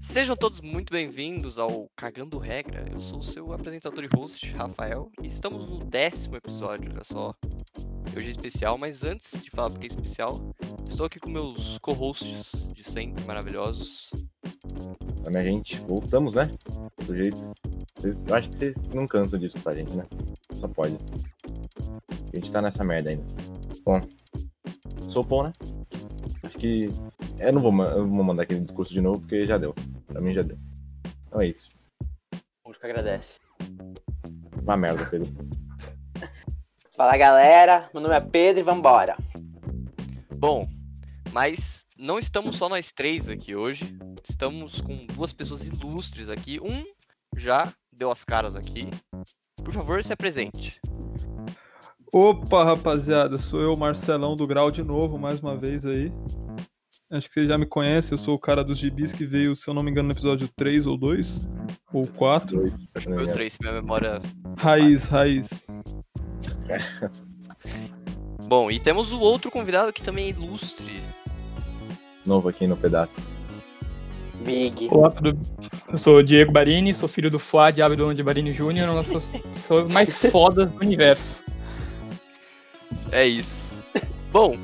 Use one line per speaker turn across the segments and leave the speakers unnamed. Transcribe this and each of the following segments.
Sejam todos muito bem-vindos ao Cagando Regra. Eu sou o seu apresentador e host, Rafael, e estamos no décimo episódio, olha só. Hoje é especial, mas antes de falar porque é especial, estou aqui com meus co-hosts de sempre maravilhosos.
Então, minha gente, voltamos, né? Do jeito. Vocês, eu acho que vocês não cansam disso pra gente, né? Só pode. A gente tá nessa merda ainda. Bom, sou o Paul, né? Acho que. Eu não vou, ma- eu não vou mandar aquele discurso de novo, porque já deu. Pra mim já deu. Então é isso.
O que agradece.
Uma merda, Pedro.
Fala galera, meu nome é Pedro e vambora.
Bom, mas não estamos só nós três aqui hoje. Estamos com duas pessoas ilustres aqui. Um já deu as caras aqui. Por favor, se apresente.
Opa, rapaziada, sou eu, Marcelão do Grau, de novo, mais uma vez aí. Acho que vocês já me conhecem, eu sou o cara dos gibis que veio, se eu não me engano, no episódio 3 ou 2, ou 4.
Dois, acho que não
Eu
é
três, se minha memória.
Raiz, raiz.
Bom, e temos o outro convidado que também é ilustre.
Novo aqui no pedaço.
Big.
Olá, tudo Eu sou o Diego Barini, sou filho do Fuad Abdon de Barini Jr., uma das pessoas mais fodas do universo.
É isso. Bom,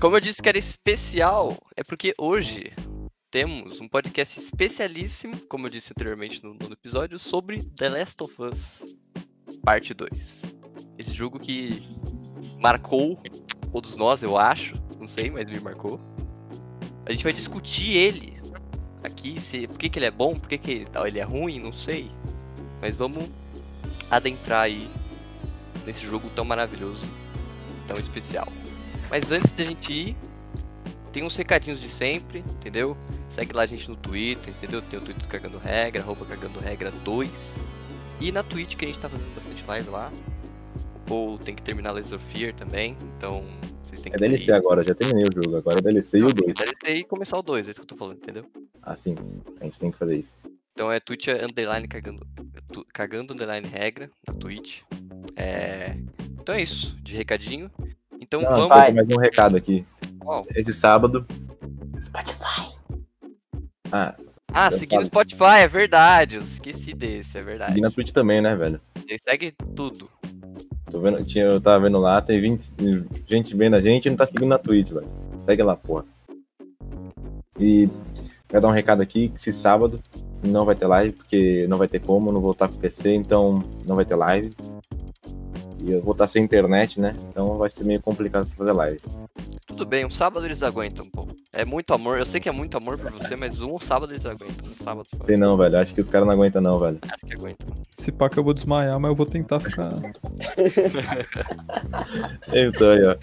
como eu disse que era especial, é porque hoje temos um podcast especialíssimo, como eu disse anteriormente no, no episódio, sobre The Last of Us Parte 2. Esse jogo que marcou todos nós, eu acho. Não sei, mas me marcou. A gente vai discutir ele aqui, se, por que, que ele é bom, por que, que tal, ele é ruim, não sei. Mas vamos adentrar aí nesse jogo tão maravilhoso tão especial. Mas antes da gente ir, tem uns recadinhos de sempre, entendeu? Segue lá a gente no Twitter, entendeu? Tem o Twitter do Cagando Regra, arroba Cagando Regra 2. E na Twitch que a gente tá fazendo bastante live lá. Ou tem que terminar Laser Fear também, então vocês têm
É
que
DLC agora, já terminei o jogo. Agora é DLC e o
É
2.
DLC e começar o 2, é isso que eu tô falando, entendeu?
Assim, a gente tem que fazer isso.
Então é Twitch underline cagando, tu- cagando underline regra na Twitch. É... Então é isso, de recadinho. Então
Não,
vamos.
tem mais um recado aqui.
Qual?
Esse sábado.
Spotify.
Ah,
Ah,
Eu
seguir no
falo.
Spotify, é verdade. Eu esqueci desse, é
e
verdade.
na Twitch também, né, velho?
Segue tudo.
Tô vendo, tinha- eu tava vendo lá, tem 20, gente vendo a gente e não tá seguindo na Twitch, velho. Segue lá, porra. E quero dar um recado aqui que esse sábado não vai ter live, porque não vai ter como, eu não vou estar com PC, então não vai ter live. E eu vou estar sem internet, né? Então vai ser meio complicado pra fazer live.
Tudo bem, um sábado eles aguentam, pô. É muito amor, eu sei que é muito amor pra você, mas um sábado eles aguentam. Um sábado só,
Sei não, velho. Acho que os caras não aguentam não, velho.
acho que aguentam.
Se pá que eu vou desmaiar, mas eu vou tentar ficar.
Então aí, ó.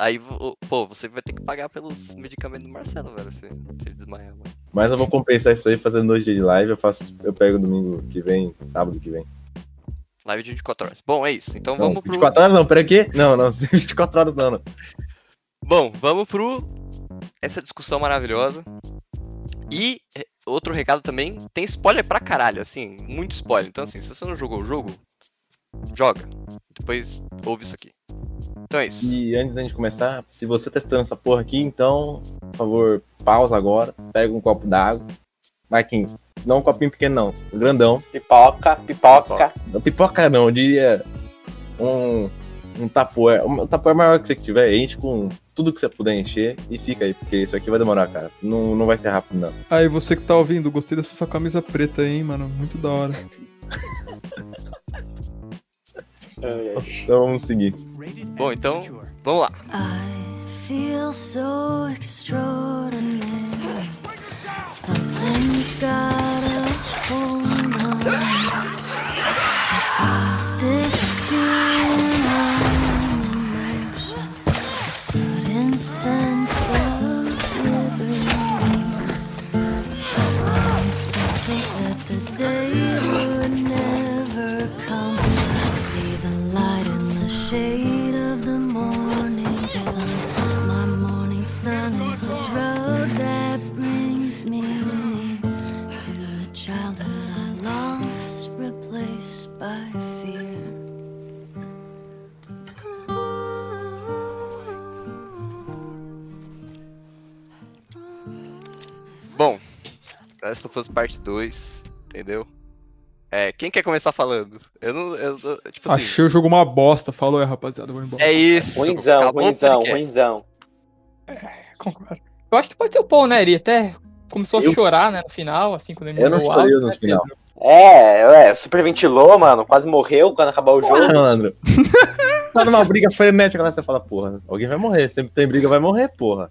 Aí, vo- pô, você vai ter que pagar pelos medicamentos do Marcelo, velho, se, se ele desmaiar, mano.
Mas eu vou compensar isso aí fazendo dois dias de live, eu faço. Eu pego domingo que vem, sábado que vem.
Live de 24 horas. Bom, é isso. Então
Não,
vamos pro.
24 horas não, peraí quê? Não, não, 24 horas não, não.
Bom, vamos pro essa discussão maravilhosa. E eh, outro recado também, tem spoiler pra caralho, assim, muito spoiler. Então assim, se você não jogou o jogo, joga. Depois ouve isso aqui. Então é isso.
E antes da gente começar, se você tá estudando essa porra aqui, então, por favor, pausa agora, pega um copo d'água. Marquinhos, não um copinho pequeno não, um grandão.
Pipoca, pipoca.
Não pipoca não, eu diria um, um tapoé. Um tapoé maior que você tiver, enche com tudo que você puder encher e fica aí, porque isso aqui vai demorar, cara. Não, não vai ser rápido não.
Aí você que tá ouvindo, gostei dessa sua camisa preta aí, hein, mano, muito da hora.
Tipo
Ai, ai.
Então vamos seguir. é
Bom, então, vamos lá.
I feel so extraordinary. Something's got a hold on. me. I've got this feeling on rush, a sudden sense of liberty. I used to think that the day would never come. I see the light in the shade of the morning sun. My morning sun is the road that brings me near to the childhood I lost, replaced by fear.
Bom, Pra se não fosse parte 2, entendeu? É, quem quer começar falando? Eu não. Eu, eu- tipo assim.
Achei o jogo uma bosta. Falou, é, rapaziada, vou embora.
É isso.
Ruinzão,
acabou o
ruinzão,
podcast.
ruinzão.
Concordo. Eu acho que pode ser o Paul, né? Ele até começou
Eu-
a chorar, né, no final, assim, quando ele
Eu não
mandou o
chorei
áudio,
no
né,
final.
Pedro?
É, é, superventilou, mano. Quase morreu quando acabar o
Porra,
jogo.
malandro. Ah, tá numa briga frenética lá, você fala, porra, alguém vai morrer. Sempre tem briga, vai morrer, porra.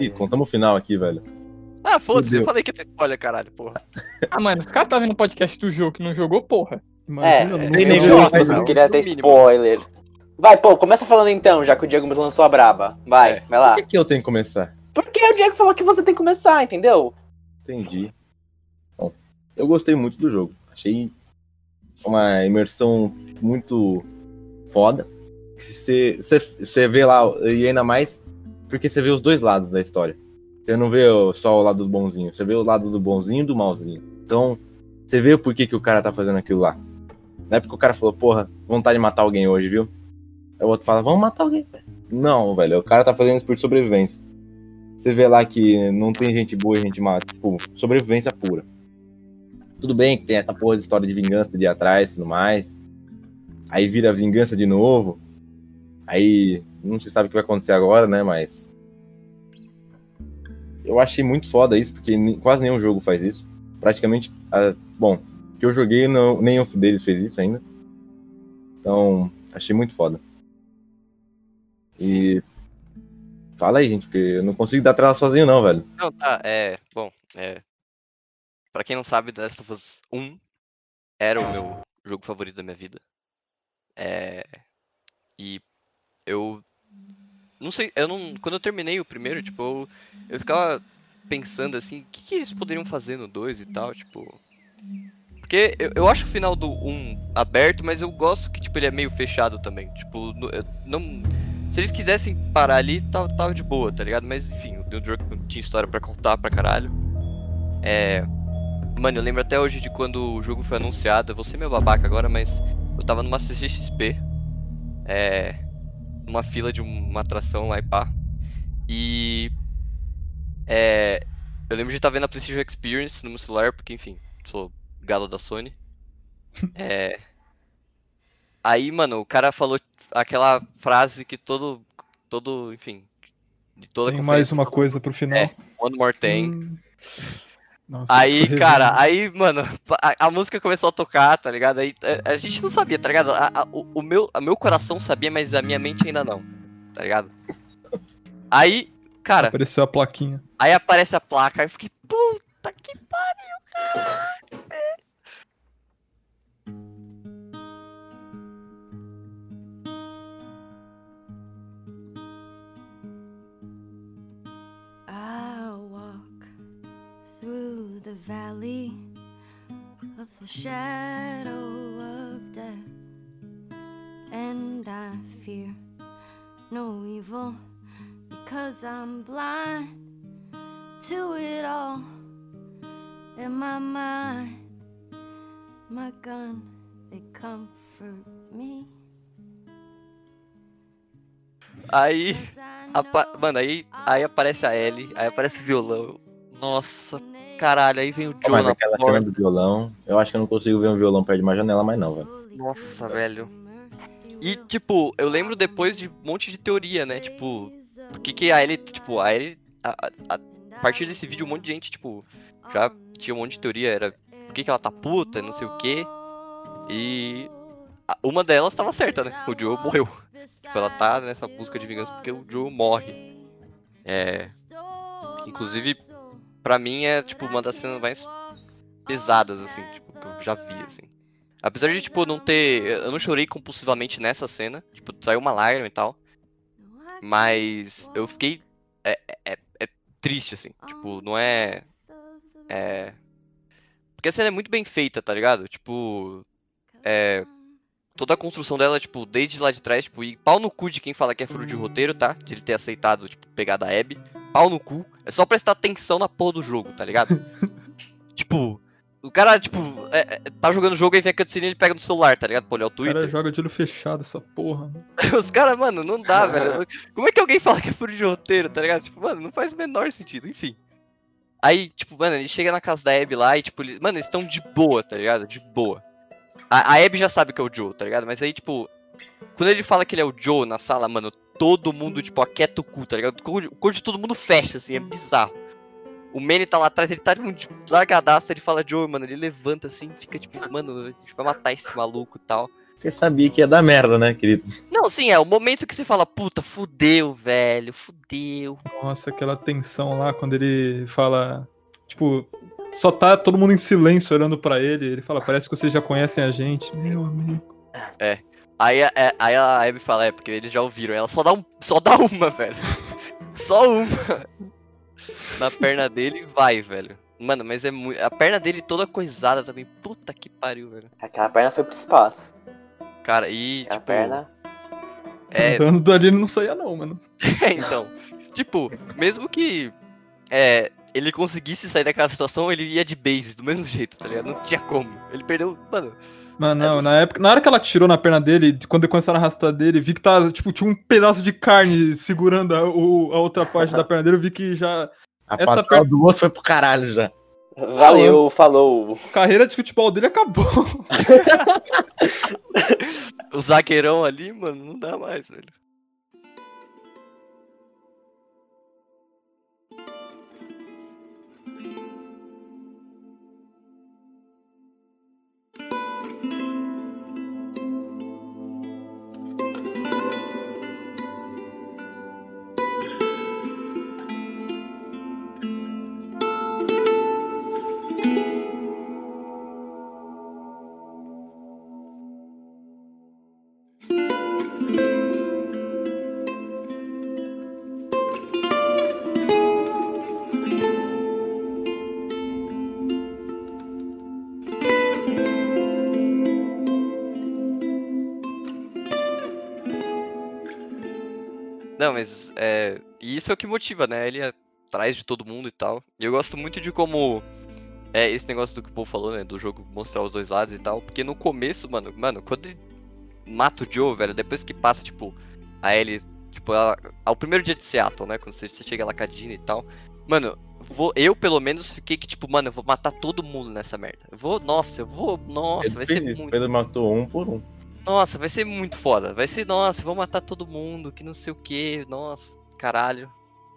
Ih, contamos o final aqui, velho.
Ah, foda-se, eu
Fudeu.
falei que ia ter spoiler, caralho, porra.
Ah, mano, os caras tá vendo o podcast do jogo que não jogou, porra.
É,
Imagina,
nem
no
nego
final.
gosta,
eu
não.
queria ter
No mínimo.
spoiler. Vai, pô, começa falando então, já que o Diego me lançou a braba. Vai,
É.
vai
Por
lá.
que, que eu tenho que começar?
Porque o Diego falou que você tem que começar, entendeu?
Entendi. Bom, eu gostei muito do jogo. Achei uma imersão muito foda. Você você- você vê lá, e ainda mais porque você vê os dois lados da história. Você não vê o- só o lado do bonzinho, você vê o lado do bonzinho e do malzinho. Então, você vê o porquê que o cara tá fazendo aquilo lá. Não é porque o cara falou, porra, vontade de matar alguém hoje, viu? Aí o outro fala, vamos matar alguém. Não, velho, o cara tá fazendo isso por sobrevivência. Você vê lá que não tem gente boa e gente má. Tipo, sobrevivência pura. Tudo bem que tem essa porra de história de vingança de atrás e tudo mais. Aí vira vingança de novo. Aí não se sabe o que vai acontecer agora, né? Mas. Eu achei muito foda isso, porque ni- quase nenhum jogo faz isso. Praticamente. ah, bom, que eu joguei, não, nenhum deles fez isso ainda. Então, achei muito foda. E. Fala aí, gente, porque eu não consigo dar trela sozinho, não, velho.
Não, tá, é. Bom, é. Pra quem não sabe, The Last of Us 1 era o meu jogo favorito da minha vida. É. E eu. Não sei, eu não. Quando eu terminei o primeiro, tipo, eu, eu ficava pensando assim, o que, que eles poderiam fazer no 2 e tal, tipo. Porque eu, eu acho o final do 1 aberto, mas eu gosto que, tipo, ele é meio fechado também. Tipo, no- eu não. Se eles quisessem parar ali, tava, tava de boa, tá ligado? Mas enfim, o New Drunk não tinha história pra contar pra caralho. É. Mano, eu lembro até hoje de quando o jogo foi anunciado. Eu vou ser meu babaca agora, mas eu tava numa CCXP. É. Numa fila de uma atração lá e pá. E. É. Eu lembro de estar vendo a PlayStation Experience no meu celular, porque enfim, sou galo da Sony. É. Aí, mano, o cara falou aquela frase que todo. Todo, enfim. De
é,
toda
Tem mais
conferência
uma
fala,
coisa pro final.
É. One More Thing.
Hum. Nossa, eu
Aí,
tô
cara,
revendo.
aí, mano, a, a música começou a tocar, tá ligado? Aí a, a gente não sabia, tá ligado? A- a- o, o meu, a meu coração sabia, mas a minha mente ainda não, tá ligado? Aí, cara,
Apareceu a plaquinha.
aí aparece a placa, aí eu fiquei, puta que pariu, cara!
I'll walk through the valley of the shadow of death, and I fear no evil because I'm blind to it all. And my mind, my gun, they comfort me.
Aí,
'cause I
apa-
know
mano, aí, aí aparece a Ellie, aí aparece o violão. Nossa, caralho, aí vem o Joe
Mas
na
aquela
porta.
cena do violão, eu acho que eu não consigo ver um violão perto de uma janela mais, não, velho.
Nossa, velho. E, tipo, eu lembro depois de um monte de teoria, né? Tipo, por que que a Ellie, tipo, a Ellie... a- a- a- a partir desse vídeo, um monte de gente, tipo, já tinha um monte de teoria, era por que, que ela tá puta, não sei o quê. E a- uma delas tava certa, né? O Joe morreu. Tipo, ela tá nessa busca de vingança porque o Joe morre. É. Inclusive, pra mim é, tipo, uma das cenas mais pesadas, assim, tipo, que eu já vi, assim. Apesar de, tipo, não ter. Eu não chorei compulsivamente nessa cena. Tipo, saiu uma lágrima e tal. Mas eu fiquei. É, é- é triste, assim. Tipo, não é. É. Porque a cena é muito bem feita, tá ligado? Tipo, é, toda a construção dela, tipo, desde lá de trás, tipo, e pau no cu de quem fala que é furo de roteiro, tá? De ele ter aceitado, tipo, pegar da Abby. Pau no cu. É só prestar atenção na porra do jogo, tá ligado? tipo, o cara, tipo, é- é- tá jogando jogo aí vem a cutscene e ele pega no celular, tá ligado? Pra olhar o
O cara
Twitter.
joga de olho fechado essa porra. mano.
Os caras, mano, não dá, velho. Como é que alguém fala que é furo de roteiro, tá ligado? Tipo, mano, não faz o menor sentido, enfim. Aí, tipo, mano, ele chega na casa da Abby lá e, tipo, ele- mano, eles estão de boa, tá ligado? De boa. A, a Abby já sabe que é o Joe, tá ligado? Mas aí, tipo, quando ele fala que ele é o Joe na sala, mano, todo mundo, tipo, aquieta o cu, tá ligado? O cu de- O cu de todo mundo fecha, assim, é bizarro. O Manny tá lá atrás, ele tá de um tipo, largadaço, ele fala Joe, mano, ele levanta assim, fica tipo, mano, a gente vai matar esse maluco e tal.
Porque sabia que ia dar merda, né, querido?
Não, sim, é o momento que você fala, puta, fudeu, velho, fudeu.
Nossa, aquela tensão lá quando ele fala. Tipo, só tá todo mundo em silêncio olhando pra ele. Ele fala, parece que vocês já conhecem a gente. Meu amigo.
Aí, a- é- aí a Abby fala, é, porque eles já ouviram. Ela só dá, um, só dá uma, velho. Só uma. Na perna dele e vai, velho. Mano, mas é muito. A perna dele toda coisada também. Puta que pariu, velho.
Aquela perna foi pro espaço.
Cara, e.
Aquela
tipo,
perna.
É,
Andando dali ele não saía, não, mano.
É, então. Tipo, mesmo que é, ele conseguisse sair daquela situação, ele ia de base do mesmo jeito, tá ligado? Não tinha como. Ele perdeu. Mano,
Mano, não,
É,
na época. Na hora que ela tirou na perna dele, de- quando começaram a arrastar dele, vi que tava, tipo, tinha um pedaço de carne segurando a, o- a outra parte da perna dele. Eu vi que já.
A
Essa
patroa
perna-
do osso foi pro caralho já.
Valeu, falou.
A carreira de futebol dele acabou.
o zagueirão ali, mano, não dá mais, velho. Não, mas é. E isso é o que motiva, né? Ele é atrás de todo mundo e tal. E eu gosto muito de como. É, esse negócio do que o Paul falou, né? Do jogo mostrar os dois lados e tal. Porque no começo, mano, mano, quando ele mata o Joe, velho, depois que passa, tipo, a Ellie, tipo, ela, ao primeiro dia de Seattle, né? Quando você, você chega lá com a Dina e tal. Mano, vou, eu pelo menos fiquei que, tipo, mano, eu vou matar todo mundo nessa merda. Eu vou, nossa, eu vou, nossa,
Pedro
vai
fez
ser
isso,
muito.
Pedro matou um por um.
Nossa, vai ser muito foda. Vai ser, nossa, vão matar todo mundo, que não sei o que, nossa, caralho.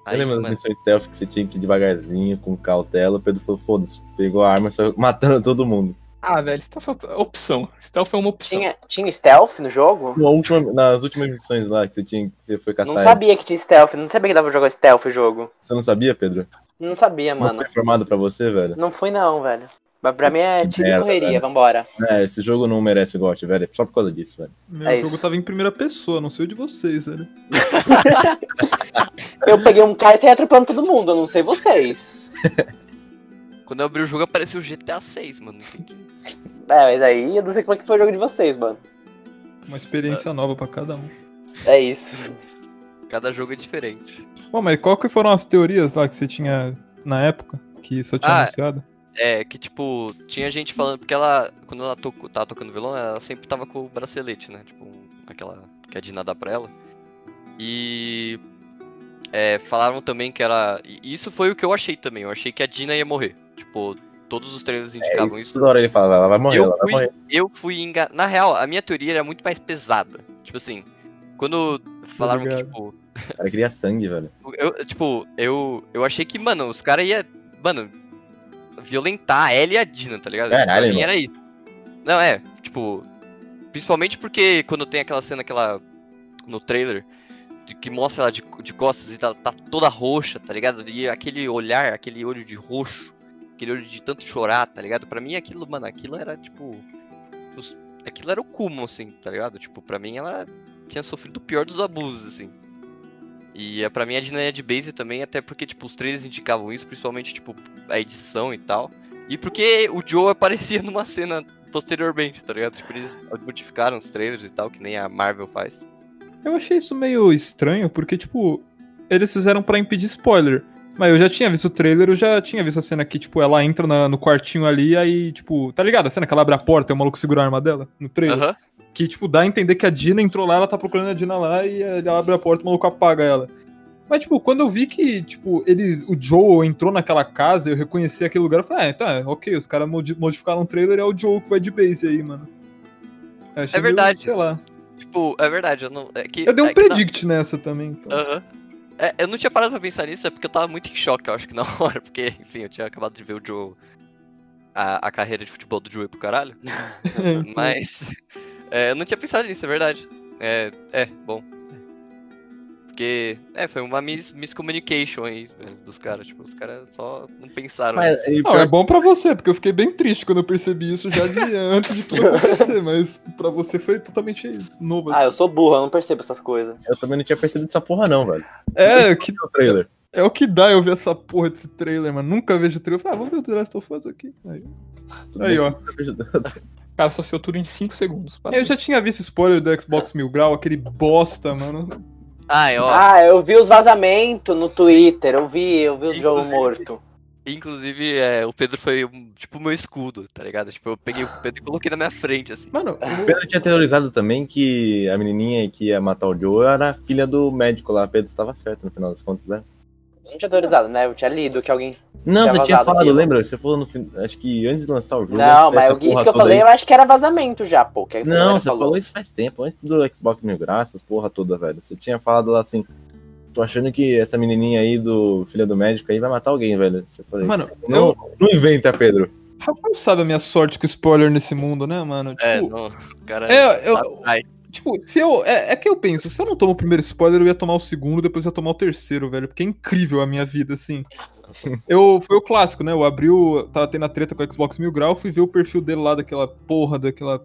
Aí,
Lembra da
mano,
missão stealth que você tinha que ir devagarzinho, com cautela? O Pedro falou, foda-se, pegou a arma e saiu matando todo mundo.
Ah, velho, stealth é opção. Stealth é uma opção.
Tinha, tinha stealth no jogo?
Na última- nas últimas missões lá que você tinha que você foi caçar.
Não sabia que tinha stealth, não sabia que dava pra jogar stealth o jogo.
Você não sabia, Pedro?
Não sabia,
Não
mano.
foi informado pra você, velho?
Não fui não, velho. Mas pra mim é tiro e
merda,
correria,
velho.
vambora.
É, esse jogo não merece gote, velho. É Só por causa disso, velho.
Meu
É
jogo
isso.
tava em primeira pessoa, não sei o de vocês, velho.
Eu peguei um cara e saí atropelando todo mundo, eu não sei vocês.
quando eu abri o jogo apareceu o GTA 6, mano. não entendi.
É, mas aí eu não sei como é que foi o jogo de vocês, mano.
Uma experiência nova pra cada um.
É isso.
Cada jogo é diferente.
Bom, mas qual que foram as teorias lá que você tinha na época? Que só tinha
Ah,
anunciado?
É, que tipo, tinha gente falando, porque ela, quando ela tocou, tava tocando violão, ela sempre tava com o bracelete, né? Tipo, aquela que a Dina dá pra ela. E. é, falaram também que era. e Isso foi o que eu achei também. Eu achei que a Dina ia morrer. Tipo, todos os trailers
É
indicavam
isso,
Tá isso.
toda hora ele fala, ela vai morrer,
Eu
ela vai
fui-
morrer.
eu fui enganado. Na real, a minha teoria era muito mais pesada. Tipo assim, quando falaram que,
Obrigado.
tipo.
O cara queria sangue, velho.
Eu, eu- tipo, eu, eu achei que, mano, os caras iam. Mano, violentar a Ellie e a Dina, tá ligado?
Caralho,
pra mim
mano.
era isso. Não, é, tipo. Principalmente porque quando tem aquela cena que ela. No trailer. de que mostra ela de, co- de costas e tá, tá toda roxa, tá ligado? E aquele olhar, aquele olho de roxo, aquele olho de tanto chorar, tá ligado? Pra mim aquilo, mano, aquilo era tipo. os- aquilo era o cúmulo, assim, tá ligado? Tipo, pra mim ela tinha sofrido o pior dos abusos, assim. E é, pra mim a Dina é de base também, até porque, tipo, os trailers indicavam isso, principalmente, tipo, a edição e tal. E porque o Joe aparecia numa cena posteriormente, tá ligado? Tipo, eles modificaram os trailers e tal, que nem a Marvel faz.
Eu achei isso meio estranho, porque, tipo, eles fizeram pra impedir spoiler. Mas eu já tinha visto o trailer, eu já tinha visto a cena que, tipo, ela entra na- no quartinho ali, aí, tipo, tá ligado? A cena que ela abre a porta e o maluco segura a arma dela no trailer.
Aham.
Que, tipo, dá a entender que a Dina entrou lá, ela tá procurando a Dina lá e ela abre a porta e o maluco apaga ela. Mas Mas, tipo, quando eu vi que, tipo, eles, o Joe entrou naquela casa, eu reconheci aquele lugar, eu falei, ah, tá, ok, os caras modi- modificaram o trailer, é o Joe que vai de base aí, mano. Eu achei meio,
verdade.
sei lá.
Tipo, é verdade, eu não. É que,
Eu dei
é
um
que na-
predict nessa também, então.
Aham. É, eu não tinha parado pra pensar nisso, é porque eu tava muito em choque, eu acho que na hora, porque, enfim, eu tinha acabado de ver o Joe. A, a carreira de futebol do Joe pro caralho.
Então,
Mas. é, eu não tinha pensado nisso, é verdade. É, é, bom. Porque. É, foi uma mis- miscommunication aí né, dos caras. Tipo, os caras só não pensaram.
Mas,
nisso.
e
Não, é bom pra você, porque eu fiquei bem triste quando eu percebi isso já de, antes de tudo acontecer, mas pra você foi totalmente novo,
Ah,
assim.
eu sou burro, eu não percebo essas coisas.
eu também não tinha percebido essa porra, não, velho.
é, que,
No trailer.
é o que dá eu ver essa porra desse trailer, mano. Nunca vejo o trailer. Eu falei, ah, vamos ver o The Last of Us aqui. Aí,
Tudo
aí
bem. Tá
ó.
O cara sofreu tudo em 5 segundos.
Eu
parabéns.
já tinha visto spoiler do Xbox Mil Grau, aquele bosta, mano.
Ah, é, ó.
Ah, eu vi os vazamentos no Twitter, eu vi, eu vi os Joe
Inclusive-
morto.
Inclusive, é, o Pedro foi um- tipo o meu escudo, tá ligado? Tipo, eu peguei o Pedro e coloquei na minha frente, assim.
Mano,
O Pedro tinha teorizado também que a menininha que ia matar o Joe era a filha do médico lá. Pedro estava certo no final das contas, né?
Eu Não tinha autorizado, né? Eu tinha lido que alguém.
Não,
Tinha
você tinha
vazado
falado,
aquilo.
lembra? Você falou no fin... Acho que antes de lançar o jogo.
Não,
antes
mas
dessa
eu, isso
porra
que eu
toda
falei,
aí.
eu acho que era vazamento já, pô. Que a galera
Não, você falou isso faz tempo, antes do Xbox Mil Graças, porra toda, velho. Você tinha falado lá assim. Tô achando que essa menininha aí do filha do médico aí vai matar alguém, velho. Você falou,
mano,
não,
eu,
não inventa, Pedro.
Rafael sabe a minha sorte com spoiler nesse mundo, né, mano?
É,
Tipo,
não, o cara.
é, eu,
Ai,
tipo, se eu. É, é que eu penso, se eu não tomo o primeiro spoiler, eu ia tomar o segundo, depois eu ia tomar o terceiro, velho. Porque é incrível a minha vida, assim. Eu, foi o clássico, né? Eu abri o. Tava tendo a treta com o Xbox Mil Grau, fui ver o perfil dele lá, daquela porra, daquela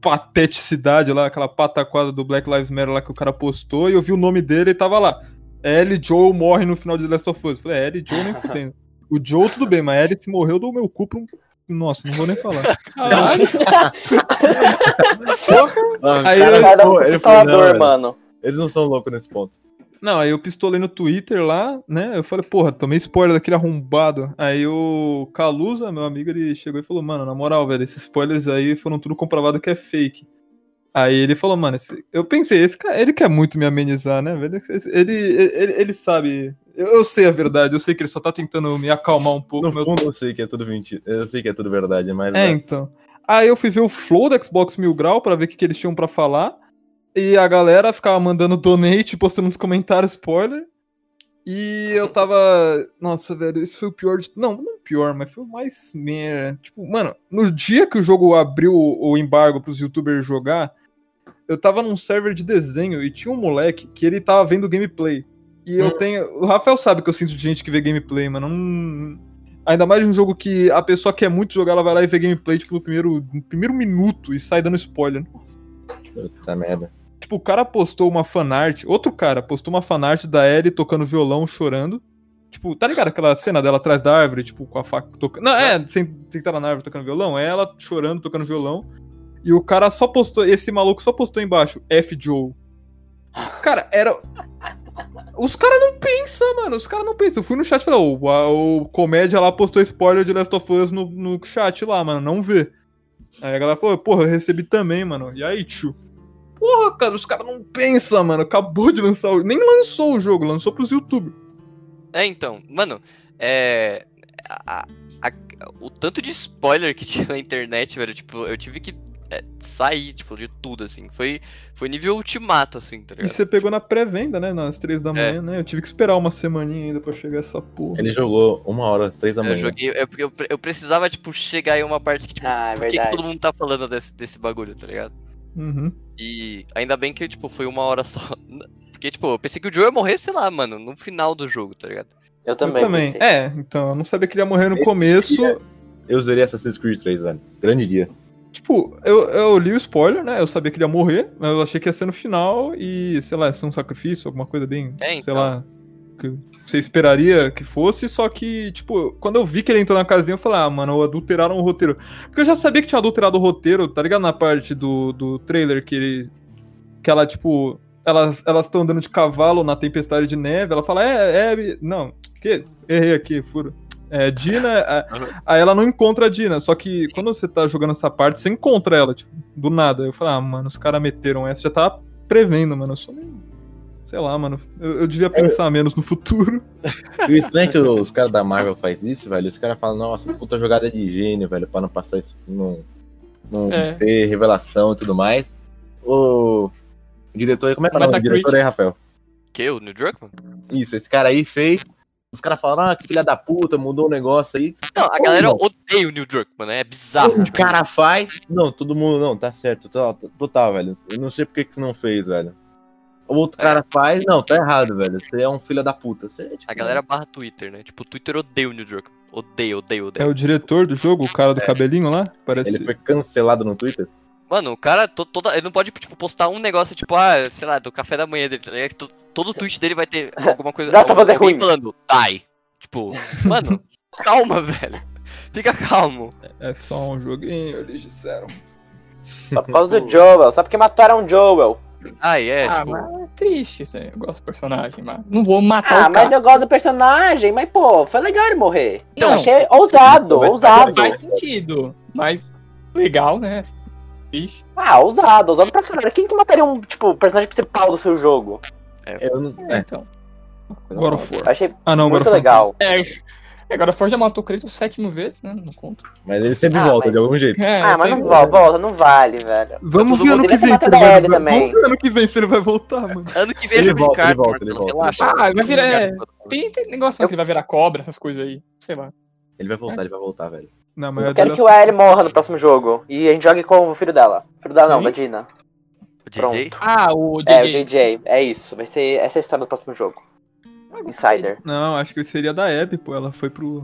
pateticidade lá, aquela pataquada do Black Lives Matter lá que o cara postou, e eu vi o nome dele e tava lá. L. Joe morre no final de The Last of Us. Eu Falei, "É, L. Joe nem fudendo. O Joe, tudo bem, mas L se morreu, eu dou o meu cu pra um. Nossa, não vou nem falar.
Caralho,
Aí
Ah, cara,
eu-
Cada um
pô,
com
ele
seu
falou, não,
falador,
velho,
mano.
Eles não são loucos nesse ponto.
Não, aí eu pistolei no Twitter lá, né? Eu falei, porra, tomei spoiler daquele arrombado. Aí o Calusa, meu amigo, ele chegou e falou, mano, na moral, velho, esses spoilers aí foram tudo comprovado que é fake. Aí ele falou, mano, esse- eu pensei, esse cara, ele quer muito me amenizar, né, velho? Esse- Ele, ele, ele sabe. Eu, eu sei a verdade, eu sei que ele só tá tentando me acalmar um pouco.
No
meu-
fundo, eu sei que é tudo mentira. Eu sei que é tudo verdade, mas.
É, então. Aí eu fui ver o flow do Xbox Mil Grau pra ver o que, que eles tinham pra falar. E a galera ficava mandando donate, postando nos comentários spoiler. E eu tava. Nossa, velho, isso foi o pior de. Não, não o pior, mas foi o mais merda. Tipo, mano, no dia que o jogo abriu o o embargo pros youtubers jogar, eu tava num server de desenho e tinha um moleque que ele tava vendo gameplay. E eu tenho. O Rafael sabe que eu sinto de gente que vê gameplay, mano. eu não- Ainda mais de um jogo que a pessoa quer muito jogar, ela vai lá e vê gameplay, tipo, no primeiro, no primeiro minuto e sai dando spoiler. né?
Puta merda.
Tipo, o cara postou uma fanart, outro cara postou uma fanart da Ellie tocando violão, chorando. Tipo, tá ligado aquela cena dela atrás da árvore, tipo, com a faca tocando. Não, é, sem estar na árvore tocando violão, é ela chorando, tocando violão. E o cara só postou, esse maluco só postou embaixo, F Joe. Cara, era. Os caras não pensam, mano. Os caras não pensam. Eu fui no chat e falei, ô, a- o comédia lá postou spoiler de Last of Us no, no chat lá, mano. Não vê. Aí a galera falou, porra, eu recebi também, mano. E aí, tio? Porra, cara, os caras não pensam, mano. Acabou de lançar o. Nem lançou o jogo, lançou pros YouTube.
É, então, mano, é. a- a- a- o tanto de spoiler que tinha na internet, velho, tipo, eu tive que é, sair, tipo, de tudo, assim. Foi, foi nível ultimato, assim, tá
E
ligado?
você pegou na pré-venda, né? Nas três da manhã, né? Eu tive que esperar uma semaninha ainda pra chegar essa porra.
Ele jogou uma hora às três da
né?
manhã.
Eu joguei. é porque Eu, pre- eu precisava, tipo, chegar em uma parte que, tipo,
Ah, é
por que, que
verdade.
todo mundo tá falando desse, desse bagulho, tá ligado?
Uhum.
E ainda bem que, tipo, foi uma hora só. Porque, tipo, eu pensei que o Joe ia morrer, sei lá, mano, no final do jogo, tá ligado?
Eu também.
eu também.
pensei.
É, então, eu não sabia que ele ia morrer no começo.
Eu zerei Assassin's Creed 3, velho. Grande dia.
Tipo, eu, eu li o spoiler, né? Eu sabia que ele ia morrer, mas eu achei que ia ser no final e, sei lá, ia ser um sacrifício, alguma coisa bem.
É,
Sei
então.
lá. Que você esperaria que fosse, só que, tipo, quando eu vi que ele entrou na casinha, eu falei, ah, mano, adulteraram o roteiro. Porque eu já sabia que tinha adulterado o roteiro, tá ligado? Na parte do, do trailer que ele. Que ela, tipo. Elas estão andando de cavalo na tempestade de neve. Ela fala, é, é. Não, que? Errei aqui, furo. É, Dina. a- Aí ela não encontra a Dina, só que quando você tá jogando essa parte, você encontra tá ela, tipo, do nada. Eu falei, ah, mano, os caras meteram essa, já tava prevendo, mano. Eu sou meio Sei lá, mano. Eu, eu
É.
devia pensar menos no futuro.
E o estranho é que os caras da Marvel faz isso, velho. Os caras falam, nossa, puta jogada de gênio, velho, pra não passar isso, não, não
É.
ter revelação e tudo mais. O diretor aí, como é que é o nome do
Metacritic.
diretor aí, Rafael?
Que? O New Druckmann?
Isso, esse cara aí fez. Os caras falaram, ah, que filha da puta, mudou o negócio aí.
Não, a galera odeia o New Druckmann, né? É bizarro.
O
tipo,
cara faz. Não, todo mundo, não, tá certo, total, total velho. Eu não sei por que que você não fez, velho. O outro cara faz, não, tá errado, velho. Você é um filho da puta. Você é, tipo,
Hum.
A galera barra Twitter, né? Tipo, o Twitter odeia o New Druckmann. Odeia, odeia,
É
odeia.
o diretor do jogo, o
É.
cara do cabelinho lá? Parece.
Ele foi cancelado no Twitter?
Mano, o cara, to- toda, ele não pode, tipo, postar um negócio, tipo, ah, sei lá, do café da manhã dele, tá ligado? Que to- Todo o tweet dele vai ter alguma coisa...
Dá pra fazer
alguém
ruim.
falando, die. Tipo, mano, calma, velho. Fica calmo.
É só um joguinho, eles disseram.
É,
Só por causa
tipo-
do Joel, só porque mataram o Joel.
Ai, é,
ah,
tipo...
mas é triste, tá? eu gosto do personagem, mas não vou matar
Ah,
o
mas
cara.
eu gosto do personagem, mas pô, foi legal ele morrer.
Então,
eu achei ousado,
Mas-
ousado.
Faz sentido, mas legal, né? Triste.
Ah, ousado, ousado pra caralho. Quem que mataria um, tipo, personagem principal do seu jogo?
Eu não.
É,
É,
então.
God of War.
Eu achei
Ah, não,
muito
God of War.
legal.
É, agora Ford já matou o Kratos sétimo vezes, né? Não conta.
mas ele sempre
Ah,
volta,
mas-
de algum jeito.
É,
Ah, mas
tem-
não volta, volta, não vale, velho.
Vamos
Todo
ver
mundo
ano que
devia
vem.
ter
se
matado
ele vai-
ele também.
Vamos ver ano que vem se ele vai voltar, mano.
Ano que vem
Ele
é jogo de
volta, ele
carta,
volta,
Marcelo,
ele volta.
relaxa.
Ah, ele vai virar-
Obrigado.
Tem, tem negócio que ele vai virar cobra, essas coisas aí. Sei lá.
Ele vai voltar, ele vai voltar, velho.
Não, mas
Eu
é
quero
The
que o Ellie morra no próximo jogo. E a gente jogue com o filho dela. Filho dela não,
Quem?
da Dina.
O DJ?
Ah, o
É, o JJ. É isso. Vai ser essa é a história do próximo jogo.
Ah,
Insider.
Não, acho que seria da Abby, pô. Ela foi pro,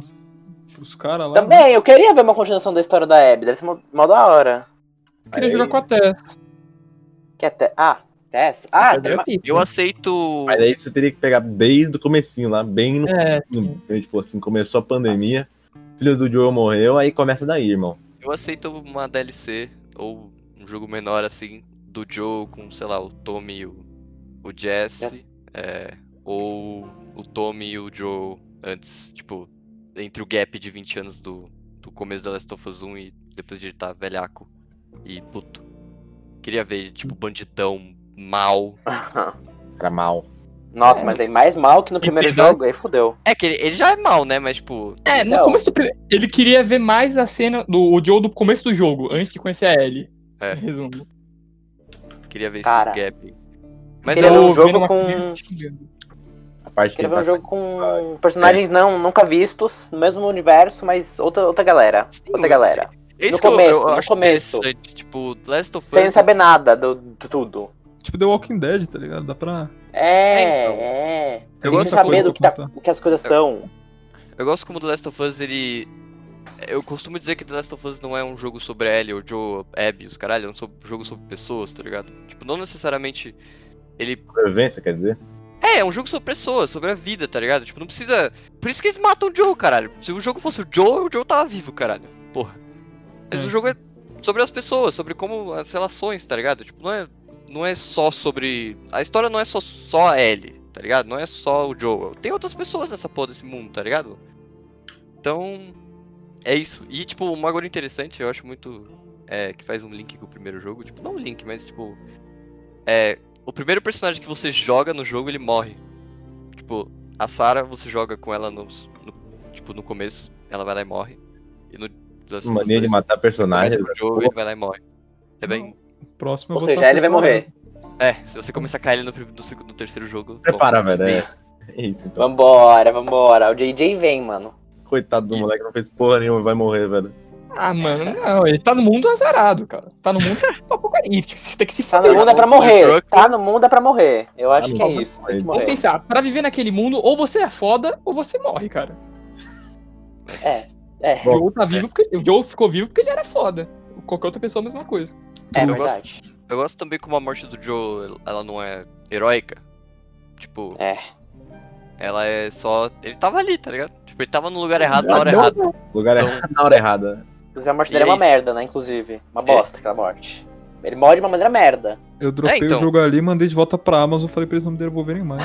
pros caras lá. né?
Também, eu queria ver uma continuação da história da Abby. Deve ser mó, mó da hora.
Eu queria
Aí-
jogar com a Tess.
Que até. Ah, Tess. Ah, tem uma...
Eu aceito...
Mas aí você teria que pegar desde o comecinho lá, bem no.
É,
Hum.
no- bem, tipo assim, começou a pandemia, filho do Joel morreu, aí começa daí, irmão.
Eu aceito uma DLC ou um jogo menor assim do Joe com, sei lá, o Tommy e o, o Jesse, é, ou o Tommy e o Joe antes, tipo, entre o gap de 20 anos do, do começo da Last of Us 1 e depois de ele tá velhaco e puto. Queria ver, tipo, bandidão mal.
Pra mal.
Nossa, mas aí mais mal que no primeiro
pesado.
jogo, aí fudeu.
É que ele, ele já é mal, né? Mas, tipo,
é no
Então.
começo do primeiro. Ele queria ver mais a cena do o Joe do começo do jogo, antes de conhecer a Ellie.
É.
Em resumo.
queria ver
Cara.
esse gap. Mas
Queria
eu,
ver um
vendo
jogo
uma
com-
criança xingando.
A parte que
Queria
ele
ver um
tá
jogo com personagens não, nunca vistos, no mesmo universo, mas outra, outra galera.
Sim,
Outra galera.
esse
no
que eu- eu
começo, no
acho
começo.
interessante, tipo, Last of
Sem
Us
saber nada do, do tudo.
Tipo The Walking Dead, tá ligado? Dá pra.
É, então.
É, é. Sem
Eu gosto
saber
da
do que, tá,
coisa.
do que as coisas são.
Eu gosto como The Last of Us, ele. Eu costumo dizer que The Last of Us não é um jogo sobre Ellie ou Joe, Abby, os caralho, é um so- jogo sobre pessoas, tá ligado? Tipo, não necessariamente. Ele.
sobrevivência, quer dizer?
É, é um jogo sobre pessoas, sobre a vida, tá ligado? Tipo, não precisa. Por isso que eles matam o Joe, caralho. Se o jogo fosse o Joe, o Joe tava vivo, caralho. Porra. Mas
É.
o jogo é sobre as pessoas, sobre como as relações, tá ligado? Tipo, não é. Não é só sobre. A história não é só, só a Ellie, tá ligado? Não é só o Joel. Tem outras pessoas nessa porra desse mundo, tá ligado? Então, é isso. E, tipo, uma coisa interessante, eu acho muito. É, que faz um link com o primeiro jogo. Tipo, não um link, mas, tipo. É. O primeiro personagem que você joga no jogo, ele morre. Tipo, a Sarah, você joga com ela no, no- Tipo, no começo, ela vai lá e morre. E no. das-
Mania de
dois,
matar personagem.
começa o jogo, ele vai lá e morre. É bem.
Próximo eu
Ou
vou
seja,
tá
ele vai morrer.
É, se você começar a cair ele no, prim- no, segundo- no terceiro jogo.
Prepara,
bom,
velho. É.
isso.
É isso, então.
Vambora, vambora. O JJ vem, mano.
Coitado do moleque, não fez porra nenhuma, vai morrer, velho.
Ah, mano, não. Ele tá no mundo azarado, cara. Tá no mundo apocalíptico. Você tem que se
Tá
fuder.
no mundo é pra morrer.
Druck.
Tá no mundo é pra morrer. Eu acho
no
que é
mundo é
isso.
pra
Tem que
Vamos
morrer.
pensar, pra viver naquele mundo, ou você é foda, ou você morre, cara.
É,
o Joe tá vivo porque. O Joe ficou vivo porque ele era foda. Qualquer outra pessoa, a mesma coisa.
é
Eu
verdade.
Eu gosto também como a morte do Joe, ela não é heróica. Tipo,
É.
ela é só. Ele tava ali, tá ligado? Tipo, ele tava no lugar errado, na hora
Não,
errada.
Lugar
Então-
errado, na hora errada.
Inclusive, a morte
E
dele é
é
uma
isso.
merda, né? Inclusive. Uma bosta aquela morte. Ele morre de uma maneira merda.
Eu dropei
É, então.
o jogo ali, mandei de volta pra Amazon, falei pra eles não me devolverem mais.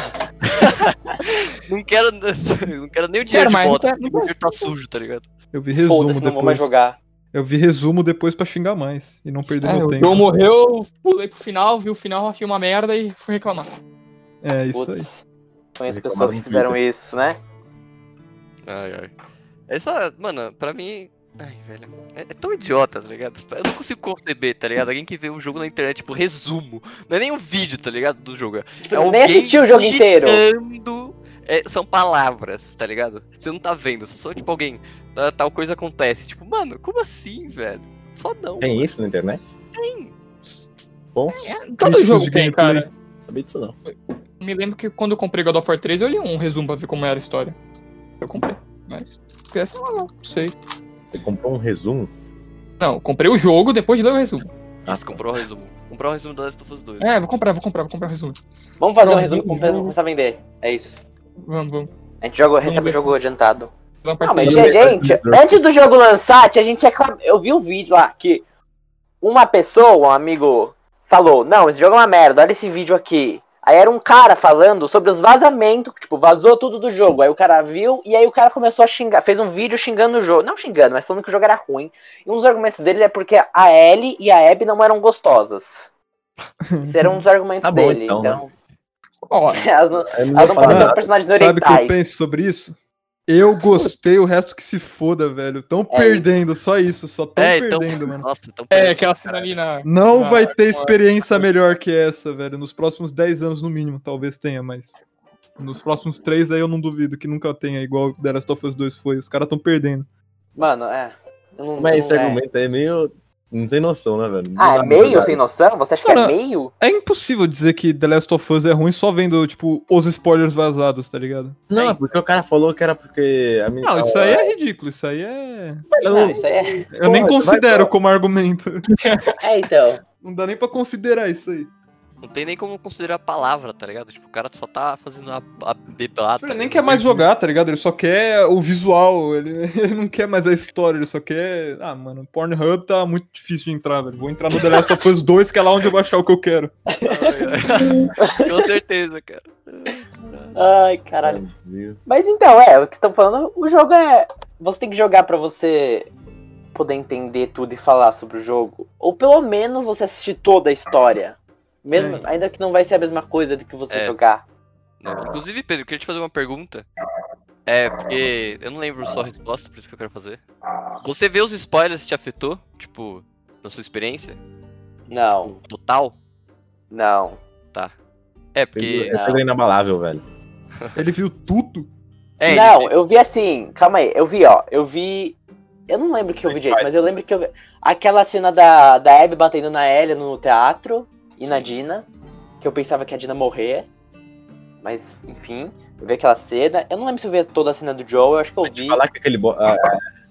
Não quero, não quero nem o dinheiro
Quero mais, então.
de volta, porque
não quero- é, não
o dinheiro tá sujo, tá ligado?
Eu vi resumo
Foda-se, não vou mais
depois.
jogar.
Eu vi resumo depois pra xingar mais e não perder
É,
meu
o
tempo.
Joe morreu, pulei pro final, vi o final, achei uma merda e fui reclamar.
É isso aí.
Putz. Conheço
Reclamar
pessoas
no
que fizeram
Twitter.
isso, né?
Ai, ai. Essa, mano, pra mim. Ai, velho. É, é tão idiota, tá ligado? Eu não consigo conceber, tá ligado? Alguém que vê um jogo na internet, tipo, resumo. Não é nem um vídeo, tá ligado? Do jogo.
Tipo,
é
nem
alguém
assistiu o jogo inteiro.
digitando, é, são palavras, tá ligado? Você não tá vendo, você só, tipo, alguém. tá- Tal coisa acontece. Tipo, mano, como assim, velho? Só não.
Tem É isso na internet? Tem. Bom,
É.
Todo
Críticos
jogo
de
tem,
gameplay.
cara.
sabia disso não.
Me lembro que quando eu comprei God of War 3, eu li um resumo pra ver como era a história. Eu comprei. Mas. Essa eu não sei.
Você comprou um resumo? Ah,
Não, eu comprei o jogo depois de ler o resumo.
Isso, comprou o resumo. Comprou o resumo do Last of Us 2.
É, vou comprar, vou comprar, vou comprar o resumo.
Vamos fazer um
Não,
resumo
não,
completo e
não.
começar a vender. É isso.
Vamos, vamos.
A gente joga, recebe
ver.
o jogo adiantado.
Fazer uma
Não, Ah, mas é
parceria.
gente, gente, antes do jogo lançar, a gente é claro. Eu vi um vídeo lá que uma pessoa, um amigo, falou: Não, esse jogo é uma merda, olha esse vídeo aqui. Aí era um cara falando sobre os vazamentos, tipo, vazou tudo do jogo. Aí o cara viu e aí o cara começou a xingar, fez um vídeo xingando o jogo. Não xingando, mas falando que o jogo era ruim. E um dos argumentos dele é porque a Ellie e a Abby não eram gostosas. Esse era um dos argumentos
Tá bom,
dele.
então, né?
Então,
Ó,
elas não,
Eu não
elas
vou falar
não podem ser um
nada.
personagens
Sabe o que eu
orientais.
penso sobre isso? Eu gostei, o resto que se foda, velho. Tão
É
perdendo, só isso, só tão
É, então.
perdendo, mano.
Nossa, então.
é aquela cena ali na.
Não
Ah,
vai ter experiência melhor que essa, velho. Nos próximos 10 anos, no mínimo, talvez tenha, mas. Nos próximos 3 aí eu não duvido que nunca tenha, igual The Last of Us 2 foi. Os caras tão perdendo.
Mano, é. Eu não-
Mas esse
não é.
argumento é meio. Não sem noção, né, velho? Não
Ah,
dá
é
pra
meio
jogar.
sem noção? Você acha
Cara,
que é meio?
É impossível dizer que The Last of Us é ruim só vendo, tipo, os spoilers vazados, tá ligado?
Não, é porque o cara falou que era porque. A menina-
Não, isso aí é ridículo, isso aí é.
eu
Não, isso aí é.
Eu nem
Porra,
considero
vai-
como argumento.
É, então.
Não dá nem pra considerar isso aí.
Não tem nem como considerar a palavra, tá ligado? Tipo, o cara só tá fazendo a, a bebata.
Ele nem quer mais jogar, tá ligado? Ele só quer o visual, ele, ele não quer mais a história, ele só quer. Ah, mano, Pornhub tá muito difícil de entrar, velho. Vou entrar no The Last of Us 2, que é lá onde eu vou achar o que eu quero.
Com certeza, cara.
Ai, caralho. Mas então, é, o que estão falando, o jogo é. Você tem que jogar pra você poder entender tudo e falar sobre o jogo. Ou pelo menos você assistir toda a história. Mesmo, ainda que não vai ser a mesma coisa do que você
É.
jogar.
Não, Inclusive, Pedro, eu queria te fazer uma pergunta. É, porque eu não lembro só a resposta, por isso que eu quero fazer. Você vê os spoilers te afetou? Tipo, na sua experiência?
Não,
Total?
não.
Tá. É, porque.
Pedro, é Pedro inabalável, velho.
Ele viu tudo.
É, ele-
não, eu vi assim, calma aí, eu vi, ó, eu vi. Eu não lembro que eu vi direito,
Spoiler.
mas eu lembro que eu vi. Aquela cena da, da Abby batendo na Ellie no teatro e na Dina, que eu pensava que a Dina morrer. Mas, enfim, eu vi aquela cena. Eu não lembro se eu vi toda a cena do Joel, eu acho que eu
Mas te
vi.
falar que aquele. bo- A,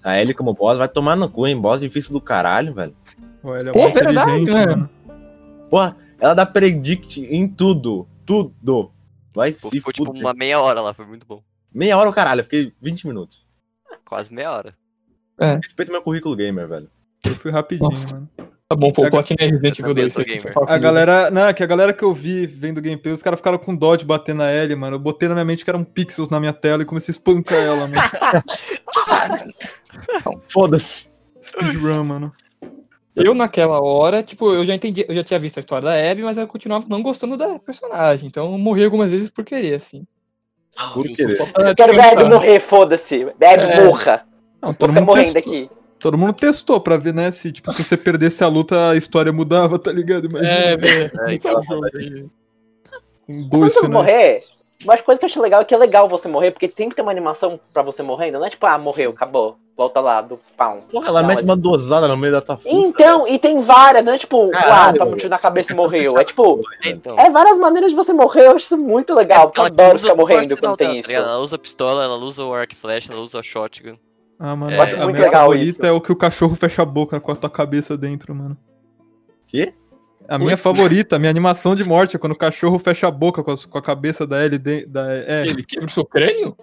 a Ellie como boss vai tomar no cu, hein? Boss difícil do caralho, velho.
Pô, ele é
Pô,
muito
verdade,
inteligente,
mano.
mano.
Porra, ela dá predict em tudo. Tudo. Vai
pô,
se
ficou tipo
fuder.
uma meia hora lá, foi muito bom.
Meia hora o caralho, eu fiquei 20 minutos.
Quase meia hora.
Respeita meu currículo gamer, velho.
Eu fui rapidinho,
Nossa.
mano.
Tá bom, pô, o Platina é Resident Evil
Eu
2.
sou
você- você
gamer.
fala
A
comigo.
galera. Não, é que a galera que eu vi vendo gameplay, os caras ficaram com dó de bater na L, mano. Eu botei na minha mente que eram pixels na minha tela e comecei a espancar ela, mano.
Foda-se.
Speedrun, mano.
Eu naquela hora, tipo, eu já entendi, eu já tinha visto a história da Abby, mas eu continuava não gostando da personagem. Então eu morri algumas vezes por querer, assim.
Por querer.
Eu quero ver a Abby
morrer.
morrer, foda-se. Abby,
É.
morra.
Não,
Vou
todo
ficar
mundo,
morrendo
testou,
aqui.
todo mundo testou pra ver, né? Se, tipo, se você perdesse a luta, a história mudava, tá ligado? Imagina.
É, velho.
É,
Muito
aquela
jogo aí.
Com
Quando
dois
você
sinais.
morrer, uma coisa que eu acho legal é que é legal você morrer, porque sempre tem uma animação pra você morrendo. Não é tipo, ah, morreu, acabou. Volta lá do spawn.
Porra, ela
Não,
mete
mas-
uma dosada no meio da tua fuça.
Então, e tem várias, não é tipo, ah,
Caralho.
toma um tiro na cabeça e morreu. É tipo,
É, então.
é várias maneiras de você morrer, eu acho isso muito legal, porque eu adoro ficar morrendo
arsenal
quando tem
dela, tá
isso.
ligado? ela usa pistola, ela usa o arc flash, ela usa a shotgun.
Ah, mano,
Eu acho
a
muito
minha
legal
favorita
isso.
é o que o cachorro fecha a boca com a tua cabeça dentro, mano.
Quê?
A minha favorita, a minha animação de morte é quando o cachorro fecha a boca com a, com a cabeça da L de- da é.
Ele quebra o seu crânio?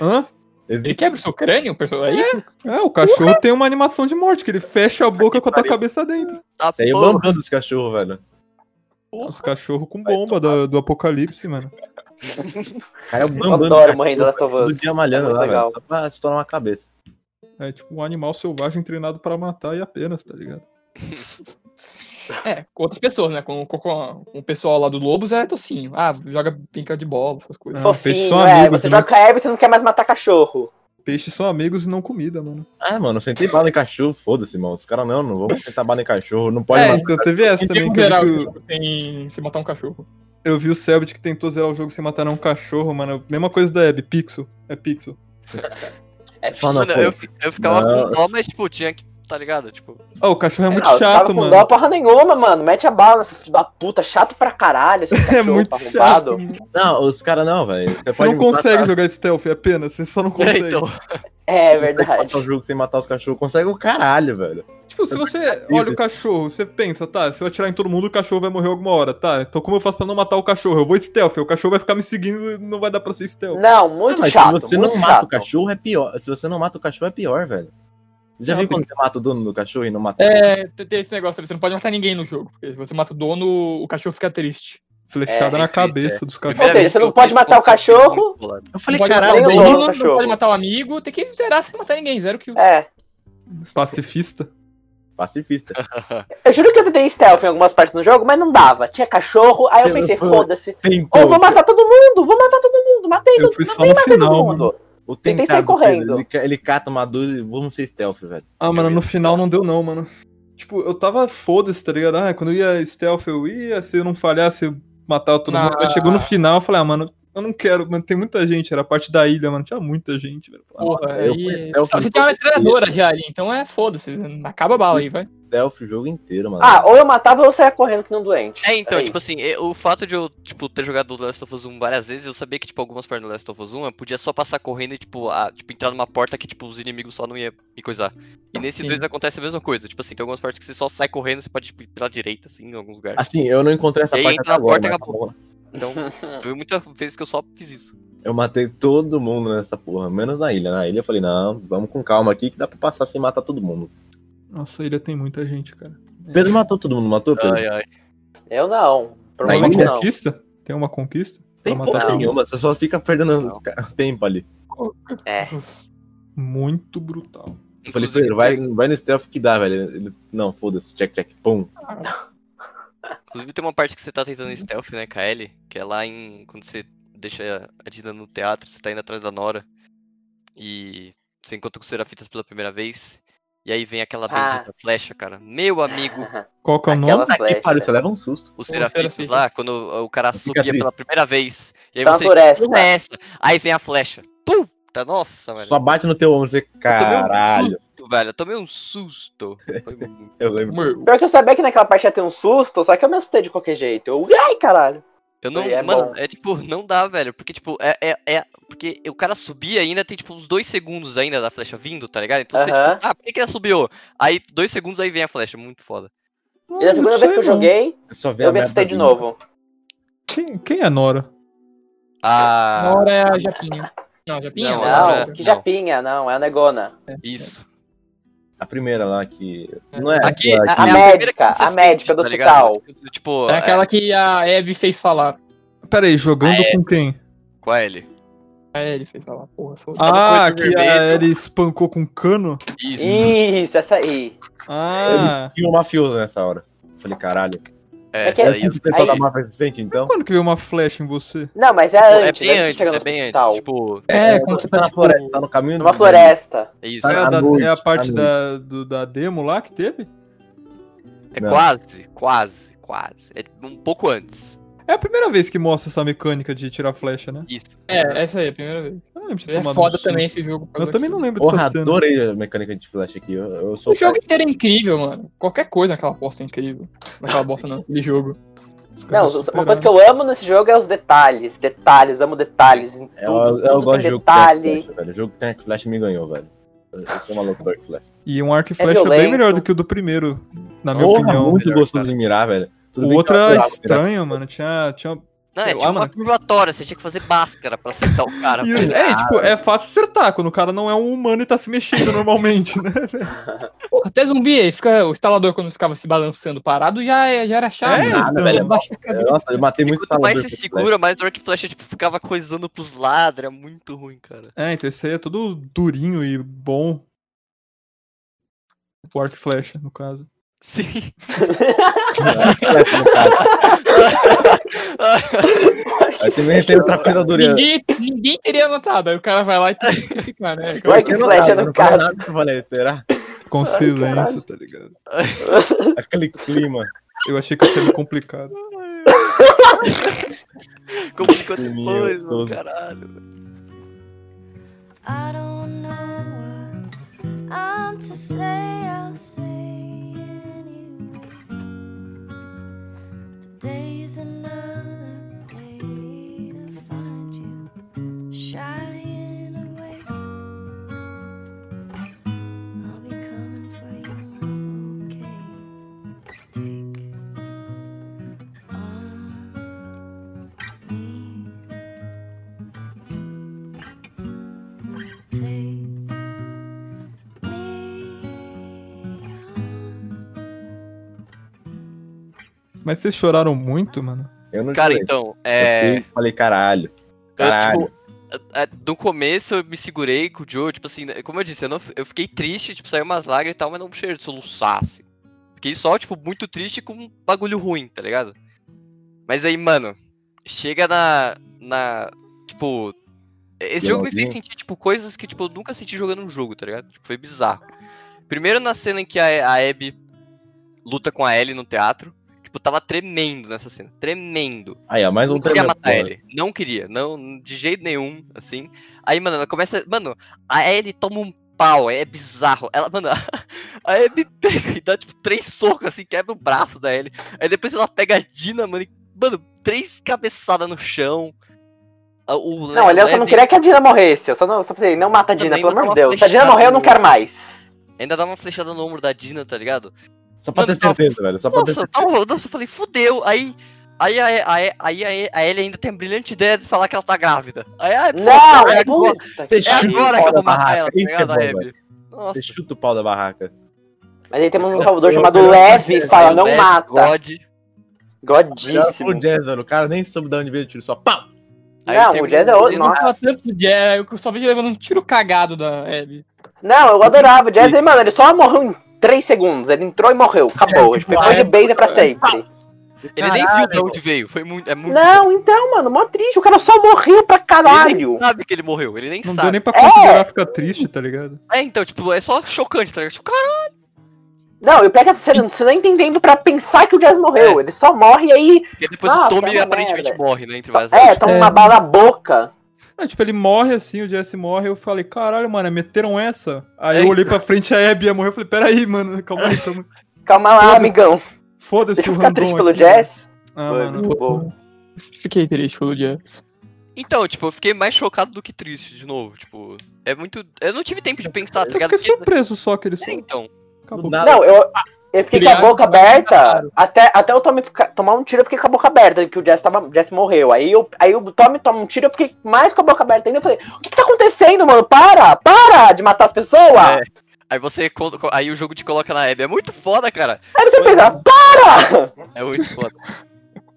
Hã?
Ele
Existe
quebra o seu crânio, pessoal? É isso?
É, o cachorro tem uma animação de morte, que ele fecha a boca com a tua cabeça dentro.
Tá
aí é
bom.
bambando os cachorros, velho.
Os cachorros com bomba do, do apocalipse, mano.
Caiu
Eu
bambando.
adoro morrendo The Last of
Todo
Us. É
dia malhando
muito
lá,
legal.
velho. Só pra estourar uma cabeça.
É tipo um animal selvagem treinado pra matar e apenas, tá ligado?
É, com outras pessoas, né? Com, com- com o pessoal lá do Lobos é docinho. Ah, joga brinca de bola, essas coisas.
Ah,
Fofinho,
peixe são
é.
amigos,
você
né?
joga com a Abby e você não quer mais matar cachorro.
Peixes são amigos e não comida, mano.
Ah, mano, eu sentei bala em cachorro, foda-se, mano. Os caras, não, não vamos sentar bala em cachorro, não pode
É,
matar.
Então teve essa
Tem
também
como
que eu vi
zerar
que
o
o-
jogo sem, sem matar um cachorro.
Eu vi o Selbit que tentou zerar o jogo sem matar um cachorro, mano. Mesma coisa da Abby, Pixel. É Pixel.
É,
Só não,
Mano, eu, fi- eu ficava
Não.
com dó, mas tipo, tinha que. Tá ligado? Tipo,
Ah, o cachorro é muito
não, eu tava
chato,
com
mano.
dó porra nenhuma, mano. Mete a bala nessa filha da puta. Chato pra caralho esse cachorro
É muito
arrombado.
chato. Você
Não, os caras não, velho. Você,
não consegue
matar,
jogar stealth, é pena. Você só não
é,
consegue.
então.
É
matar o
verdade.
jogo sem matar os cachorros. Consegue o caralho, velho.
Tipo, se você olha o cachorro, você pensa, tá, se eu atirar em todo mundo, o cachorro vai morrer alguma hora, tá? Então como eu faço pra não matar o cachorro? Eu vou stealth, o cachorro vai ficar me seguindo e não vai dar pra ser stealth.
Não, muito
Ah, mas
chato.
se você
muito
não mata
chato.
o cachorro, é pior. Se você não mata o cachorro, é pior, velho. Você já
Não,
viu
tem-
quando você mata o dono do cachorro e não mata
É, tem tem esse negócio, você não pode matar ninguém no jogo. Porque se você mata o dono, o cachorro fica triste.
Flechada
É,
na
difícil,
cabeça dos
Primeira
cachorros.
seja,
vez
você
que
não
eu
pode
fiz
matar o
isso, eu fiquei
cachorro?
muito bolado.
Não
falei,
pode matar
caralho,
o
dono do
dono, não
cachorro.
pode matar o amigo, tem que zerar sem matar ninguém, zero que
É.
Pacifista.
é pacifista?
Eu juro que eu tentei stealth em algumas partes do jogo, mas não dava. Tinha cachorro, aí eu
Eu
pensei,
fui-
foda-se. Ou vou
Tentou.
matar todo mundo, vou matar todo mundo, matei
Eu
todo
fui
mundo,
só no
matei, matei todo
final,
mundo.
O
Tentei sair
tentado,
correndo.
Ele, ele cata uma dúzia e vamos ser stealth, velho.
Ah, mano, no final não deu não, mano. Tipo, eu tava foda-se, tá ligado? Ah, quando eu ia stealth eu ia, se eu não falhasse, eu matava todo
Na-
mundo. Mas chegou no final, eu falei, ah, mano, eu não quero, mano, tem muita gente. Era a parte da ilha, mano, tinha muita gente, velho. Eu falei, ah,
Porra,
Nossa, eu fui
aí...
stealth
Você
no
tem uma
jogo inteiro.
metralhadora já ali, então é foda-se, acaba a bala aí, vai.
Stealth o jogo inteiro, mano.
Ah, ou eu matava ou eu saía correndo que nem um doente.
É, então,
Peraí.
tipo assim, eh, o fato de eu, tipo, ter jogado The Last of Us 1 várias vezes, eu sabia que, tipo, algumas partes do Last of Us 1 eu podia só passar correndo e, tipo, a, tipo entrar numa porta que, tipo, os inimigos só não iam me coisar. E nesse
Sim.
2 acontece a mesma coisa. Tipo assim, tem algumas partes que você só sai correndo, você pode, tipo, ir pela direita, assim, em alguns lugares.
Assim, eu não encontrei essa
E aí
parte
entra
até
na
agora.
porta e
mas
acabou.
tá bom.
Então, teve muitas vezes que eu só fiz isso.
Eu matei todo mundo nessa porra, menos na ilha. Na ilha eu falei, não, vamos com calma aqui que dá pra passar sem matar todo mundo.
ah, Nossa, a ilha tem muita gente, cara.
Pedro matou todo mundo, matou, Pedro?
Ai, ai.
Eu não.
Na
Tem uma
Provavelmente
ilha?
não.
conquista? Tem uma conquista?
Tem
Pra
porra
matar todo
nenhuma, você só fica perdendo
Não.
tempo ali.
É.
Muito brutal.
Eu falei, Pedro, vai, vai no stealth que dá, velho. Ele, não, foda-se, check, check, pum.
Inclusive tem uma parte que você tá tentando stealth, né, KL? Que é lá em. Quando você deixa a Dina no teatro, você tá indo atrás da Nora. E você encontra com os Serafitas pela primeira vez. E aí vem aquela
Ah.
bendita flecha, cara. Meu amigo,
Qual que é o nome?
Aquela
Tá que
flecha.
pariu, você leva um susto.
os
Os
Serafitas
Serafitas.
lá, quando o cara
Fica
subia
triste.
pela primeira vez. E aí
Tá na
você.
floresta.
"Porra, é essa?" Aí vem a flecha. Pum! Tá, nossa, velho.
Só bate no teu ombro, você, caralho.
Susto, velho. Eu tomei um susto. Foi muito-
Eu lembro.
Mano,
Pior que eu sabia que naquela parte ia ter um susto, só que eu me assustei de qualquer jeito. Eu, ai, caralho.
Eu não.
É
mano,
bom.
é tipo, não dá, velho. Porque, tipo, é, é, é. Porque o cara subir ainda tem, tipo, uns dois segundos ainda da flecha vindo, tá ligado? Então você, tipo,
Aham.
ah, por que, que ela subiu? Aí, dois segundos, aí vem a flecha. Muito foda.
E na é segunda vez que eu joguei,
Só vê
eu
a
me
merda
assustei de
vindo.
novo.
Quem, quem é Nora?
na
Ah,
hora é a Japinha. Não, a Japinha? é
Não,
Laura.
Não, que japinha, não, é a negona.
isso.
A primeira lá que. Não é.
Aqui,
aquela
a,
que-
é
médica,
primeira que você
a
sente,
médica do
tá ligado? Tipo,
É aquela que a Abby fez falar.
Pera aí,
Ah,
jogando
é.
com quem?
com a L.
A Abby fez falar, porra,
Tá
sou...
Tava com
Ah,
o
que a
vermelho.
Ellie espancou com um cano?
É.
Isso.
Isso, essa aí.
Ah.
E o mafioso nessa hora. Eu Falei, caralho.
É,
é que-
essa
É
aí,
assim que
essa
o pessoal
aí.
da máfia se sente, então?
Quando que veio uma flecha em você?
Não, mas é
Pô, é
antes,
bem
antes de
antes,
chegar no
é bem
hospital.
antes. Tipo,
É,
quando
quando
você tá
você tá,
na
tipo...
floresta, tá no caminho.
Numa
do-
floresta.
é isso.
É
Ah,
a,
à
da-
noite,
é a
à noite.
parte da, do- da demo lá que teve?
É
Não.
quase, quase, quase. É um pouco antes.
É a primeira vez que mostra essa mecânica de tirar flecha, né?
Isso.
É, essa aí, a primeira vez.
Eu não lembro de ter
É
tomado
foda
um susto.
também esse jogo. por
Eu
causa
também
disso.
não lembro
Porra,
dessa cena.
adorei a mecânica de flash aqui. Eu, eu sou.
O jogo inteiro é incrível, mano. Qualquer coisa naquela bosta é incrível. Naquela bosta não, aquele jogo.
Os
Não,
caras
uma
superaram.
coisa que eu amo nesse jogo é os detalhes. Detalhes, amo detalhes. Em tudo,
é, Eu, eu
tudo
gosto de
tem
jogo que tem
detalhe.
hack flash, velho. O jogo que tem hack flash me ganhou, velho. Eu, eu sou um maluco por hack flash.
E um arco e flecha é bem
violento.
melhor do que o do primeiro, na minha
Porra,
opinião.
muito
melhor,
gostoso
cara.
de mirar, velho. Tudo
O
bem que
outro
eu né?
era
adorava mirar.
estranho, mano. Tinha, tinha
Não, é
Sei
tipo
lá,
uma
mano.
curvatória, você tinha que fazer máscara pra acertar o cara.
E
velho.
o- é, tipo, é fácil acertar quando o cara não é um humano e tá se mexendo normalmente, né?
Porra, até zumbi aí, fica, o instalador quando ficava se balançando parado já, é- já era chato.
É,
mano.
então.
Ele abaixa a
É,
cabeça.
Nossa, eu matei muito
Quanto mais
instalador
você
com
segura, mais o Dark Flash tipo, ficava coisando pros lados, era muito ruim, cara.
É, então esse aí é todo durinho e bom. O arco e flecha, no caso.
Sim.
Aí também tem outra coisa dureza.
Ninguém, ninguém teria anotado. Aí o cara vai lá e tem que ficar, né?
Vai que flecha no
cara.
caso.
será?
Com silêncio,
caralho.
tá ligado?
Aquele clima.
Eu achei que eu tinha me complicado.
Complicou
Meu
depois, mano.
Deus.
Caralho.
I don't know what I'm to say. I'll say anyway. Today's another day to find you shying away. I'll be coming for you. Okay, take on me. Take me on.
Mas vocês choraram muito, mano?
Eu não
Cara,
chorei.
então,
Eu
é.
fiquei- Falei, caralho.
Eu,
Caralho.
tipo, a- a- do começo eu me segurei com o Joe, tipo assim, como eu disse, eu, não, f- eu fiquei triste, tipo, saiu umas lágrimas e tal, mas não cheiro de soluçar, assim. Fiquei só, tipo, muito triste com um bagulho ruim, tá ligado? Mas aí, mano, chega na. na tipo. Esse jogo me fez
Finalzinho.
sentir, tipo, coisas que, tipo, eu nunca senti jogando um jogo, tá ligado? Tipo, foi bizarro. Primeiro na cena em que a, a Abby luta com a Ellie no teatro. Tipo, tava tremendo nessa cena. Tremendo
Aí, ó, mais um
não queria
treinamento.
matar ele. Não queria. Não, de jeito nenhum, assim. Aí, mano, ela começa. Mano, a Ellie toma um pau, é bizarro. Ela, mano, a Abby pega e dá, tipo, três socos, assim, quebra o braço da Ellie. Aí depois ela pega a Dina, mano, e, mano, três cabeçadas no chão. A- O
Não, olha, eu só não queria que a Dina morresse. Eu só, não, só pensei, não mata a Dina,
Também
pelo
não
amor de
tava
Deus. Se a Dina
fechado.
morrer, eu não quero mais.
Ainda dá uma flechada no ombro da Dina, tá ligado?
Só pra ter
Mano, tava-
certeza, velho. Só pra ter
Nossa,
certeza.
não, nossa, eu falei, fudeu. Aí, aí, aí, aí, aí, aí a Ellie ainda tem a brilhante ideia de falar que ela tá grávida. Aí, ah, pô,
Não,
é
é
agora,
puta.
Você
é
chuta o
agora que
pau
eu
da
vou matar
barraca.
ela, tá
Isso que é
ligado,
bom,
a
velho.
Abby? Nossa,
Você chuta o pau da barraca.
Mas aí temos um salvador
Eu-
chamado
eu-
Leve,
eu-
fala, não
Leve,
mata.
God.
Melhor foi
Godíssimo.
o Jazz, velho. O cara nem soube de onde veio o tiro, só pau.
Aí
Não,
termina
o Jazz é outro,
Eu
dizendo-
não tava
nossa.
tanto de. é, Eu só vejo levando um tiro cagado da Abby.
Não, eu adorava. O Jazz, mano, ele só morreu em 3 segundos. Ele entrou e morreu, acabou. Ele pegou de base pra sempre.
Ele nem viu de onde veio. Foi muito. É muito.
Não, então, mano, mó triste. O cara só morreu pra
Ele
caralho.
nem sabe que ele morreu, ele nem
Não deu
sabe.
nem pra
É!
considerar ficar triste, tá ligado?
É, então, tipo, é só chocante, tá ligado? Tipo, Cara,
Não, eu pego essa cena, é você nem tem tempo pra pensar que o Jazz morreu. Ele só morre e aí,
porque depois
Nossa, é
o Tommy
uma
aparentemente
merda.
morre, né? Entre várias
é, toma uma
É.
bala na boca.
Ah, tipo, ele morre assim, o Jesse morre, eu falei, caralho, mano, meteram essa? Aí
É,
eu olhei pra frente, a Abby ia morrer, eu falei, peraí, mano, calma aí, tamo...
Calma lá, amigão.
Foda-se
Deixa
o
eu ficar
random
triste pelo
aqui,
Jazz.
mano. Ah,
Foi, Tá
mano.
muito bom.
Fiquei triste pelo Jazz.
Então, tipo, eu fiquei mais chocado do que triste, de novo. Tipo, é muito. Eu não tive tempo de pensar, tá
Eu
ligado?
fiquei
Porque-
surpreso só que ele só
É, então.
acabou.
nada.
Não, eu,
ah,
eu fiquei com a
Criado
boca
pra
aberta.
matar.
Até, até o Tommy fica- tomar um tiro, eu fiquei com a boca aberta, que o Jess, tava, Jess morreu. Aí, eu, aí o Tommy toma um tiro, eu fiquei mais com a boca aberta ainda. Eu falei, o que, que tá acontecendo, mano? Para! Para de matar as pessoas!
É. Aí você. colo- Aí o jogo te coloca na Abby. É muito foda, cara.
Aí você pensa, para!
É muito foda.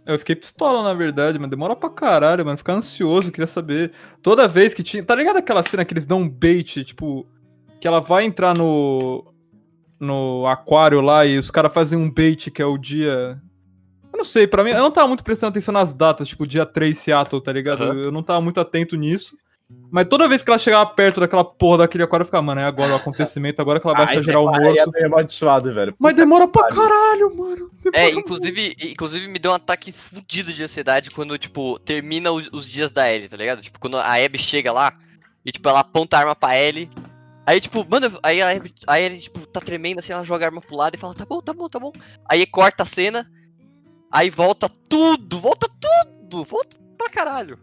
Eu fiquei pistola, na verdade, mano. Demora pra caralho, mano. Ficar ansioso, queria saber. Toda vez que tinha. Tá ligado aquela cena que eles dão um bait, tipo. Que ela vai entrar no. No aquário lá e os caras fazem um bait que é o dia. Eu não sei, pra mim. Eu não tava muito prestando atenção nas datas, tipo, dia 3 Seattle, tá ligado?
Aham.
Eu não tava muito atento nisso. Mas toda vez que ela chegava perto daquela porra daquele aquário, eu ficava, mano, é agora o acontecimento, agora que ela vai
Aí,
achar geral
Aí é
um morto.
meio amaldiçoado, velho.
Mas demora pra caralho, mano.
É,
Demora
inclusive, inclusive me deu um ataque fudido de ansiedade quando, tipo, termina o- os dias da Ellie, tá ligado? Tipo, quando a Abby chega lá e, tipo, ela aponta a arma pra Ellie. Aí, tipo, mano, eu- aí a Abby, aí ele, tipo, tá tremendo assim, ela joga a arma pro lado e fala, tá bom, tá bom, tá bom. Aí corta a cena, aí volta tudo, volta tudo, volta pra caralho.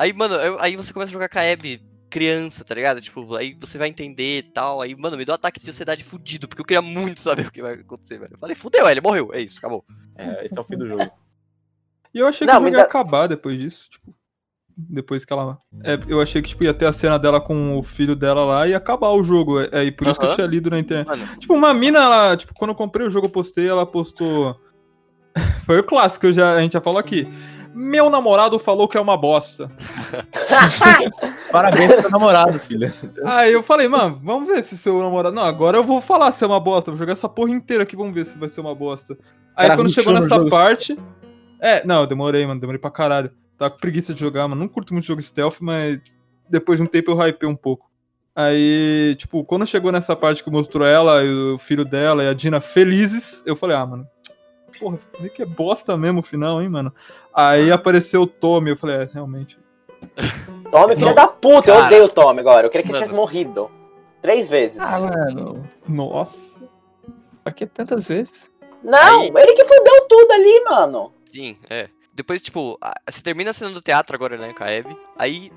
Aí, mano, eu- aí você começa a jogar com a Abby criança, tá ligado? Tipo, aí você vai entender e tal. Aí, mano, me deu um ataque de ansiedade fudido, porque eu queria muito saber o que vai acontecer, velho. Eu falei, fudeu, Ellie, morreu, é isso, acabou.
É, esse é o fim do jogo.
E eu achei
Não,
que o
me
jogo
dá-
ia acabar depois disso, tipo. Depois que ela. É, eu achei que tipo, ia ter a cena dela com o filho dela lá e ia acabar o jogo. É, é, e por isso que eu
Aham.
tinha lido na internet.
Mano.
Tipo, uma mina, ela, tipo, quando eu comprei o jogo, eu postei, ela postou. Foi o clássico, eu já, a gente já falou aqui. Meu namorado falou que é uma bosta.
Parabéns pro seu namorado, filha.
Aí eu falei, mano, vamos ver se seu namorado. Não, agora eu vou falar se é uma bosta. Vou jogar essa porra inteira aqui, vamos ver se vai ser uma bosta. Aí
Cara,
quando chegou
rushou no
nessa
jogo.
parte. É, não, eu demorei, mano, demorei pra caralho. Tava com preguiça de jogar, mano. Não curto muito jogo stealth, mas depois de um tempo eu hypei um pouco. Aí, tipo, quando chegou nessa parte que mostrou ela, e o filho dela e a Dina felizes, eu falei, ah, mano, porra, meio que é bosta mesmo o final, hein, mano. Aí apareceu o Tommy, eu falei, é, realmente.
Tommy, filha
Não.
da puta, eu
Cara.
odeio o Tommy agora. Eu queria que ele
Mano.
tivesse morrido. Três vezes.
Ah, mano.
Nossa.
Pra que tantas vezes?
não,
aí-
ele que fudeu tudo ali, mano.
Sim, é. Depois, tipo, a- você termina a cena do teatro agora, né, com a Abby. Aí.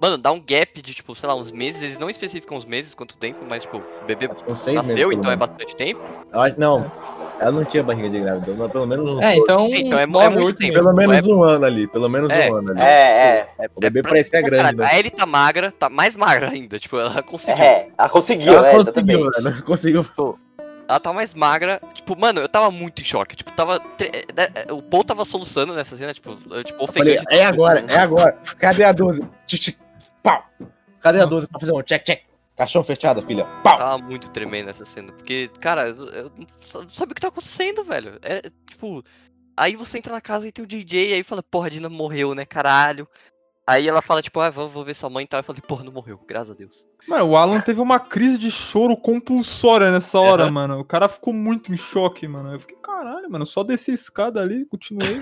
Mano, dá um gap de, tipo, sei lá, uns meses. Eles não especificam uns meses, quanto tempo, mas, tipo, o bebê
Acho que uns seis
nasceu,
meses,
então é
pelo menos.
bastante tempo.
Eu acho- Não, ela não tinha barriga de grávida. mas Pelo menos um,
É, então.
Então, é- é
nove,
muito
oito
tempo.
meses.
pelo menos um ano ali. Pelo menos
É,
um ano ali.
É, é.
o bebê parecia grande, né?
A Ellie tá magra, tá mais magra ainda. Tipo, ela conseguiu.
É, ela conseguiu,
Ela
é,
conseguiu,
exatamente.
mano. Conseguiu.
Ela tá mais magra. Tipo, mano, eu tava muito em choque. Tipo, tava. tre- eh, eh, O Paul tava soluçando nessa cena, tipo, eu, tipo,
Falei,
ofegante.
é agora,
né?"
é agora. Cadê a 12? Tch, tch, pau. Cadê a 12 pra fazer um check, check? Caixão fechado, filha. Pau.
Tava Tá muito tremendo essa cena, porque, cara, eu eu não sa- não sabia o que tá acontecendo, velho. É, tipo, aí você entra na casa e tem o DJ, aí fala, porra, a Dina morreu, né, caralho. Aí ela fala, tipo, ah, vou, vou ver sua mãe e tal. Eu falei, porra, não morreu, graças a Deus.
Mano, o Alan teve uma crise de choro compulsória nessa hora,
Aham.
mano. O cara ficou muito em choque, mano. Eu fiquei, caralho, mano, só desci a escada ali, continuei.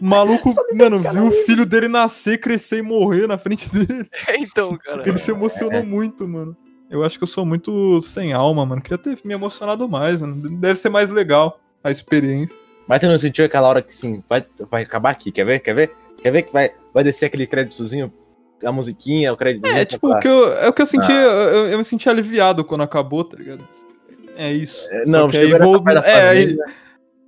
O maluco, mano, viu o filho dele nascer, crescer e morrer na frente dele.
então, cara.
Ele se emocionou muito, mano. Eu acho que eu sou muito sem alma, mano. Queria ter me emocionado mais, mano. Deve ser mais legal a experiência.
Mas você não sentiu aquela hora que assim, vai, vai acabar aqui, quer ver? Quer ver? Quer ver que vai, vai descer aquele créditozinho? A musiquinha, o crédito.
É, tipo, o que eu, é o que eu senti,
Ah.
eu, eu- eu me senti aliviado quando acabou, tá ligado? É isso.
Não,
Só que
chegou
aí
era
vou-
a parte da
é, aí-
fazenda.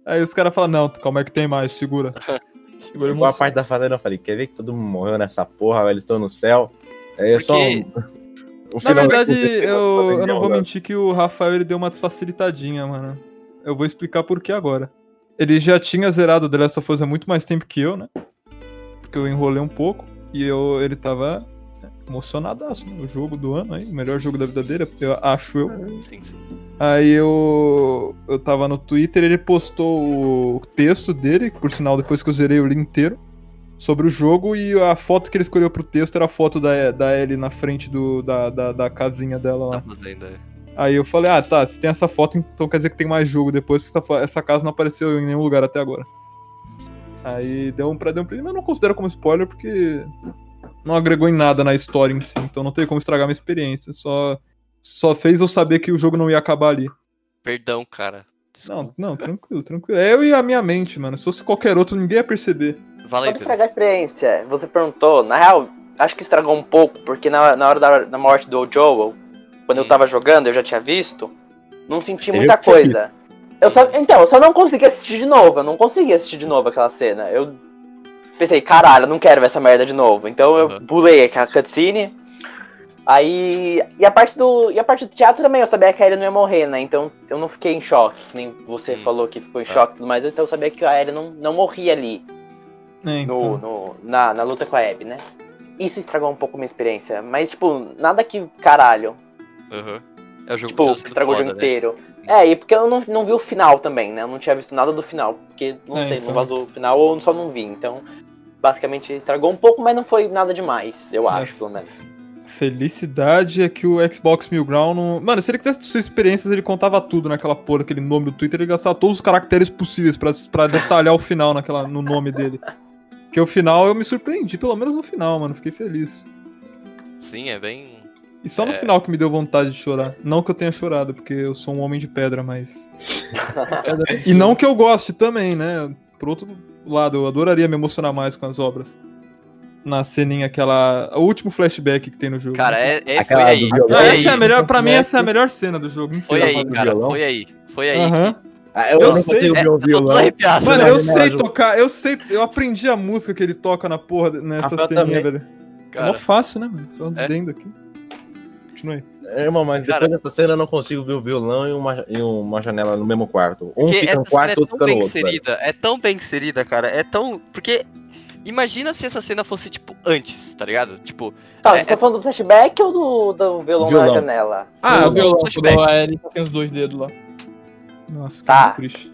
Aí os caras falam, não, calma é que tem mais, segura.
Chegou a
Chegou a
emoção.
parte da fazenda, eu falei, quer ver que todo mundo morreu nessa porra, velho, eles estão no céu. É só um... o
Na
final-
verdade,
o final-
eu, eu não vou
né?
mentir que o Rafael ele deu uma desfacilitadinha, mano. Eu vou explicar por que agora. Ele já tinha zerado The Last of Us há muito mais tempo que eu, né? Porque eu enrolei um pouco e eu, ele tava né, emocionadaço no jogo do ano aí, o melhor jogo da vida dele, eu acho eu.
Sim, sim.
Aí eu, eu tava no Twitter, ele postou o texto dele, que por sinal depois que eu zerei eu li inteiro, sobre o jogo, e a foto que ele escolheu pro texto era a foto da, da Ellie na frente do, da, da, da casinha dela
Tá
lá.
fazendo, é.
Aí eu falei, ah tá, se tem essa foto, então quer dizer que tem mais jogo depois, porque essa, fo- essa casa não apareceu em nenhum lugar até agora. Aí deu um pra deu um play, mas eu não considero como spoiler porque não agregou em nada na história em si, então não tem como estragar minha experiência, só, só fez eu saber que o jogo não ia acabar ali.
Perdão, cara. Desculpa.
Não, não, tranquilo, tranquilo. É eu e a minha mente, mano. Se fosse qualquer outro, ninguém ia perceber.
Valeu, Pedro.
Pode estragar a experiência. Você perguntou, na real, acho que estragou um pouco, porque na, na hora da na morte do Joel, quando
Hum.
eu tava jogando, eu já tinha visto, não senti
Você viu
muita
que você viu.
coisa. Eu só, então, eu só não consegui assistir de novo, eu não consegui assistir de novo aquela cena. Eu pensei, caralho, eu não quero ver essa merda de novo. Então eu
Aham.
pulei aquela cutscene. Aí. E a parte do. E a parte do teatro também, eu sabia que a Ellie não ia morrer, né? Então eu não fiquei em choque, que nem você
Hum.
falou que ficou em
Tá.
choque e tudo mais, então eu sabia que a Ellie não, não morria ali
É,
no,
então.
no- na, na luta com a Abby, né? Isso estragou um pouco minha experiência, mas, tipo, nada que caralho.
Aham. É o jogo
Tipo,
sendo
estragou o
foda,
jogo
né?
inteiro. É, e porque eu não, não vi o final também, né? Eu não tinha visto nada do final, porque, não
É,
sei,
então.
não vazou o final ou só não vi. Então, basicamente estragou um pouco, mas não foi nada demais,
É.
eu acho, pelo menos.
Felicidade é que o Xbox Mil Ground não. Mano, se ele quisesse suas experiências, ele contava tudo naquela porra, aquele nome do Twitter, ele gastava todos os caracteres possíveis pra, pra detalhar o final naquela, no nome dele. Porque o final eu me surpreendi, pelo menos no final, mano. Fiquei feliz.
Sim, é bem.
E só no
É.
final que me deu vontade de chorar. Não que eu tenha chorado, porque eu sou um homem de pedra, mas. e não que eu goste também, né? Por outro lado, eu adoraria me emocionar mais com as obras. Na ceninha, aquela. O último flashback que tem no jogo.
Cara, é. é foi
Aquela
aí.
do violão.
Não,
Foi
essa é a
aí.
melhor. Pra mim, essa é a melhor cena do jogo
Foi
inteiro.
aí,
do
cara.
violão.
Foi aí. Foi aí.
Aham.
Ah, eu,
Eu
não
sei,
consigo
É,
ver
eu
o
tô todo
violão.
arrepiado,
Mano,
né?
eu
Não,
sei
não.
tocar, eu sei, eu aprendi a música que ele toca na porra nessa
Rafael
ceninha,
também.
velho. É mó
Cara,
fácil, né, mano? Só
É.
dentro aqui. Continue.
É, Irmão, mas depois
Cara.
dessa cena eu não consigo ver o violão e uma, e uma janela no mesmo quarto. Um
Porque
fica
essa
no
cena é
quarto, outro
tão
fica
bem
no outro. velho.
inserida, é tão bem inserida, cara. É tão. Porque. Imagina se essa cena fosse, tipo, antes, tá ligado? Tipo,
Tá,
É,
você tá falando do flashback ou do, do violão,
Violão.
na janela?
Ah,
Ah,
o violão,
flashback.
quando ele tá sem os dois dedos lá.
Nossa, que
Tá.
triste.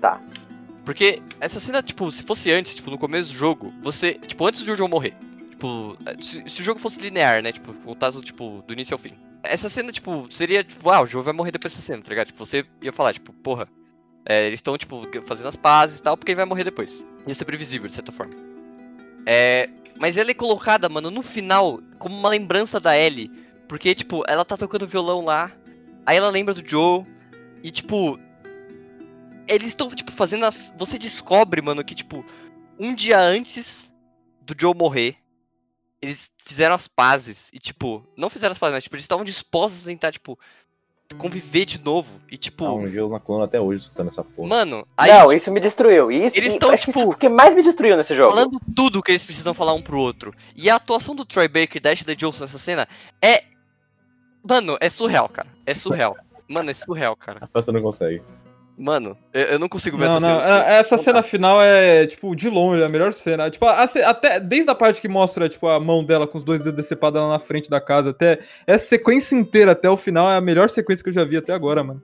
Porque essa cena, tipo, se fosse antes, tipo, no começo do jogo, você. Tipo, antes do João morrer. Tipo, se, se o jogo fosse linear, né? Tipo, contasse, tipo, do início ao fim. Essa cena, tipo, seria, tipo, ah, o João vai morrer depois dessa cena, tá ligado? Tipo, você ia falar, tipo, porra. é, eles estão, tipo, fazendo as pazes e tal, porque ele vai morrer depois. Ia ser previsível, de certa forma. É. Mas ela é colocada, mano, no final, como uma lembrança da Ellie. Porque, tipo, ela tá tocando violão lá. Aí ela lembra do Joe. E, tipo, eles estão, tipo, fazendo as. Você descobre, mano, que, tipo, um dia antes do Joe morrer, eles fizeram as pazes. E, tipo, não fizeram as pazes, mas, tipo, eles estavam dispostos a tentar, tipo, conviver de novo. E, tipo,
Tá um gelo na coluna até hoje escutando essa porra.
mano, aí.
não,
tipo,
isso me destruiu. Isso,
Eles
e-
tão,
acho que
tipo,
isso que mais me destruiu nesse jogo.
falando tudo que eles precisam falar um pro outro. E a atuação do Troy Baker e da Ashley Johnson nessa cena é. Mano, é surreal, cara. É surreal. Mano, é surreal, cara.
Você não consegue.
Mano, eu, assim, eu não consigo ver
Não,
essa
não,
cena.
é- essa
dá.
cena final é, tipo, de longe, a melhor cena. Tipo, a- a ce- até desde a parte que mostra, tipo, a mão dela com os dois dedos decepados lá na frente da casa, até essa sequência inteira até o final é a melhor sequência que eu já vi até agora, mano.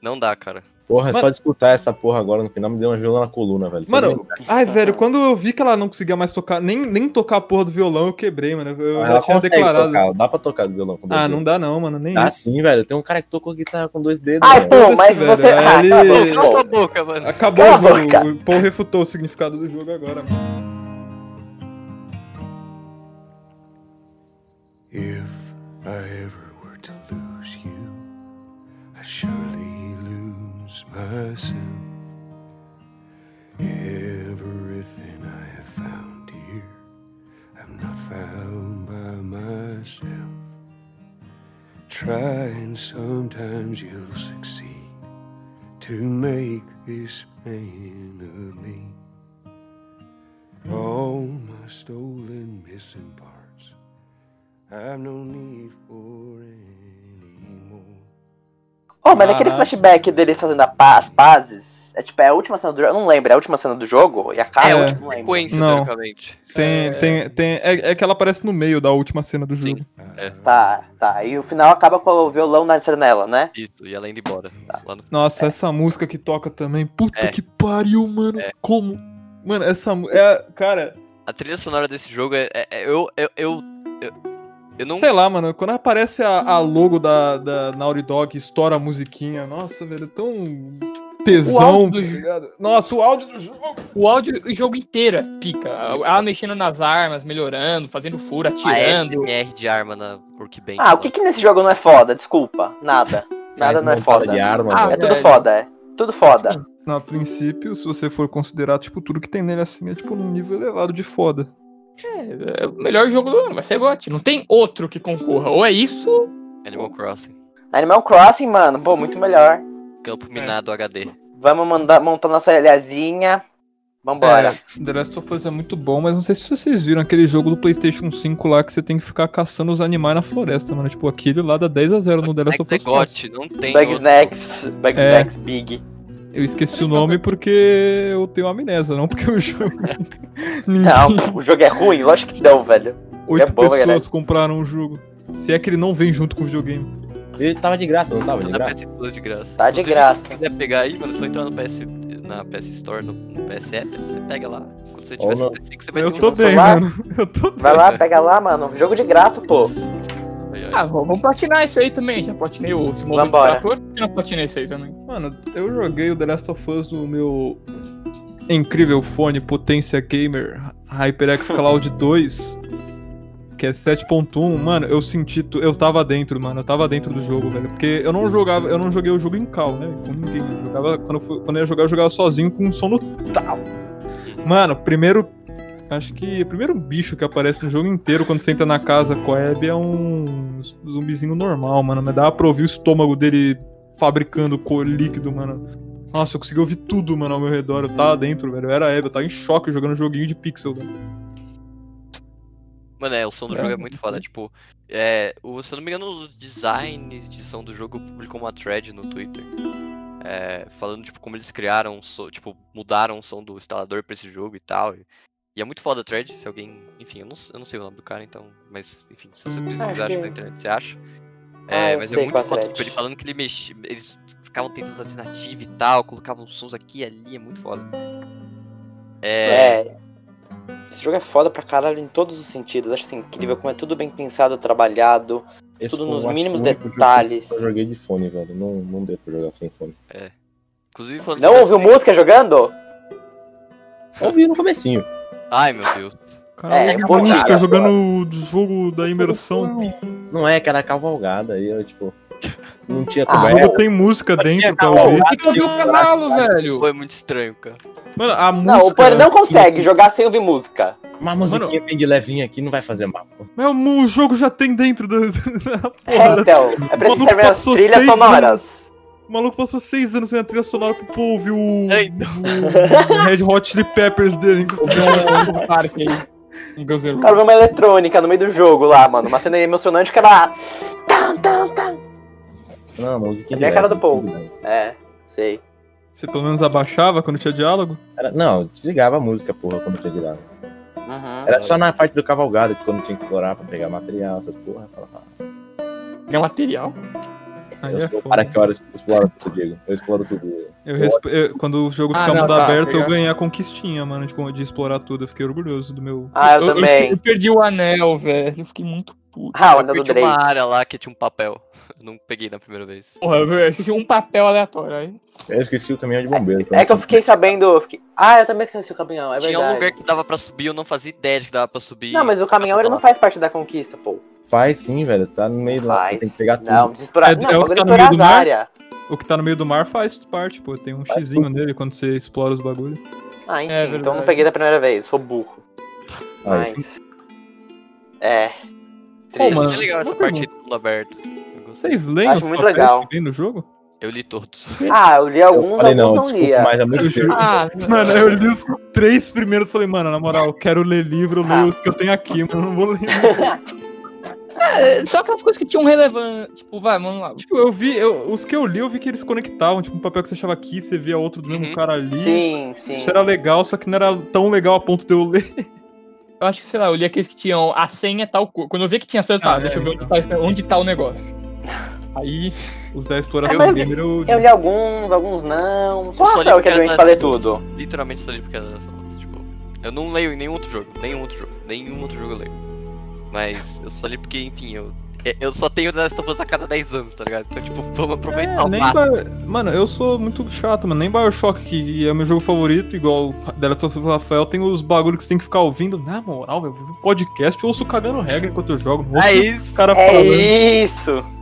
Não dá, cara.
Porra, é
Mano-
só de escutar essa porra agora no final me deu um gelo na coluna, velho. é Só
Mano,
de lembrar.
Ai, velho, quando eu vi que ela não conseguia mais tocar, nem, nem tocar a porra do violão, eu quebrei, mano. Eu eu já
ela
tinha
consegue
declarado.
tocar, dá pra tocar do violão com dois
Ah,
dedos.
não dá não, mano, nem
Dá
isso.
sim, velho. Tem um cara que tocou guitarra com dois dedos.
Ai,
velho.
pô, mas você.
Foda-se, velho,
Ah, tá
ele-
bom,
Cala
tá bom.
sua boca, mano.
Acabou
Cala
o
a boca.
jogo, o Paul refutou o significado do jogo agora, mano.
If I ever were to lose you, I'd surely lose myself. Everything I have found here, I'm not found by myself. Try and sometimes you'll succeed to make this man of me. All my stolen missing parts. I've no need for any more.
Oh, mas aquele
Caraca.
flashback deles fazendo a pa- as pazes. É tipo, é a última cena do jogo. Eu não lembro, é a última cena do jogo? E a casa?
É, a
é.
última
não lembro.
sequência,
Não.
teoricamente.
Tem, tem, tem, é, é que ela aparece no meio da última cena do
Sim.
jogo.
É.
Tá, tá. E o final acaba com o violão na janela, né?
Isso, e ela indo embora. Lá no...
Nossa, essa música que toca também. Puta
É.
que pariu, mano.
É.
Como? Mano, essa mu- é, cara,
A trilha sonora desse jogo é. é- é- eu, eu, eu, eu. eu não.
sei lá, mano, quando aparece a, a logo da, da Naughty Dog, estoura a musiquinha, nossa, velho, é tão
O
tesão.
áudio do
tá ligado? Nossa, o áudio do jogo.
O áudio, o jogo inteiro é pica. Ela mexendo nas armas, melhorando, fazendo
Ah, é,
furo, atirando.
A SMR de arma na Workbench.
Ah, o que que nesse jogo não é foda? Desculpa. Nada. Nada
Cara,
não é
que montada
foda.
De arma,
Ah,
É
velho.
tudo
velho.
foda, é. Tudo foda.
Na princípio, se você for considerar, tipo, tudo que tem nele assim é tipo num nível elevado de foda.
É, é o melhor jogo do ano, vai ser GOT. Não tem outro que concorra. Ou é isso,
Animal Crossing.
Animal Crossing, mano, pô, muito melhor.
É.
Campo minado HD.
Vamos mandar, montar nossa ilhazinha. Vambora.
É, The Last of Us é muito bom, mas não sei se vocês viram aquele jogo do PlayStation 5 lá que você tem que ficar caçando os animais na floresta, mano. Tipo, aquele lá dá 10 a 0 no The Last
Next
of
é
Us. fácil.
GOT, não tem.
Bug
outro.
Snacks, Bug
É.
Snacks Big.
Eu esqueci o nome porque eu tenho amnésia, não porque o jogo.
Não, o jogo é ruim? Lógico que não, velho.
Oito
bom,
pessoas
É galera.
compraram o jogo. Se é que ele não vem junto com o videogame.
Ele tava de graça, não tava de
Tá na
graça?
PS Plus de graça.
Tá de
Inclusive,
graça.
Se quiser pegar aí, mano, é só entrar no PS, na PS Store, no, no PS App, você pega lá. Quando você tiver
Ou
seu
não.
PS5, você vai
Eu
ter
tô
um
bem,
celular?
mano. Eu tô bem.
Vai lá, pega lá, mano. Jogo de graça, pô.
Ai, ai.
Ah, vou- vamos platinar isso aí também. Já platinei o Simon
Vambora.
Por que não platinei isso aí também?
Mano, eu joguei o The Last of Us no meu incrível fone Potência Gamer HyperX Cloud 2, que é 7.1. Mano, eu senti, tu- eu tava dentro, mano, eu tava dentro do jogo, velho, porque eu não jogava, eu não joguei o jogo em cal, né? Com ninguém, eu jogava quando eu, fui- quando eu ia jogar, eu jogava sozinho com um som no tal. Mano, primeiro Acho que o primeiro bicho que aparece no jogo inteiro quando você entra na casa com a Abby é um zumbizinho normal, mano. Mas dá pra ouvir o estômago dele fabricando cor líquido, mano. Nossa, eu consegui ouvir tudo, mano, ao meu redor. Eu tava dentro, velho. Eu era Abby, eu tava em choque jogando um joguinho de pixel, velho.
Mano, é, o som do
É.
jogo é muito foda. Tipo, É, o, se eu não me engano, os designs de som do jogo publicou uma thread no Twitter. é, falando, tipo, como eles criaram, o som- tipo, mudaram o som do instalador pra esse jogo e tal. E, e é muito foda a thread, se alguém... Enfim, eu não, eu não sei o nome do cara, então... Mas, enfim, se você pesquisar
que-
acho que... na internet, você acha.
Ah,
É,
eu
mas
sei
é muito
qual
foda,
thread.
tipo, ele falando que ele mexia... Eles ficavam tentando alternativa e tal, colocavam sons aqui e ali, é muito foda. É...
É. Esse jogo é foda pra caralho em todos os sentidos. Acho assim, incrível como é tudo bem pensado, trabalhado.
Esse
Tudo
foi,
nos
eu acho,
mínimos
o único jogo que
detalhes.
Eu joguei de fone, velho. Não, não deu pra jogar sem fone.
Inclusive falando
Não
sobre
ouviu
esse-
música jogando?
Eu vi no comecinho.
Ai, meu Deus.
Cara,
É,
eu
pô,
música
cara,
jogando o jogo da imersão.
Não é aquela cavalgada aí, eu, tipo. Não tinha
Ah,
O
conversa.
jogo tem música dentro pra
acabado.
ouvir.
Tem que ouvir o cavalo, velho.
Foi muito estranho, cara.
Mano, a
Não, o Pony
música.
não consegue jogar sem ouvir música.
Uma musiquinha bem de levinha aqui não vai fazer mal.
Mas o jogo já tem dentro da. da porra
É,
da-
então, é pra isso
Mano,
que servem as
passou
trilhas
seis
sonoras.
O maluco passou seis anos sem a trilha sonora pro povo ouvir o.
É,
o Red Hot Chili Peppers dele. então.
Tem um parque aí. Um Em Guns N'
O
Roses.
cara viu uma eletrônica no meio do jogo lá, mano. Uma cena emocionante que era. Tan, tan, tan.
Não, a musiquinha
É bem a cara do
povo.
Paul. É, sei.
Você pelo menos abaixava quando tinha diálogo?
Não, desligava a música, porra, quando tinha ligado.
Uhum.
Era só na parte do cavalgada que quando tinha que explorar pra pegar material, essas porra. Fala, fala.
É material.
Aí
Eu
é
sou o
foda.
cara que hora explora tudo, Diego. Eu exploro tudo.
Eu respe- eu- quando o jogo
Ah,
ficar
não,
mundo
tá,
aberto, eu
legal.
ganhei a conquistinha, mano, de, de explorar tudo. Eu fiquei orgulhoso do meu.
Ah, eu,
Eu, eu esque- eu
também.
perdi o anel, velho. Eu fiquei muito puto.
Ah, o Anel do
Eu perdi uma
Drake. É
área lá que tinha um papel. Eu não peguei na primeira vez.
Porra, velho. Eu esqueci um papel aleatório aí.
Eu esqueci o caminhão de bombeiro. então.
É que eu fiquei sabendo. eu fiquei- Ah, eu também esqueci o caminhão, é
tinha um lugar
verdade.
que dava pra subir, eu não fazia ideia de que dava pra subir.
Não, mas o caminhão ele não faz parte da conquista, pô.
Faz sim, velho. Tá no meio lá. Tem que pegar tudo.
Não, precisa explorar.
É-
não,
é o
quando
que
ele
tá no
explorar
meio
as
do mar?
áreas.
O que tá no meio do mar faz parte, pô. Tem um xizinho nele quando você explora os bagulhos.
Ah, enfim,
É
então
verdade.
não peguei da primeira vez, sou burro.
Aí,
Mas. É.
Pô,
Triste.
mas
mano,
achei é legal essa
uma
parte aí do mundo aberto. Eu gostei.
Vocês leem
Acho
os
muito
papéis
legal.
que vem no jogo?
Eu li todos.
Ah, eu um li
Eu
alguns,
falei, não,
alguns não,
desculpa,
lia.
mas é muito
Eu juro.
difícil.
Ah,
Mano, eu li os três primeiros e falei, mano, na moral, eu quero ler livro, eu
Ah.
leio os que eu tenho aqui, mano, eu não vou ler.
É, Só aquelas coisas que tinham relevância. Tipo, vai, vamos lá.
tipo, eu vi, eu- os que eu li, eu vi que eles conectavam, tipo, um papel que você achava aqui, você via outro do mesmo
Uhum.
cara ali.
Sim, sim.
Isso era legal, só que não era tão legal a ponto de eu ler.
Eu acho que, sei lá, eu li aqueles que tinham a senha tal coisa. Quando eu vi que tinha senha, tá,
Ah,
deixa
é,
eu ver onde tá, onde tá o negócio. Aí.
Os da
É,
exploração
mas eu-
gamer eu.
Eu li alguns, alguns não. Só
Eu um. só li
Rafael que é
porque
doente
era
pra ler
da-
tudo.
Literalmente só li porque era dessa nota, tipo. Eu não leio em nenhum outro jogo. Nenhum outro jogo. Nenhum outro jogo eu leio. Mas eu só li porque, enfim, eu. é- Eu só tenho The Last of Us a cada 10 anos, tá ligado? Então, tipo, vamos aproveitar
É,
o
nem
máximo.
Bio- Mano, eu sou muito chato, mano. Nem Bioshock, que é meu jogo favorito, igual The Last of Us Rafael, tem os bagulhos que você tem que ficar ouvindo. Na moral, eu ouvi um podcast, eu ouço cagando regra enquanto eu jogo. Não ouço
É
o
isso!
cara né,
É
Tá falando.
isso.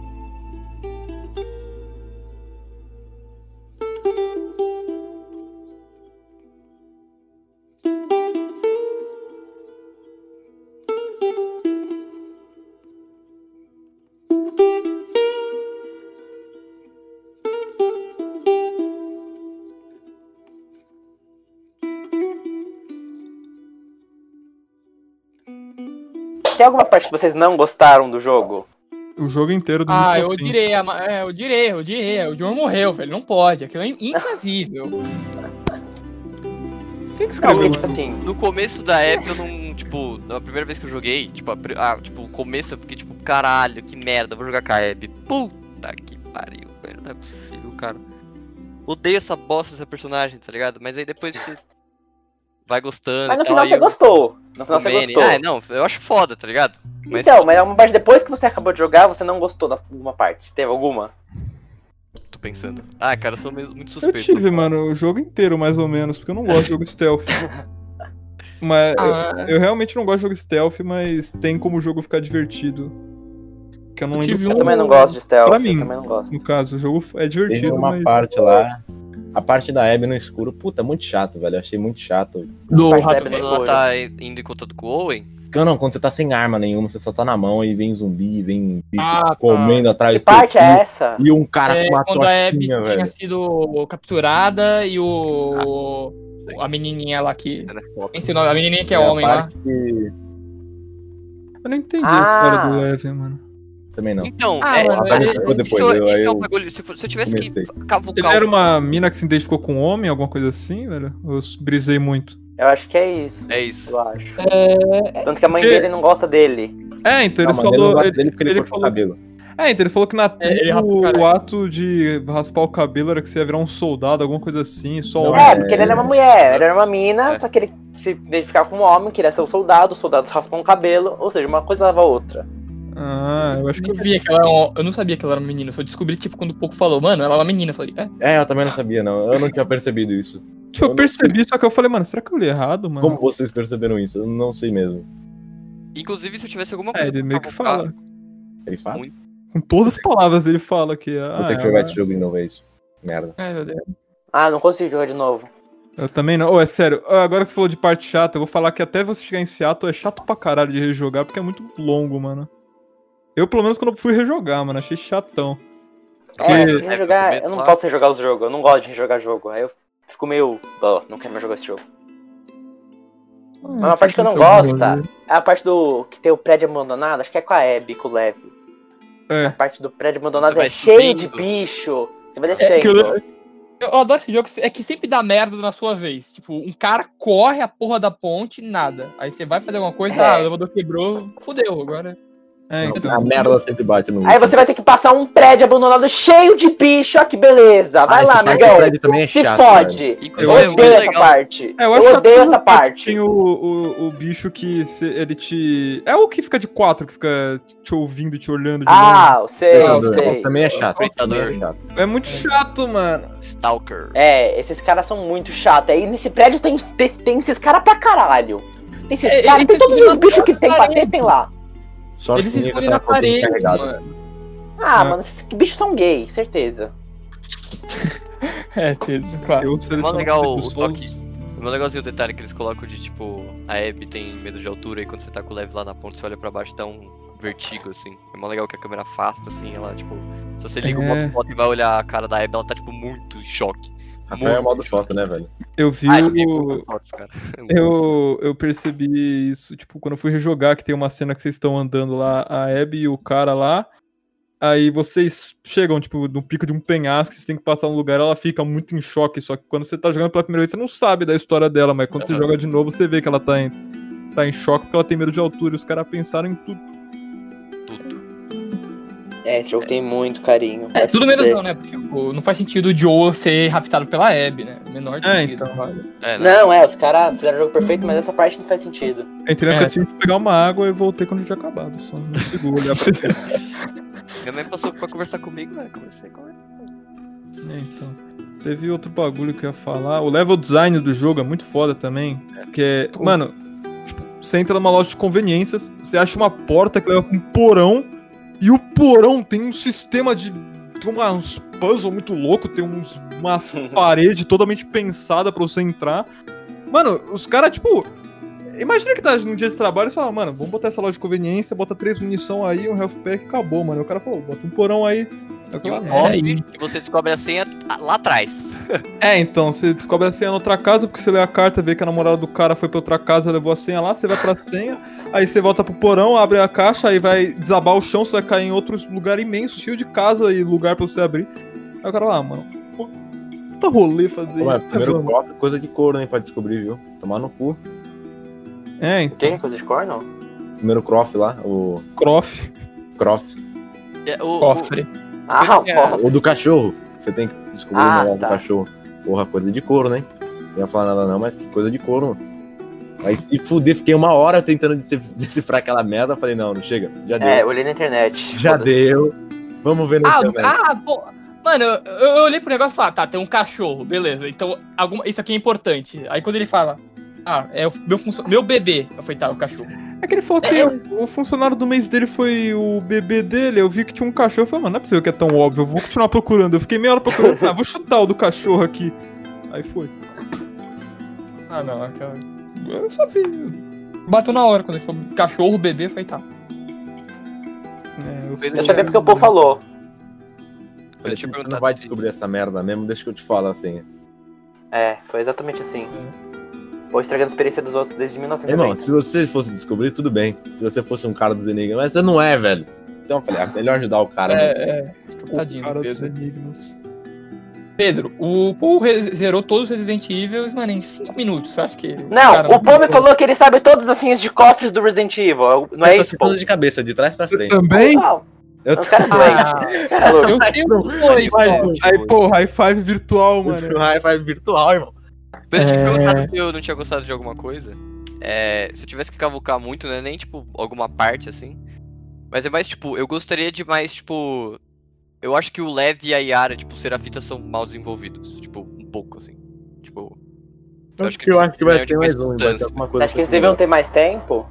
Tem alguma parte que vocês não gostaram do jogo?
O jogo inteiro do
Ah,
início
eu
ao fim.
odiei, a ma- é, eu odiei, eu odiei. O John morreu, velho. Não pode, aquilo é in- infazível.
Quem que
Porque,
escreveu?
tipo assim,
No começo da época eu não, tipo, na primeira vez que eu joguei, tipo, a, pri- ah, tipo, o começo eu fiquei tipo, caralho, que merda, vou jogar Kaeb. Puta que pariu, velho, não é possível, cara. Odeio essa bosta, essa personagem, tá ligado? Mas aí depois você vai gostando.
mas no
e tal,
final
Então, aí
você
eu
gostou. No final você
comendo, e-
gostou.
Ah, não, eu acho foda, tá ligado? Mas,
Então, mas é uma parte depois que você acabou de jogar, você não gostou de alguma parte. Teve alguma?
tô pensando. Ah, cara, eu sou meio- muito
Eu
suspeito.
tive, mano, o jogo inteiro, mais ou menos, porque eu não gosto de jogo stealth. Mas eu-
Ah,
eu, realmente não gosto de jogo stealth, mas tem como o jogo ficar divertido. Que eu não
Eu
lembro.
tive
Eu
um-
qual,
também não gosto de stealth,
Pra mim.
eu também não gosto.
No caso, o jogo é
Teve
divertido,
uma
mas.
parte lá. A parte da Abby no escuro, puta, é muito chato, velho. Eu achei muito chato.
do
Mas
rato.
deve-
Quando ela tá
né?
indo em contato com o Owen,
Porque, não, quando você tá sem arma nenhuma, você só tá na mão e vem zumbi, vem bicho
Ah, tá.
comendo atrás
Que
do
parte é
teu cu,
essa?
E um cara
É,
com uma
quando a Abby
tostinha,
tinha
velho.
sido capturada e o. A menininha lá que.
ela é foda.
Quem é o nome? A menininha que é,
a
homem lá.
parte que-
Eu não entendi a
Ah.
história do Evan, mano.
Também não.
Então,
Ah,
é,
mano,
Rapaz,
ele-
ele chegou depois,
isso,
eu,
isso
aí
é
eu
um bagulho. Se, for- se eu tivesse
comecei.
que
Ele
cavucar um
era
o-
uma mina que se identificou com um homem, alguma coisa assim, velho? Eu brisei muito.
Eu acho que é isso.
É isso.
Eu acho.
É,
Tanto que a mãe
Que-
dele não gosta dele.
É, então ele
Não, mas não
falou.
gosta
Ele,
dele porque ele,
ele
cortou o
falou-
cabelo.
é, então ele falou que na tribo,
ele raspa o
o,
cabelo.
ato de raspar o cabelo era que você ia virar um soldado, alguma coisa assim, só
Não,
homem.
É,
é-
porque ele era uma mulher, ele era uma mina,
É.
só que ele se identificava com um homem, queria ser um soldado, os soldados raspam o cabelo, ou seja, uma coisa leva a outra.
Ah, eu acho
eu,
que.
não sabia que ela era um, eu não sabia que ela era uma menina. Eu só descobri, tipo, quando o Poco falou, mano, ela é uma menina. Eu falei, é,
É, eu também não sabia, não. Eu não tinha percebido isso.
Tipo, eu percebi, só que eu falei, mano, será que eu li errado, mano?
Como vocês perceberam isso? Eu não sei mesmo.
Inclusive, se eu tivesse alguma
É,
coisa.
ele
pra
meio que
cavucar,
fala.
Ele fala.
Com todas as palavras ele fala que. Ah,
Vou ter que
ela-
jogar esse jogo de novo, é isso. Merda.
ai, é, meu Deus.
Ah, não consigo jogar de novo.
Eu também não. Ô, é sério, ah, agora que você falou de parte chata, eu vou falar que até você chegar em Seattle é chato pra caralho de rejogar, porque é muito longo, mano. Eu, pelo menos, quando eu fui rejogar, mano, achei chatão.
É,
Que-
eu prefiro
É,
jogar-
porque
eu não
lá-
posso rejogar os jogos, eu não gosto de rejogar jogo. Aí eu fico meio. ó, não quero mais jogar esse jogo. uma parte que eu não
um
gosto, tá? É a parte do. que tem o prédio abandonado, acho que é com a Abby, com o Leve.
É.
parte do prédio
Você
abandonado
vai
é cheio de
subindo.
bicho. Você vai descendo.
É que eu, eu adoro esse jogo, é que sempre dá merda na sua vez. Tipo, um cara corre a porra da ponte, nada. Aí você vai fazer alguma coisa,
É.
ah, o elevador quebrou, fudeu agora.
É, então.
A merda sempre bate no.
Aí você vai ter que passar um prédio abandonado cheio de bicho. Olha que beleza.
Ah,
Vai lá, amigão.
também é
Se
chato, velho.
fode.
Inclusive,
Eu
Eu
é muito
odeio essa
legal.
parte.
É,
eu
acho chato
odeio essa
quando Tem
parte.
o, o, o bicho que cê- ele te. É o que fica de quatro, que fica te ouvindo e te olhando de
Ah, eu sei,
Não,
eu
não,
sei.
Também é chato.
Nossa,
também é
dor.
chato.
longe. É muito chato, mano.
Stalker.
É, esses caras são muito chatos. Aí nesse prédio tem, tem, tem esses caras pra caralho. Tem
É,
esses caras,
eles
tem todos
escondem
os bichos que tem pra
parede.
ter, tem lá.
Sorte
Ele se
minha que eu
esconde na
tava com o botão
parede,
descarregado.
mano.
Ah,
É.
mano, esses bichos são gay, certeza.
É, Pedro, claro.
Eu seleciono
legal
os
o toque. É um legalzinho o detalhe que eles colocam de tipo, a Abby tem medo de altura e quando você tá com o leve lá na ponta, você olha pra baixo dá um vertigo, assim. É mó legal que a câmera afasta, assim, ela, tipo. Se você liga
É.
uma foto e vai olhar a cara da Abby, ela tá, tipo, muito em choque.
Rafael é o modo foto, né, velho?
Eu vi
Ah, joguei
o.
poucas fotos, cara.
Eu, eu percebi isso, tipo, quando eu fui rejogar, que tem uma cena que vocês estão andando lá, a Abby e o cara lá. Aí vocês chegam, tipo, no pico de um penhasco, vocês têm que passar um lugar, ela fica muito em choque. Só que quando você tá jogando pela primeira vez, você não sabe da história dela, mas quando você
Aham.
joga de novo, você vê que ela tá em, tá em choque porque ela tem medo de altura. E os caras pensaram em tudo.
Tudo.
É, esse jogo tem muito carinho.
É, tudo menos não, né? Porque tipo, não faz sentido o Joe ser raptado pela Abby, né? Menor
É,
sentido.
então.
claro.
É, né?
Não, é, os caras fizeram o jogo perfeito, mas essa parte não faz sentido.
Eu Entrei na
É.
cantina, fui pegar uma água e voltei quando tinha acabado. Só não consigo olhar pra ela.
Minha mãe passou pra conversar comigo, né? Comecei a conversar.
É, então. Teve outro bagulho que eu ia falar. O level design do jogo é muito foda também. Que é. Mano, tipo, você entra numa loja de conveniências, você acha uma porta que leva pra um porão, e o porão tem um sistema de. Tem uma- uns puzzles muito louco, tem uns, umas paredes totalmente pensada pra você entrar. Mano, os caras, tipo. Imagina que tá num dia de trabalho e fala, mano, vamos botar essa loja de conveniência, bota três munição aí, um health pack e acabou, mano. E o cara falou, bota um porão aí. Eu
E
falei,
o
"Ah, não."
golpe que você descobre a senha lá atrás.
É, então, você descobre a senha na outra casa, porque você lê a carta, vê que a namorada do cara foi pra outra casa, levou a senha lá, você vai pra senha, aí você volta pro porão, abre a caixa, aí vai desabar o chão, você vai cair em outro lugar imenso, cheio de casa e lugar pra você abrir. Aí o cara lá, ah, mano, pô, puta rolê fazer
Pô, mas
isso. né,
primeiro
mano?
cofre, coisa de couro, hein, pra descobrir, viu? Tomar no cu.
É, em
O que? Coisa de corno?
Primeiro crof lá, o
Croft.
crof.
É, o,
Cofre.
Ah,
É.
pô.
O do cachorro. Você tem que descobrir
Ah,
o negócio
tá.
do cachorro. Porra, coisa de couro, né? Não ia falar nada não, mas que coisa de couro, mano. Aí se fuder, fiquei uma hora tentando de- decifrar aquela merda. Falei, não, não chega. Já deu.
É, eu olhei na internet.
já
Foda-se.
deu. Vamos ver no
Ah,
internet.
ah, pô. Mano, eu, eu olhei pro negócio e falei, ah, tá, tem um cachorro, beleza. Então, alguma, isso aqui é importante. Aí quando ele fala, ah, é o meu, funcio- meu bebê. Eu falei, tá, é o cachorro.
É que ele falou que o, o funcionário do mês dele foi o bebê dele, eu vi que tinha um cachorro, eu falei, mano, não é possível que é tão óbvio, eu vou continuar procurando. Eu fiquei meia hora procurando, ah, vou chutar o do cachorro aqui. Aí foi.
Ah, não, aquela. Eu só vi. Bateu na hora quando ele falou cachorro, bebê, eu falei, tá.
É, eu,
Eu
sei.
Eu sabia porque o povo falou.
Eu
Falei,
te
você
perguntar
não vai
se-
descobrir essa merda mesmo, deixa que eu te falo assim.
É, foi exatamente assim. O Pô, estragando a experiência dos outros desde
Tá
Irmão,
1990.
se você fosse descobrir, tudo bem. Se você fosse um cara dos enigmas, mas você não é, velho. Então eu falei, ah, melhor ajudar o cara. mano.
É, é. Tadinho,
O cara
do
dos
Pedro.
enigmas.
Pedro, o Paul re- zerou todos os Resident Evil, mano, em 5 minutos. Você acha que.
Não,
cara,
o Paul me falou que ele sabe todas as senhas de cofres do Resident Evil. Não é
Eu tô
isso, Paul? É um
ficando tá de cabeça, de trás pra frente.
Também?
Não,
assim, Eu tô...
os caras doentes.
Ah,
Tá louco.
eu tenho dois,
mais
ó.
um.
Aí, pô, high five virtual, mano.
Um Hi-Fi virtual, irmão.
Pedro tinha
É.
perguntado se eu não tinha gostado de alguma coisa. É, se eu tivesse que cavucar muito, né? Nem, tipo, alguma parte, assim. Mas é mais, tipo, eu gostaria de mais, tipo... Eu acho que o Lev e a Yara, tipo, o Serafita são mal desenvolvidos. Tipo, um pouco, assim. Tipo...
Eu acho que, eu acho que
é
vai ter mais um, vai ter alguma
Você
coisa.
acha que eles deviam ter mais tempo?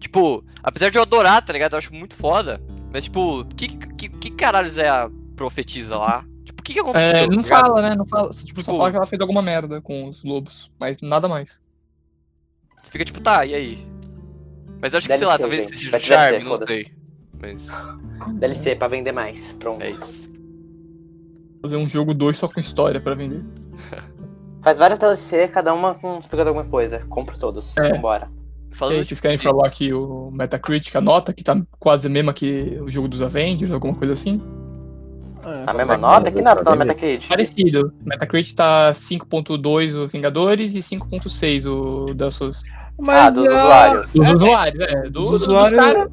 Tipo, apesar de eu adorar, tá ligado? Eu acho muito foda. Mas, tipo, que, que, que caralhos é a profetisa lá? Tipo, o que, que aconteceu?
É, não
tá ligado?
fala, né? Não fala. Tipo, só
Pô.
fala que ela fez alguma merda com os lobos, mas nada mais.
Você fica tipo, tá, e aí? Mas eu acho que,
Deve
sei lá,
ser,
talvez
gente.
seja
Vai
o
que deve
charme,
ser,
não
foda-se.
sei. Mas
DLC pra vender mais. Pronto.
é isso.
Fazer um jogo 2 só com história pra vender.
Faz várias DLC, cada uma com explicando alguma coisa. Compro todos.
É.
Vambora.
E aí,
Falando
vocês
tipo,
querem
de-
falar que o Metacritic, a nota, que tá quase a mesma que o jogo dos Avengers, alguma coisa assim?
É,
A mesma
né?
nota? Que nota tá na Metacritic?
Parecido. Metacritic tá 5.2 o Vingadores e 5.6 o da Sus.
Ah, dos usuários.
Dos usuários, é. Do,
Os
dos
usuários-
caras.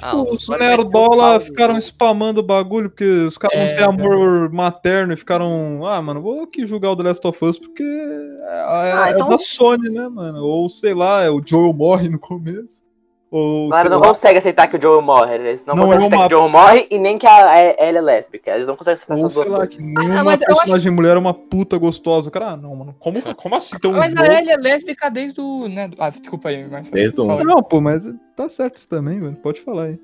Ah, o
Os
usuário vai ter um
nerdola
pau-
Tipo, ficaram spamando o bagulho porque os caras
É,
não têm amor materno e ficaram. Ah, mano, vou aqui julgar o The Last of Us porque é,
Ah,
é
então-
da Sony, né, mano? Ou sei lá, é o Joel morre no começo. Ou.
Claro,
sei
não
lá,
consegue aceitar que o Joel morre. né? Eles não,
Não
conseguem
é
aceitar
uma-
que o Joel morre e nem que a, a- ela é lésbica. Eles não conseguem aceitar
ou
essas
sei
duas
lá,
coisas.
que nenhuma
Ah, mas eu
personagem mulher é uma puta gostosa. Cara, ah, não, mano. Como, como assim? Tem um
Mas a
jogo-
Ellie é lésbica desde o. Né? Ah, desculpa aí, Marcelo.
Desde o um.
Fala aí.
Não, pô, mas tá certo isso também, velho. Pode falar aí.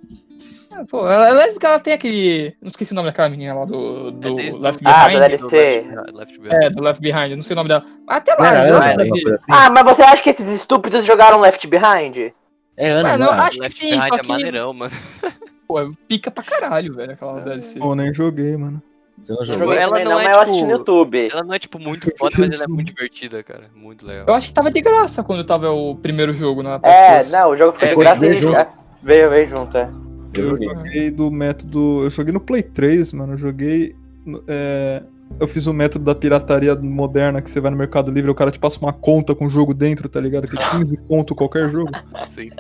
Ah, Pô, ela é lésbica, ela tem aquele. Não esqueci o nome daquela menina lá do, do
É desde
Left
o-
Ah,
Behind.
da DLC.
Left- Left Behind.
É, do Left Behind, eu não sei o nome dela. Até lá,
É,
eu
Ana,
acho
era
que-
uma coisa assim.
Ah, mas você acha que esses estúpidos jogaram Left Behind?
É, Ana,
Mano,
não
eu
era?
acho que
Left
sim,
Behind
só
é
que
maneirão, mano.
pô, é pica pra caralho, velho, aquela DLC.
Pô, nem joguei, mano.
Você não
Eu
Não
jogou?
joguei
Ela
também
não
não,
é,
mas eu assisti no
tipo,
YouTube.
Ela não é, tipo, muito foda, mas ela é muito divertida, cara. Muito legal.
Eu acho que tava de graça quando tava o primeiro jogo na
É,
PS2.
não, o jogo ficou
É,
de graça
veio
e
junto.
é, veio, veio junto, é.
Eu
Eu
joguei.
joguei do método. Eu joguei no Play 3, mano. Eu joguei. no- é, Eu fiz o método da pirataria moderna que você vai no Mercado Livre, o cara te passa uma conta com o jogo dentro, tá ligado? Que é 15 conto qualquer jogo.
Sim.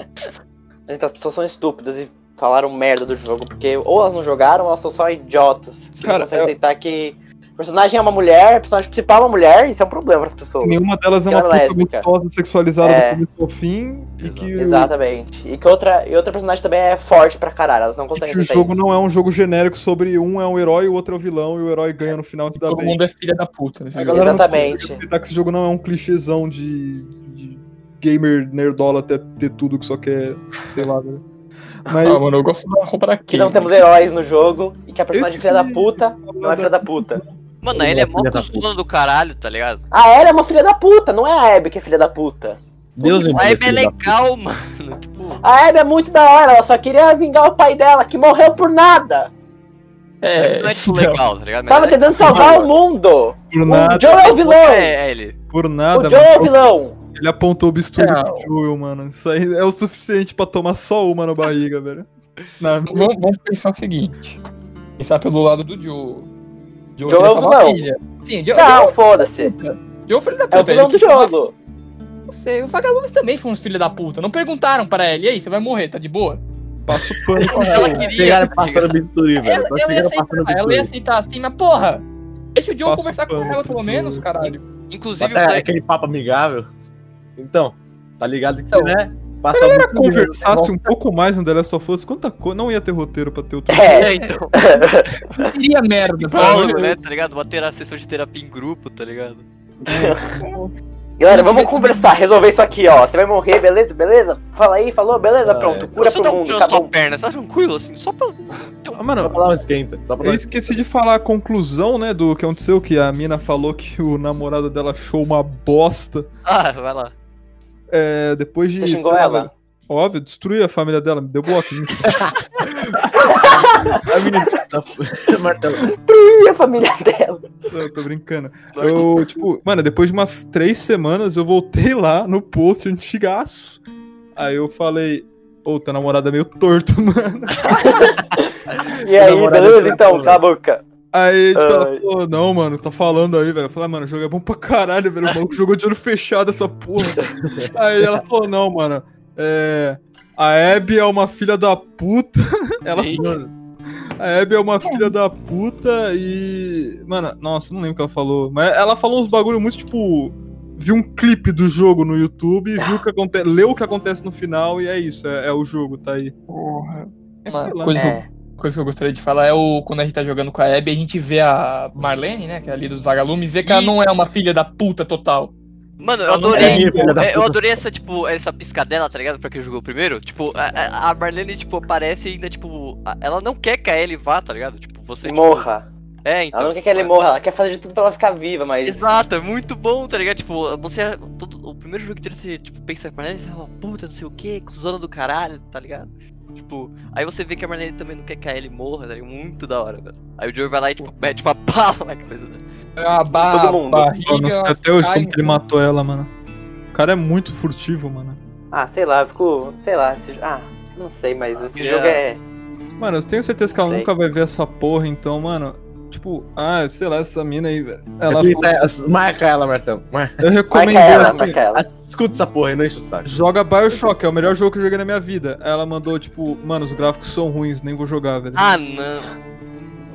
Mas então, as pessoas são estúpidas e falaram merda do jogo, porque ou elas não jogaram ou elas são só idiotas. Que
Cara,
não conseguem
eu-
aceitar que o personagem é uma mulher, o personagem principal é uma mulher, isso é um problema para as pessoas.
Nenhuma delas é uma
Ela
puta
lésbica.
gostosa sexualizada
É.
do começo ao fim. E que, o-
Exatamente. E que outra, e outra personagem também é forte pra caralho, elas não
e
conseguem
que o
aceitar
jogo
isso.
não é um jogo genérico sobre um é um herói, o outro é o vilão, e o herói ganha no final e se dá
Todo
bem.
mundo é filha da puta. nesse
A
jogo.
galera não
Exatamente.
consegue aceitar que esse jogo não é um clichêzão de, de gamer nerdola até ter tudo que só quer, sei lá, velho. Mas
Ah, mano, eu gosto da roupa da
Que
Kate.
não Então temos heróis no jogo e que a personagem é
Esse-
filha da puta não é filha da puta.
Mano,
Ele
ele
é
é mó
filha da
cuzona do caralho, tá ligado?
A Ellie é uma filha da puta, não é a Abby que é filha da puta.
Deus me
A Eve é
livre,
legal, mano. Tipo,
A Abby é muito da hora, ela só queria vingar o pai dela, que morreu por nada.
É,
não é tipo
não.
legal, tá ligado? Mas
Tava
ela é
tentando salvar o mundo.
por
O
nada,
Joe é o
puta,
vilão.
É, ele.
por
O
nada,
Joe é o
mano,
vilão.
ele apontou o bisturi
É,
pro Joel, mano. Isso aí é o suficiente pra tomar só uma na barriga, velho. Na-
Vamos, vamos pensar o seguinte: pensar pelo lado do Joe. Joe,
Joe é o vilão.
Sim, Joe,
Não,
Joe,
foda-se.
Joe é o filho da puta.
Então,
É o vilão
ele
do
quis tomar-
jogo.
Não sei, os vagalumes também foram uns filhos da puta. Não perguntaram pra ela, e aí, você vai morrer, tá de boa?
Passa o pano pro
Ela
Joel.
queria.
Pegaram
tá ligado?
passando bisturi, velho.
Ela,
Só
ela
chegaram
ia
passando
aceitar, ela ia
bisturi.
aceitar assim, mas porra, deixa o Joe
Passa o
conversar com
pano
ela
pro
pelo
Joe.
menos, caralho.
Inclusive, o
Até
Zack-
aquele papo amigável. Então, tá ligado que você,
Então,
né? Passa muito
Se conversasse um pouco mais no The Last of Us, quanta coisa. Não ia ter roteiro pra ter o tudo.
É.
É, então.
Seria merda, pelo
Psicólogo,
menos.
né, tá ligado? Bater a sessão de terapia em grupo, tá ligado?
Galera, vamos conversar, resolver isso aqui, ó. Você vai morrer, beleza? Beleza? Fala aí, falou, beleza?
Ah,
Pronto,
é.
cura
só
pro
dá um
mundo,
tiro na sua
acabou.
perna, tá tranquilo, assim, só pra...
Ah,
Só
Mano,
pra dar um esquenta. Só pra dar
Eu
um
esqueci de falar a conclusão, né, do que aconteceu, que a mina falou que o namorado dela achou uma bosta.
Ah, vai lá.
É, depois de.
Você xingou
sei lá,
ela?
velho. Óbvio, destruiu a família dela, me deu bloco.
A menina tá. Marcelo.
Destruir a família dela.
Eu tô brincando. Eu, tipo, mano, depois de umas três semanas eu voltei lá no post antigaço. Aí eu falei, ô, teu namorado é meio torto, mano.
E aí,
namorada
beleza?
foi a
Então,
porra.
tá boca.
Aí, tipo, ela
Ai.
falou, não, mano, tá falando aí, velho. Eu falei, ah, mano, o jogo é bom pra caralho, velho. O maluco jogou de olho fechado essa porra. aí ela falou, não, mano. É. A Abby é uma filha da puta. Ela
Ih.
falou. A Abby é uma filha da puta e. Mano, nossa, não lembro o que ela falou. Mas ela falou uns bagulho muito tipo. Viu um clipe do jogo no YouTube, viu o que acontece. Leu o que acontece no final e é isso. É, é o jogo, tá aí.
Porra.
É,
Uma
sei lá.
coisa-
É.
Coisa que eu gostaria de falar é o quando a gente tá jogando com a Abby, a gente vê a Marlene, né? Que é ali dos vagalumes, vê que ela não é uma filha da puta total.
Mano, eu
Ela não
adorei.
é, filha da
é, eu
puta.
adorei essa, tipo, essa piscadela, tá ligado? Pra quem jogou primeiro. Tipo, a, a- a Marlene, tipo, aparece e ainda, tipo. a- Ela não quer que a Ellie vá, tá ligado? Tipo, você. tipo,
Morra.
É, então.
Ela não quer que ele morra, ela quer fazer de tudo pra ela ficar viva, mas.
Exato, é muito bom, tá ligado? Tipo, você. todo- o primeiro jogo que teve, você, tipo, pensa que a Marlene é uma puta, não sei o que, cuzona do caralho, tá ligado? Tipo, aí você vê que a Marlene também não quer que a Ellie morra, tá ligado? Muito da hora, velho. Aí o Joe vai lá e, tipo, mete uma bala na cabeça dela.
A É ba-
Todo mundo.
Eu não
barriga.
sei até hoje
cai
como
no
que ele
chão.
matou ela, mano. O cara é muito furtivo, mano.
Ah, sei lá, eu fico. Sei lá, esse... ah, não sei, mas esse
já-
jogo é.
Mano, eu tenho certeza que ela
Sei.
nunca vai ver essa porra, então, mano. Tipo, ah, sei lá, essa mina aí, velho. Ela
Ela
falou,
"É, Marca ela, Marcelo. Marca. Ah,
eu
Marca
recomendei
ela,
assim,
marca ela.
Escuta essa porra aí, não enche o saco.
Joga Bioshock, é o melhor jogo que eu joguei na minha vida. Ela mandou, tipo, mano, os gráficos são ruins, nem vou jogar, velho.
Ah, não.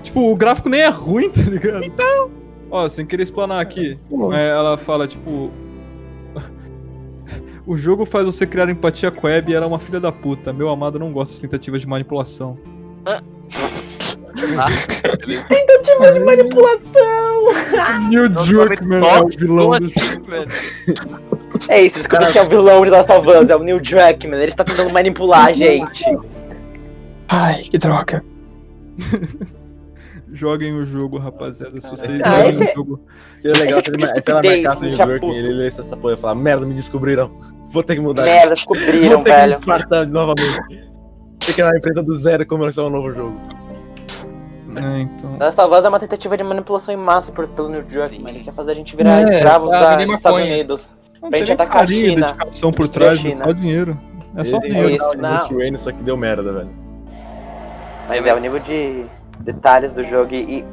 Tipo, o gráfico nem é ruim, tá ligado? Então. Ó, sem querer explanar aqui, mas ela fala, tipo. o jogo faz você criar empatia com a Abby e ela é uma filha da puta. Meu amado não gosta de tentativas de manipulação.
Tentativa de manipulação!
New
Não,
Jerk,
nome
mano, é o
tá tóxico
vilão do
aqui, velho.
É isso, descobri que é o vilão de Last of Us, é o Neil Druckmann, ele está tentando manipular a gente.
Ai, que droga.
Joguem o jogo, rapaziada. Se vocês
Ah,
jogarem
esse
o
é-
jogo.
Seria legal
Esse
se,
tipo
ele,
de
se ela
estupidez,
marcasse o
filha
New York
puta.
e ele lesse essa porra e falar, merda, me descobriram. Vou ter que mudar.
Merda,
Vou
descobriram,
ter que me
velho.
disfarçar novamente. Tem que ir na empresa do zero e começar um novo jogo.
É, então.
Last of Us é uma tentativa de manipulação em massa por, pelo Neil Druckmann,
Sim.
ele quer fazer a gente virar
É,
escravos
pra
da-
vender
dos Estados
maconha.
Unidos.
Não
Pra
tem
gente
nem
atacar a
carinho,
China.
dedicação por
Destruir a
trás, é
China.
só dinheiro. É só
Ele
dinheiro.
isso,
tentou dar
não.
um Bruce Wayne, só que deu merda, velho.
Mas é o nível de detalhes do jogo e. e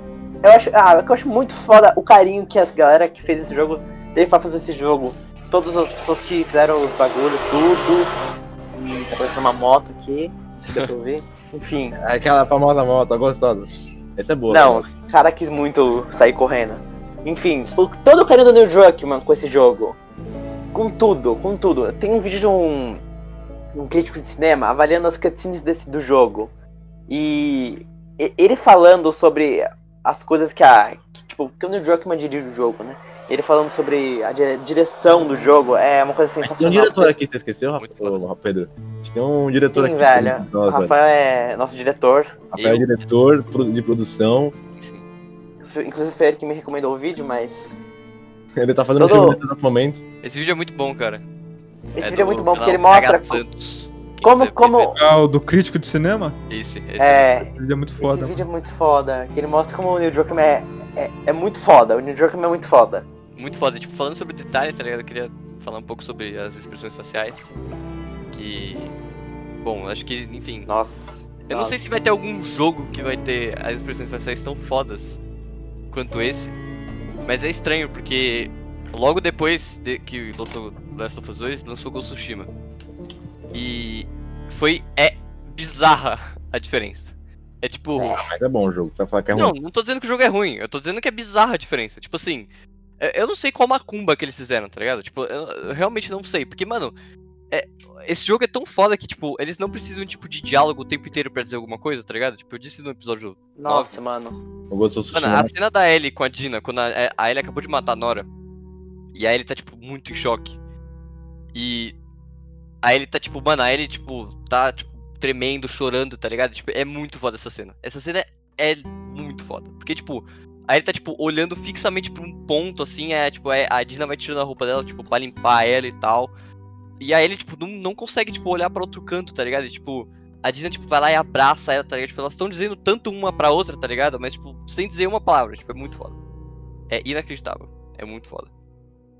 Eu acho, ah, o que eu acho muito foda o carinho que as galera que fez esse jogo teve pra fazer esse jogo. Todas as pessoas que fizeram os bagulhos, tudo. Hum, Tá aparecendo uma moto aqui, não sei se deu pra ouvir. Enfim.
Aquela famosa moto, gostosa. Essa é boa.
Não,
né?
o cara quis muito sair correndo. Enfim, o, todo o carinho do Neil Druckmann com esse jogo. Com tudo, com tudo. Tem um vídeo de um, um crítico de cinema avaliando as cutscenes desse, do jogo. E e- ele falando sobre as coisas que a. que, tipo, porque o Neil Druckmann dirige o jogo, né? Ele falando sobre a dire- direção do jogo é uma coisa
Mas tem um
sensacional.
diretor aqui, você esqueceu, Rafa,
Muito
ô, Pedro? A gente tem um diretor
Sim,
aqui.
velho. O
Nossa,
Rafael é nosso diretor.
Rafael é
Eu.
diretor pro- de produção.
Inclusive foi ele que me recomendou o vídeo, mas.
Ele tá fazendo um
Todo-
filme nesse exato momento.
Esse vídeo é muito bom, cara.
Esse vídeo é
do
muito bom porque
canal
ele mostra
PH Santos. Quem
como, é,
quiser
como,
Ah, o do crítico de cinema?
ver, Esse, esse é.
É,
Ele é muito
esse
foda.
vídeo é muito foda. Que ele mostra como o Neil Druckmann é, é, é muito foda. O Neil Druckmann é muito foda.
muito foda. Tipo, falando sobre detalhes, tá ligado? Eu queria falar um pouco sobre as expressões faciais. Que. Bom, acho que, enfim.
Nossa.
Eu não sei se vai ter algum jogo que vai ter as expressões faciais tão fodas quanto esse. Mas é estranho, porque logo depois de que lançou Last of Us 2, lançou Ghost of Tsushima. E foi. É bizarra a diferença. É tipo.
Mas é bom o jogo, você vai falar que é
Não,
ruim.
não tô dizendo que o jogo é ruim, eu tô dizendo que é bizarra a diferença. Tipo assim, eu- eu não sei qual macumba que eles fizeram, tá ligado? Tipo, eu, eu realmente não sei, porque, mano, é- esse jogo é tão foda que, tipo, eles não precisam, tipo, de diálogo o tempo inteiro pra dizer alguma coisa, tá ligado? Tipo, eu disse no episódio...
Nossa, mano.
Eu gosto do
Mano, a cena da Ellie com a Dina, quando a, é, a Ellie acabou de matar a Nora, e a Ellie tá, tipo, muito em choque. E a Ellie tá, tipo, mano, a Ellie, tipo, tá, tipo, tremendo, chorando, tá ligado? Tipo, é muito foda essa cena. Essa cena é muito foda. Porque, tipo, aí ele tá, tipo, olhando fixamente pra um ponto, assim, é, tipo, é- a Dina vai tirando a roupa dela, tipo, pra limpar ela e tal. E aí ele, tipo, não, não consegue, tipo, olhar pra outro canto, tá ligado? E, tipo, A Disney, tipo, vai lá e abraça ela, tá ligado? Tipo, elas estão dizendo tanto uma pra outra, tá ligado? Mas, tipo, sem dizer uma palavra, tipo, é muito foda. É inacreditável. É muito foda.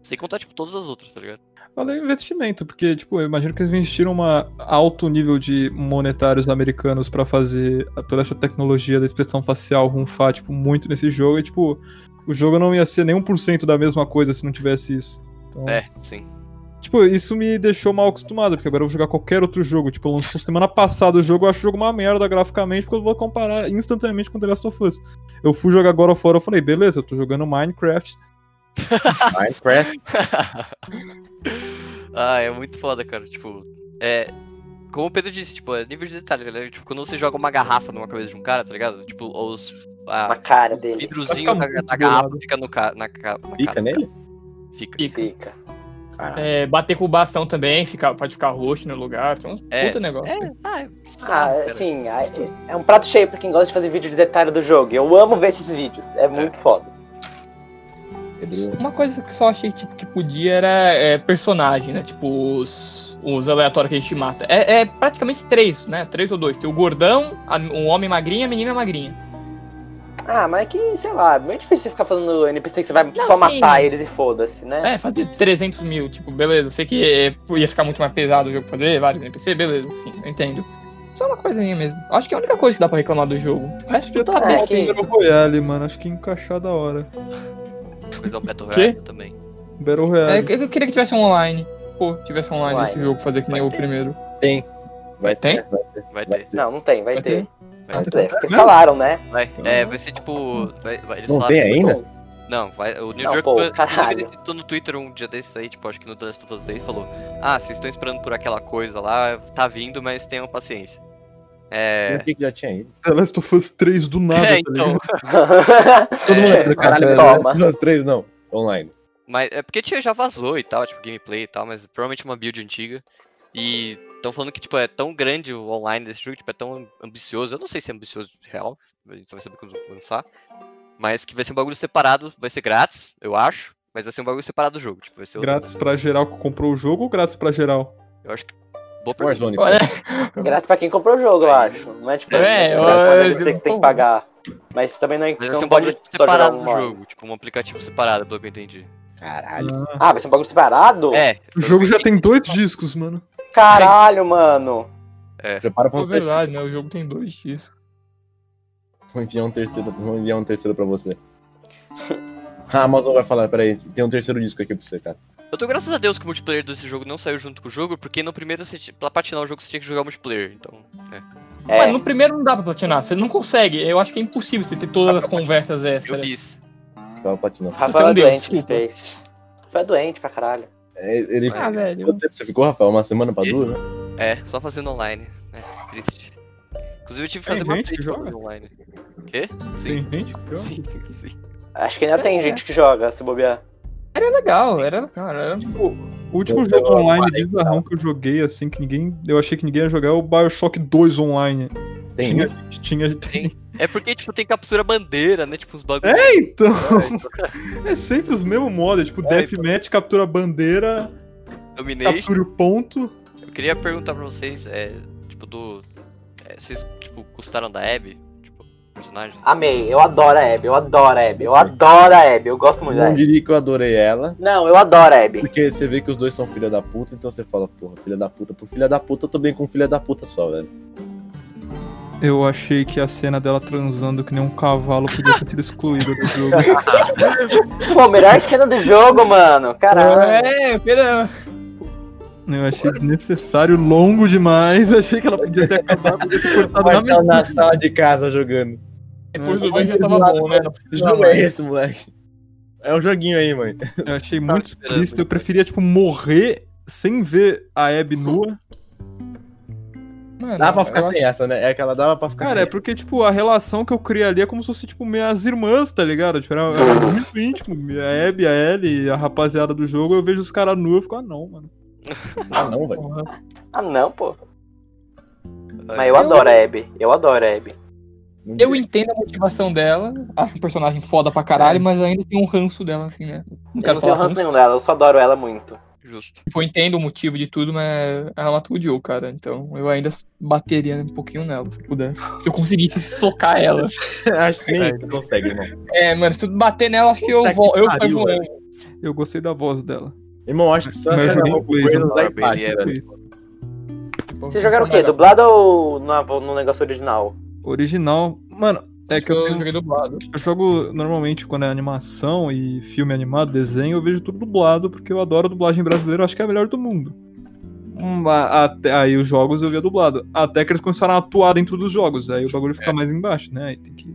Sem contar, tipo, todas as outras, tá ligado?
Além do investimento, porque, tipo, eu imagino que eles investiram um alto nível de monetários americanos pra fazer a- toda essa tecnologia da expressão facial, rumfar, tipo, muito nesse jogo. E, tipo, o jogo não ia ser nem 1% da mesma coisa se não tivesse isso. Então,
É, sim.
Tipo, isso me deixou mal acostumado, porque agora eu vou jogar qualquer outro jogo. Tipo, lançou semana passada o jogo, eu acho o jogo uma merda graficamente, porque eu vou comparar instantaneamente com The Last of Us. Eu fui jogar God of War, eu falei, beleza, eu tô jogando Minecraft.
Minecraft.
ah, é muito foda, cara. Tipo, é. Como o Pedro disse, tipo, é nível de detalhe, tá ligado? Tipo, quando você joga uma garrafa numa cabeça de um cara, tá ligado? Tipo, os. A,
Na cara
o
dele.
vidrozinho
Vai
da, da
ficar muito
garrafa
bolado.
fica no ca, na, ca, na
Pica
cara do
nele?
cara. Fica.
Fica.
Fica.
Caralho.
É, bater com o bastão também, fica, pode ficar roxo no lugar. Então,
É,
puta negócio.
É, ah, é
Ah,
bizarro, cara.
assim, a- é um prato cheio pra quem gosta de fazer vídeo de detalhe do jogo. Eu amo ver esses vídeos, é muito foda.
Pedro,
Uma coisa que eu só achei tipo, que podia era é, personagem, né? Tipo, os, os aleatórios que a gente mata. É, é praticamente três, né? Três ou dois. Tem o gordão, a- um homem magrinho e a menina magrinha.
Ah, mas é que, sei lá, é meio difícil você ficar falando NPC que você vai só
sim.
matar eles e foda-se, né?
É, fazer 300 mil, tipo, beleza. Eu sei que é, ia ficar muito mais pesado o jogo fazer vários NPC, beleza, sim, eu entendo. Só uma coisinha mesmo. Acho que é a única coisa que dá pra reclamar do jogo. O resto tudo tá
É,
bem.
o
que-
Battle Royale, mano, acho que ia encaixar da hora.
Depois é o Battle
Quê?
Royale também.
Battle
É,
Royale.
eu eu queria que tivesse um online. Pô, tivesse um online,
Online.
esse jogo, fazer que nem o primeiro.
Tem. Vai
Tem?
ter, vai ter,
Vai
vai
ter.
ter.
Não, não tem, vai,
Vai
ter.
ter?
Vai ter.
Pois é, porque
Não.
falaram, né?
Vai,
Então,
é, vai ser tipo. vai- vai- eles
Não
falaram
tem
que-
ainda?
Não, vai, o New
Não,
York
pô,
Post- inclusive,
caralho.
ele citou no Twitter um dia desses aí, tipo, acho que no The Last of Us Days falou: Ah, vocês estão esperando por aquela coisa lá, tá vindo, mas tenham paciência.
Eu
É.
achei que já tinha ido.
The Last of Us 3 do nada,
É,
tá ligado?
então.
Todo mundo entra, caralho, né?
Toma.
Battle Royale, nós três não. Online.
Mas é porque tinha, já vazou e tal, tipo, gameplay e tal, mas provavelmente uma build antiga. E estão falando que, tipo, é tão grande o online desse jogo, tipo, é tão am- ambicioso. Eu não sei se é ambicioso de real, a gente só vai saber quando lançar. Mas que vai ser um bagulho separado, vai ser grátis, eu acho. Mas vai ser um bagulho separado do jogo, tipo, vai ser outro-
Grátis pra geral que comprou o jogo ou grátis pra geral?
Eu acho que. Boa pergunta.
Warzone.
Olha,
Então,
Graças pra quem comprou o jogo, eu acho. Não é tipo,
É,
não
eu-
graças pra você
eu-
que você tem que pagar. Mas também não é
Mas
você
vai ser
não
um
pode
bagulho
só jogar
separado do
um jogo.
jogo, tipo um aplicativo separado, pelo que eu entendi.
Caralho.
Ah.
Ah, vai ser um bagulho separado?
É.
O
pelo
jogo
que eu
já
entendi.
tem dois discos, mano.
Caralho, mano.
Prepara pra
é
você.
verdade, né? O jogo tem dois disso.
Vou enviar um terceiro, vou enviar um terceiro pra você. A Amazon vai falar, peraí, tem um terceiro disco aqui pra você, cara.
Eu tô graças a Deus que o multiplayer desse jogo não saiu junto com o jogo, porque no primeiro você ti- pra platinar o jogo você tinha que jogar o multiplayer, então.
É,
Mas no primeiro não dá pra platinar, você não consegue. Eu acho que é impossível você ter todas as conversas
Eu
extras.
fiz.
Tava patinando.
Rafael é
um deus,
doente que
desculpa.
fez. Rafael é doente pra caralho.
É, Ele
Ah, velho.
Quanto tempo você ficou, Rafael? Uma semana pra duas, né?
É, só fazendo online. É, triste. Inclusive eu tive que
Tem
fazer uma
É, gente
trade
que joga?
online. Quê?
Tem
Sim.
gente que joga?
Sim, sim.
Acho que ainda
É,
tem
é.
gente que joga, se bobear.
Era legal, era legal. Era...
Tipo, O último
Eu-
jogo
eu-
online
eu-
bizarrão que eu joguei, assim, que ninguém. Eu achei que ninguém ia jogar é o Bioshock 2 online.
Tem
tinha,
um?
tinha, tem.
É porque, tipo, tem captura bandeira, né? Tipo, os bagulhos.
É, então.
tipo,
É sempre os mesmos mods, é tipo Deathmatch,
então.
captura a bandeira,
Domination.
captura o ponto.
Eu queria perguntar pra vocês, é, tipo, do. é, vocês, tipo, gostaram da Abby? Tipo, personagem?
Amei, eu adoro a Abby, eu adoro a Abby, eu adoro a Abby, eu gosto muito da
Não
Abby.
diria que eu adorei ela,
Não, eu adoro a Abby.
porque você vê que os dois são filha da puta, então você fala, porra, filha da puta, por filha da puta, eu tô bem com filha da puta só, velho.
Eu achei que a cena dela transando que nem um cavalo podia ter sido excluída do jogo.
Pô, melhor cena do jogo, mano. Caralho.
É, pera.
Eu achei desnecessário, longo demais. Achei que ela podia ter acabado, podia ter cortado na
Mas tá
metade.
na sala de casa jogando.
Depois do banho já tava bom, né? Não
Que
precisa
jogo é
mais.
esse, moleque? É um joguinho aí, mãe.
Eu achei
tá
muito
esperando,
explícito. Eu
né?
preferia, tipo, morrer sem ver a Abby nua.
Mano,
Dá pra
eu
ficar sem essa, né? É que ela dava pra ficar
Cara, é
sem
porque, tipo, a relação que eu criei ali é como se fosse, tipo, minhas irmãs, tá ligado? Tipo, era, era muito íntimo. A Abby, a Ellie, a rapaziada do jogo, eu vejo os caras nus, eu fico, ah, não, mano.
Ah, não, velho.
acho-
Ah, não, pô. Mas
Ai,
eu adoro a Abby, eu adoro a Abby.
Não
Eu
diria.
entendo a motivação dela, acho um
É.
personagem foda pra caralho, mas ainda tem um ranço dela, assim, né? Não
Eu
quero
não tenho
falar
ranço
ranço.
nenhum dela, eu só adoro ela muito.
É, Justo.
Tipo, eu entendo o motivo de tudo, mas ela matou o cara. Então eu ainda bateria um pouquinho nela, se eu pudesse. Se eu conseguisse socar ela.
Acho que nem tu consegue, irmão.
É, mano, se eu bater nela, acho que eu
Puta que
vou. Eu
pariu,
saio voando.
Eu gostei da voz dela.
Irmão, acho que só
Mas
se
eu
ela
nem
roubou
pus,
ele
eu
nos
não
iPads,
abri, era-
é
velho.
Tipo,
Vocês jogaram o quê?
eu-
Dublado ou na- no negócio original?
Original. Mano, é que eu,
eu joguei dublado.
Tipo, eu jogo normalmente quando é animação e filme animado, desenho, eu vejo tudo dublado, porque eu adoro a dublagem brasileira, eu acho que é a melhor do mundo. Hum, a- até- aí os jogos eu via dublado. Até que eles começaram a atuar dentro dos jogos, aí o bagulho
É.
fica mais embaixo, né? Aí tem que.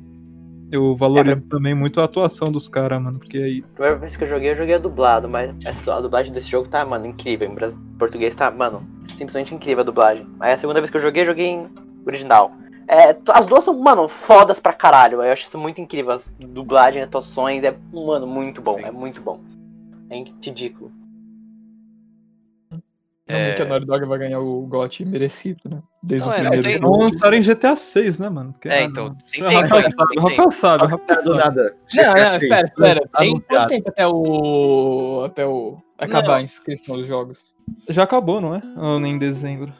Eu valorizo também muito a atuação dos caras, mano, porque aí.
A primeira vez que eu joguei, eu joguei a dublado, mas essa, a dublagem desse jogo tá, mano, incrível. Em bras- português tá, mano, simplesmente incrível a dublagem. Aí a segunda vez que eu joguei, eu joguei em original. É, t- as duas são, mano, fodas pra caralho. Eu acho isso muito incrível. As dublagem, atuações, é, mano, muito bom.
Sim.
É muito bom. É in- ridículo.
É.
Realmente a Naughty Dog vai ganhar o GOT merecido, né? Desde
Não,
o
é,
primeiro.
tem-
Não
jogo.
lançaram em GTA VI, né, mano? Porque-
É,
ah,
então,
não.
tem
O
tempo
Rafael
ainda,
sabe,
tem Tá
o Rafael sabe, o Rafael
Do
sabe.
nada.
Não, não,
Assim,
espera, espera. Tem
anunciado.
quanto tempo até o. até o. acabar a inscrição dos jogos?
Já acabou, não é? Ou nem em dezembro.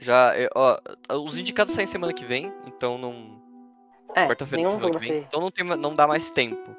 Já, é, ó, os indicados saem semana que vem, então não.
É,
Quarta-feira da
nenhum É.
semana
jogo assim.
que vem.
você.
Então não, tem, ma- não dá mais tempo.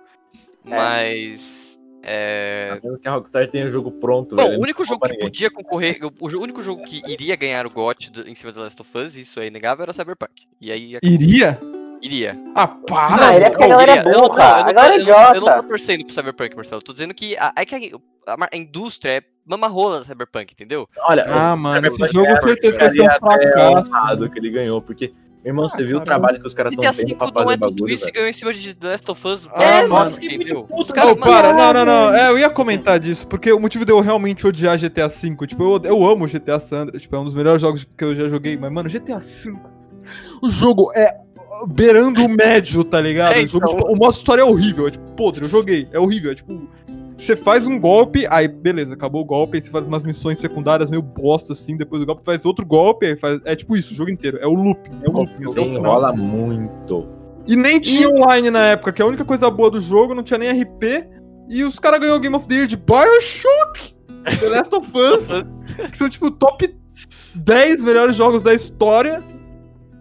Mas. É.
A menos que a Rockstar tenha o jogo pronto,
Bom,
velho.
o único
não
jogo
pra
que
ninguém.
podia concorrer, o, o único jogo que iria ganhar o GOT do- em cima do Last of Us, isso é inegável, era Cyberpunk. E aí acabou.
Iria?
iria.
Ah,
Não,
para!
ele é porque a
Não,
galera é
iria. Eu não-
burra.
não, eu
a
não-
galera é
eu não- Eu não
idiota.
tô torcendo pro Cyberpunk, Marcelo. Tô dizendo que a, é que a, a mar- a indústria é mamarrola do Cyberpunk, entendeu?
Olha,
Ah,
esse
mano, esse
Cyberpunk
jogo
é
certeza que vai ser um
é
até
fracasso.
honrado que ele ganhou, porque, irmão, você viu
caramba.
o trabalho que os caras
Ah, E tem
estão
a
tendo
5
pra
não
fazer
é tudo
bagulho,
isso e
velho.
ganhou em cima de The Last of Us.
Ah,
É,
mano,
fiquei muito puto,
Os caras né?
não, para, não, não, não. É, eu ia comentar disso, porque o motivo de eu realmente odiar GTA V, tipo, eu, eu amo GTA Sandra, tipo, é um dos melhores jogos que eu já joguei, mas, mano, GTA V, o jogo é beirando o médio, tá ligado?
É,
o, jogo,
então.
tipo, o modo história é horrível, é tipo, podre, eu joguei, é horrível, é tipo... Você faz um golpe, aí beleza, acabou o golpe, aí você faz umas missões secundárias meio bosta assim, depois do golpe faz outro golpe, aí faz... é tipo isso, o jogo inteiro, é o looping, é o looping, até o
Sim,
final.
rola muito.
E nem tinha online na época, que a única coisa boa do jogo não tinha nem RP. E os caras ganhou o Game of the Year de Bioshock! The Last of Us! que são tipo top 10 melhores jogos da história.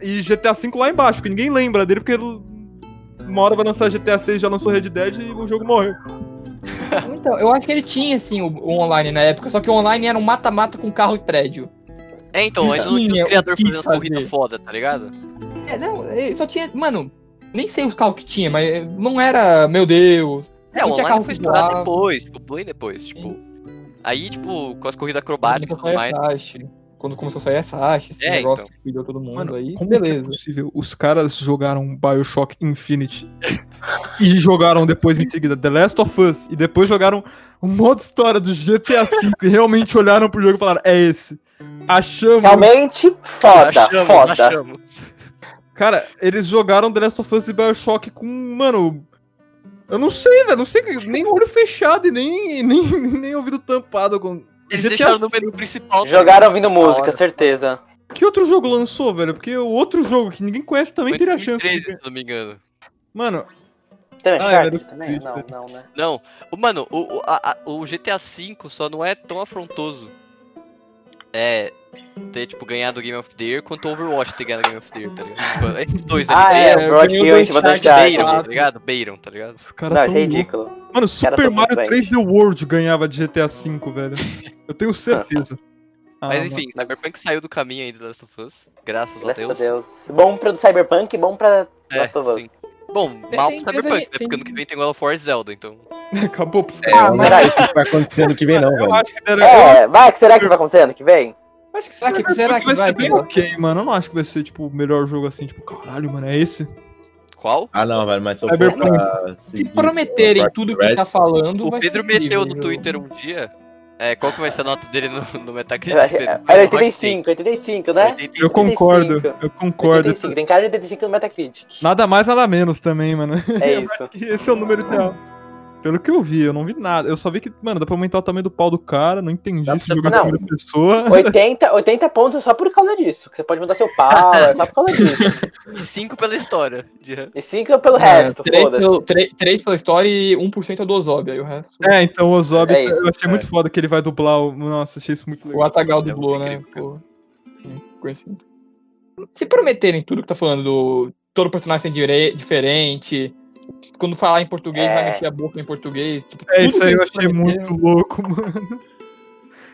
E GTA V lá embaixo, que ninguém lembra dele, porque ele- uma hora vai lançar GTA VI, já lançou Red Dead e o jogo morreu.
Então, eu acho que ele tinha, assim, o, o online na época, só que o online era um mata-mata com carro e prédio.
É, então, ainda não
Sim,
tinha os
é, o
criadores
que
fazendo as
fazer?
corridas foda, tá ligado?
É, não, é, só tinha. Mano, nem sei o carro que tinha, mas é, não era, meu Deus.
É,
Não
o
tinha
online
carro
foi
que
estourado
voava.
depois, tipo, bem depois, tipo. Aí, tipo, com as corridas acrobáticas e tudo
quando
mais.
começou a sair a Sashi, Quando começou a sair a Sashi, esse
É,
negócio que cuidou todo mundo aí.
como que é
beleza.
possível? Os caras jogaram Bioshock Infinity e jogaram depois em seguida The Last of Us e depois jogaram o modo história do GTA V e realmente olharam pro jogo e falaram, é esse. Achamos.
Realmente foda,
Achamos,
foda.
achamos.
Cara, eles jogaram The Last of Us e Bioshock com, mano... Eu não sei, velho. Não sei, nem olho fechado e nem, nem, nem ouvido tampado. Com...
Eles
GTA
deixaram no
V.
menu principal. tá
Jogaram
ligado?
ouvindo música, certeza.
Que outro jogo lançou, velho? Porque o outro jogo que ninguém conhece também
Foi
teria
em
chance.
2013,
né?
de-
se não me engano.
Mano,
Também,
Ah,
é
Uncharted
era do
também? Não,
Twitter.
não, né?
Não, o- mano, o, o- a- a- o GTA V só não é tão afrontoso. É. Ter, tipo, ganhado o Game of the Year quanto o Overwatch ter ganhado o Game of the Year, tá ligado? Tipo, esses dois
Ah,
ali.
é,
eu
o Broad
ganhei o
Hill em
do
cima do
Uncharted,
Uncharted.
Beiram, tá ligado? Beiram, tá ligado?
os
Não,
caras
isso é
tão
ridículo.
Mano,
caras tão
Super Mario
muito
3 The World ganhava de GTA V,
Uhum.
velho. Eu tenho certeza. Ah,
Mas
mano.
enfim,
mas-
Cyberpunk saiu do caminho aí do Last of Us. Graças,
Graças
a
a
Deus.
Deus. Bom pra do Cyberpunk, bom pra
É,
Last of Us.
sim. Bom, mal pro
tem
Cyberpunk,
empresa
né?
que-
Porque
tem-
ano que vem tem God of War e Zelda, então.
Acabou pros
Ah,
É,
caras.
eu não
será
acho que isso vai acontecer ano que vem, não,
eu
velho.
acho que era.
É, vai, que será que vai acontecer ano que vem?
eu acho que
será que-
Cyberpunk
será que
vai
vai,
ser bem
Pedro?
ok, mano. Eu não acho que vai ser, tipo, o melhor jogo assim, tipo, caralho, mano, é esse?
Qual?
Ah, não, velho, mas se eu for
Cyberpunk.
pra
Se
seguir
prometerem
Red
tudo que tá falando.
O
vai
Pedro
ser incrível,
meteu
né,
no
eu-
Twitter um dia. É, qual que vai ser a nota dele no, no Metacritic? Pedro?
Era
Hot take.
85, 85, né?
85.
Eu concordo,
85.
eu concordo.
85, tem cara de 85 no Metacritic.
Nada mais, nada menos também, mano.
É isso.
Esse é o número ideal. Pelo que eu vi, eu não vi nada. Eu só vi que, mano, dá pra aumentar o tamanho do pau do cara, não entendi
Dá
isso
pra-
jogar em
não.
primeira pessoa.
80, 80 pontos é só por causa disso. Que você pode mudar seu pau, é só por causa disso.
E 5 pela história. De resto.
E 5 pelo
É,
resto,
três
foda-se.
pelo- tre- três pela história e 1% é do Ozob, aí o resto.
É, então o Ozob,
É isso,
eu achei muito foda que ele vai dublar o... Nossa, achei isso muito
O
legal.
Atagal
É muito
dublou, né?
incrível,
Pô. Conhecido. Se prometerem tudo que tá falando do todo personagem ser dire- diferente, quando falar em português,
É.
vai mexer a boca em português. Tipo,
É,
tudo
isso
que
aí eu
eles
achei
prometeram.
muito louco, mano.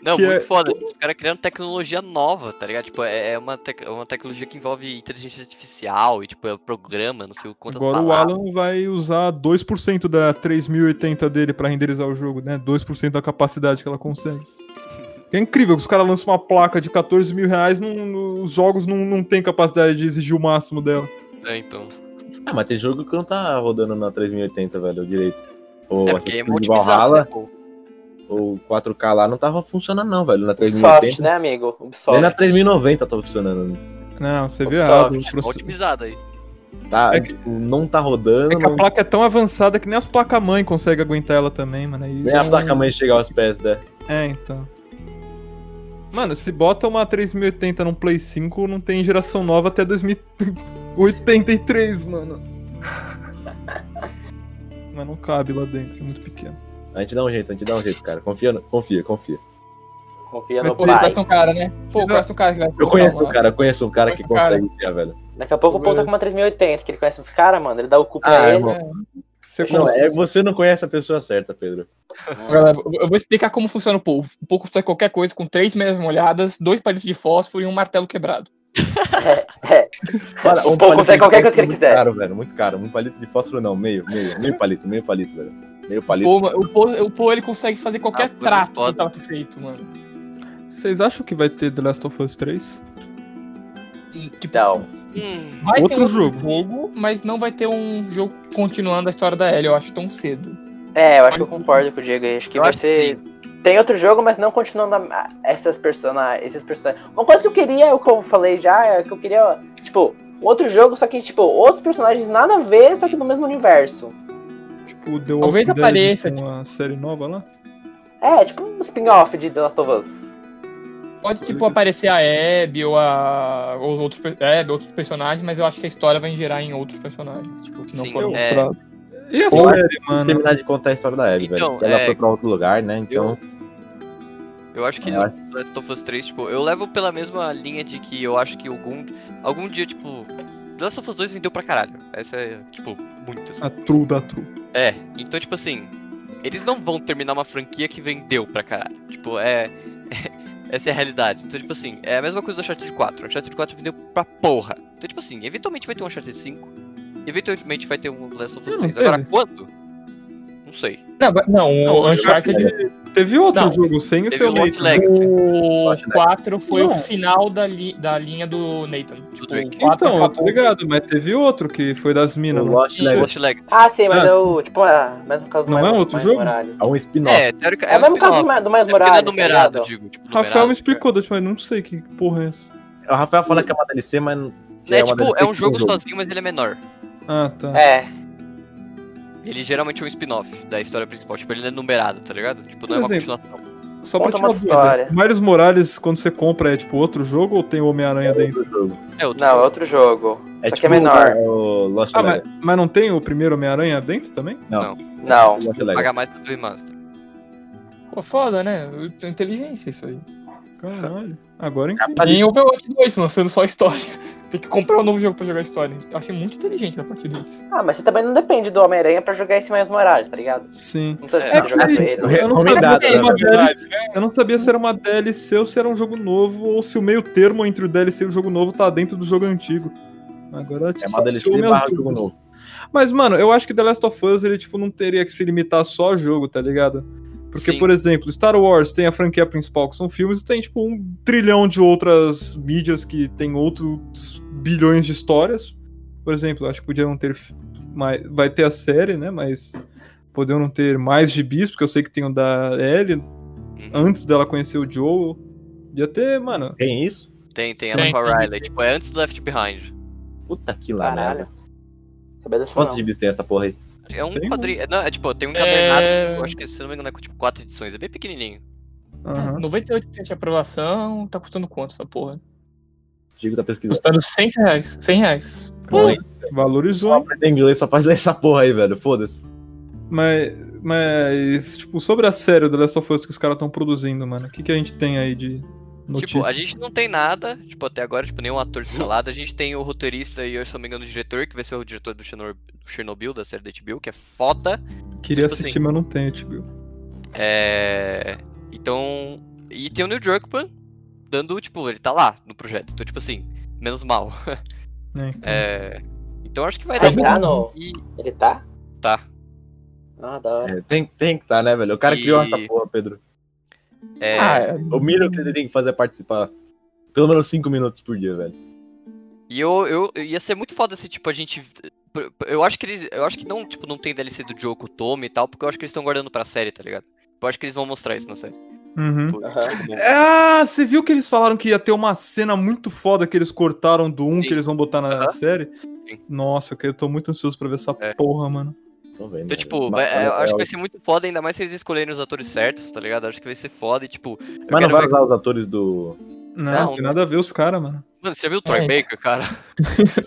Não,
Que
muito
é-
foda. Os caras criando tecnologia nova, tá ligado? Tipo, é é uma, tec- uma tecnologia que envolve inteligência artificial e, tipo, é programa, não sei o quanto.
Agora o Alan vai usar 2% da 3080 dele pra renderizar o jogo, né? 2% da capacidade que ela consegue. É incrível que os caras lançam uma placa de 14 mil reais, não- não- os jogos não, não têm capacidade de exigir o máximo dela.
É, então.
Ah, mas tem jogo que não tá rodando na 3080, velho, direito. Ou assim,
É porque é
Assassin's Creed
multimizado, né,
Valhalla,
pô?
ou 4K lá, não tava funcionando não, velho, na
Ubisoft,
3080.
né, amigo?
Nem na
Ubisoft.
3090 tava funcionando.
Não, você vê
Ubisoft,
né?
errado. o
É
proce-
Otimizado aí.
Tá,
É
tipo, não tá rodando,
É que a
não...
placa é tão avançada que nem as placas-mãe conseguem aguentar ela também, mano. É Aí-
nem a placa-mãe chegar aos pés da...
É, então. Mano, se bota uma 3080 num Play 5, não tem geração nova até 2083, mano. Mas não cabe lá dentro, é muito pequeno.
A gente dá um jeito, a gente dá um jeito, cara. Confia, no- confia, confia.
Confia
Mas
no
Pô,
pai.
parece um cara, né? Pô, parece um cara que vai.
Eu conheço
Calma.
um cara, eu conheço um cara que
Conheço um cara.
consegue enfiar, velho.
Daqui a pouco o Paul tá com uma 3080, que ele conhece os caras, mano. Ele dá o cu pra
Ah,
ele.
irmão.
Você
Não,
consegue-
é, você não conhece a pessoa certa, Pedro.
Galera, eu- eu vou explicar como funciona o Pou. O Pou constrói qualquer coisa com três meias molhadas, dois palitos de fósforo e um martelo quebrado.
Cara,
O Paul
Um palito de
consegue qualquer
fósforo
coisa que ele
muito
quiser.
Caro, velho, muito caro. Um palito de fósforo não, meio, meio, meio palito, meio palito, velho. Meio palito.
Pô, o Pou, o Pou, ele consegue fazer qualquer
Ah, foi
trato que
foda.
tava feito, mano.
Vocês acham que vai ter The Last of Us 3?
Tipo,
Então,
Hum,
Vai
Outro
ter outro
jogo.
jogo. mas não vai ter um jogo continuando a história da Ellie, eu acho, tão cedo.
é, eu acho que eu concordo com o Diego aí. Acho que
Eu
vai
acho que
ser. Tem outro jogo, mas não continuando a- essas persona... esses personagens. Uma coisa que eu queria, é o que eu falei já, é que eu queria, tipo, outro jogo, só que, tipo, outros personagens nada a ver, só que no mesmo universo.
Tipo, The
Talvez
Walking
apareça, tipo.
Dead, uma série nova lá?
É, tipo um spin-off de The Last of Us.
Pode, tipo, aparecer a Abby ou a. ou os outros, per- Abby, outros personagens, mas eu acho que a história vai gerar em outros personagens, tipo, que não
Sim,
foram
é.
mostrados.
E a
Ou-
série,
Vamos
mano?
terminar de contar a história da Abby,
Então,
velho. Ela
é-
foi pra outro lugar, né? Então,
eu acho que
Eu
no Last of Us 3, tipo, eu levo pela mesma linha de que eu acho que algum, algum dia, tipo, The Last of Us 2 vendeu pra caralho. Essa é, tipo, muito, assim.
A True da True.
É, então, tipo assim, eles não vão terminar uma franquia que vendeu pra caralho. Tipo, é. Essa é a realidade. Então, tipo assim, é a mesma coisa do Uncharted 4. O Uncharted 4 vendeu pra porra. Então, tipo assim, eventualmente vai ter um Uncharted 5. Eventualmente vai ter um Last of Us
Não,
6.
teve.
Agora, quando? Não sei. Tipo,
Não, vai- não, o Uncharted.
Teve outro
Não.
jogo sem o
Teve
seu
um
leito.
Outlet.
O
Uncharted.
4 foi o
Não.
final da, li- da linha do Nathan. Tipo,
Drake.
o 4
Então, eu tô
acabou.
ligado, mas teve outro que foi das
o
minas, né?
Lost Legacy
Ghost Legacy.
Ah, sim, mas
Ah,
é o. Tipo, a mesmo caso do
Não é
Miles-
outro
Miles
jogo?
Morales.
é um spin-off.
É, teórica.
É o mesmo caso do, Ma- do Miles
é porque não é
Morales. tá
numerado,
ligado? é um
digo. Tipo,
Rafael
numerado.
me explicou, da última vez, não sei que porra é essa.
O Rafael fala que é uma DLC, mas. que
É,
uma
tipo,
DLC
é
que
um jogo
tem
sozinho, mas ele é menor.
Ah, tá.
É,
Ele geralmente é um spin-off da história principal. Tipo, ele não é numerado, tá ligado? Tipo, não é
Por
uma
exemplo,
continuação.
Só pra
Conta
tirar
uma história.
dúvida. Miles Morales, quando você compra, é tipo outro jogo ou tem o Homem-Aranha dentro?
outro jogo.
É outro
não, é
jogo.
outro jogo.
É
Só que
tipo
é menor.
O Lost
Ah, mas,
Legacy.
mas não tem o primeiro Homem-Aranha dentro também?
Não.
Lost Legacy.
Pagar mais pro do Remaster.
Pô, foda, né? Inteligência isso aí.
Caralho. Agora hein?
Nem Overwatch 2, lançando só história. Tem que comprar um novo jogo pra jogar história. Eu achei muito inteligente na parte deles.
Ah, mas você também não depende do Homem-Aranha pra jogar esse Miles Morales, tá ligado?
Sim.
Não precisa
É,
de jogar
que-
ele.
Eu
Eu não, sabia
Recomendado,
se era uma
né,
DLC, eu não sabia se era uma DLC ou se era um jogo novo, ou se o meio termo entre o DLC e o jogo novo tá dentro do jogo antigo. Agora
É
só
uma DLC
tirou minhas
barra jogo
dúvidas.
novo.
Mas, mano, eu acho que The Last of Us, ele, tipo, não teria que se limitar só ao jogo, tá ligado? Porque,
Sim.
por exemplo, Star Wars tem a franquia principal, que são filmes, e tem, tipo, um trilhão de outras mídias que tem outros bilhões de histórias. Por exemplo, eu acho que podia não ter. f- mais- Vai ter a série, né? Mas. Poderiam não ter mais gibis, porque eu sei que tem o da Ellie,
Uhum.
antes dela conhecer o Joel. Podia ter, mano.
Tem isso?
Tem, tem
Sim.
Ellen Riley. Tipo, é antes do Left Behind.
Puta que lá, né?
Caralho. Sabia dessa
Quantos
não.
gibis tem essa porra aí?
É um
Tem um?
quadrinho. Não, é tipo, tem um
É.
encadernado. Eu acho que, se não me engano, é com tipo quatro edições. É bem pequenininho.
É,
Aham.
98% de aprovação, tá custando quanto essa porra?
Digo tá da pesquisa.
Custando 100 reais. 100 reais.
Porra,
Valorizou.
só aprender inglês, só faz ler essa porra aí, velho. Foda-se.
Mas, mas, tipo, sobre a série do Last of Us que os caras estão produzindo, mano, o que, que a gente tem aí de notícia?
Tipo, a gente não tem nada, tipo, até agora, tipo, nenhum ator escalado. A gente tem o roteirista e, eu, se não me engano, o diretor, que vai ser o diretor do Chernor- do Chernobyl, da série da HBO, que é foda.
Queria
tipo
assistir,
assim-
mas não tenho, tipo.
É... Então... E tem o Neil Druckmann dando, tipo, ele tá lá no projeto. Então, tipo assim, menos mal.
Né, então.
É... Então acho que vai
Ah,
dar
ele tá no.
E...
Ele tá?
Tá.
Ah, da hora.
É, tem, tem que tá, né, velho? O cara
E-
criou essa porra, Pedro.
É...
Ah, é.
O mínimo que ele tem que fazer é participar. Pelo menos 5 minutos por dia, velho.
E eu, eu, eu- ia ser muito foda se, tipo, a gente. Eu acho que eles. Eu acho que não, tipo, não tem DLC do Joe com o Tommy e tal, porque eu acho que eles estão guardando pra série, tá ligado? Eu acho que eles vão mostrar isso na série.
Uhum.
Tipo,
Aham.
tipo, não-
Ah, você viu que eles falaram que ia ter uma cena muito foda que eles cortaram do
Sim.
1 que eles vão botar na
Aham.
série?
Sim.
Nossa, eu que- eu tô muito ansioso pra ver essa
É.
porra, mano.
Tô vendo.
Então,
velho.
tipo,
Mas- é,
vai- eu acho que vai
mas-
ser muito foda, ainda mais se eles escolherem os atores certos, tá ligado? Acho que vai ser foda e, tipo. Eu
Mas não
quero
vai
ver-
usar os atores do.
Não,
Não,
tem
não.
nada a ver os caras, mano.
Mano, você já viu o Troy
É.
Baker, cara?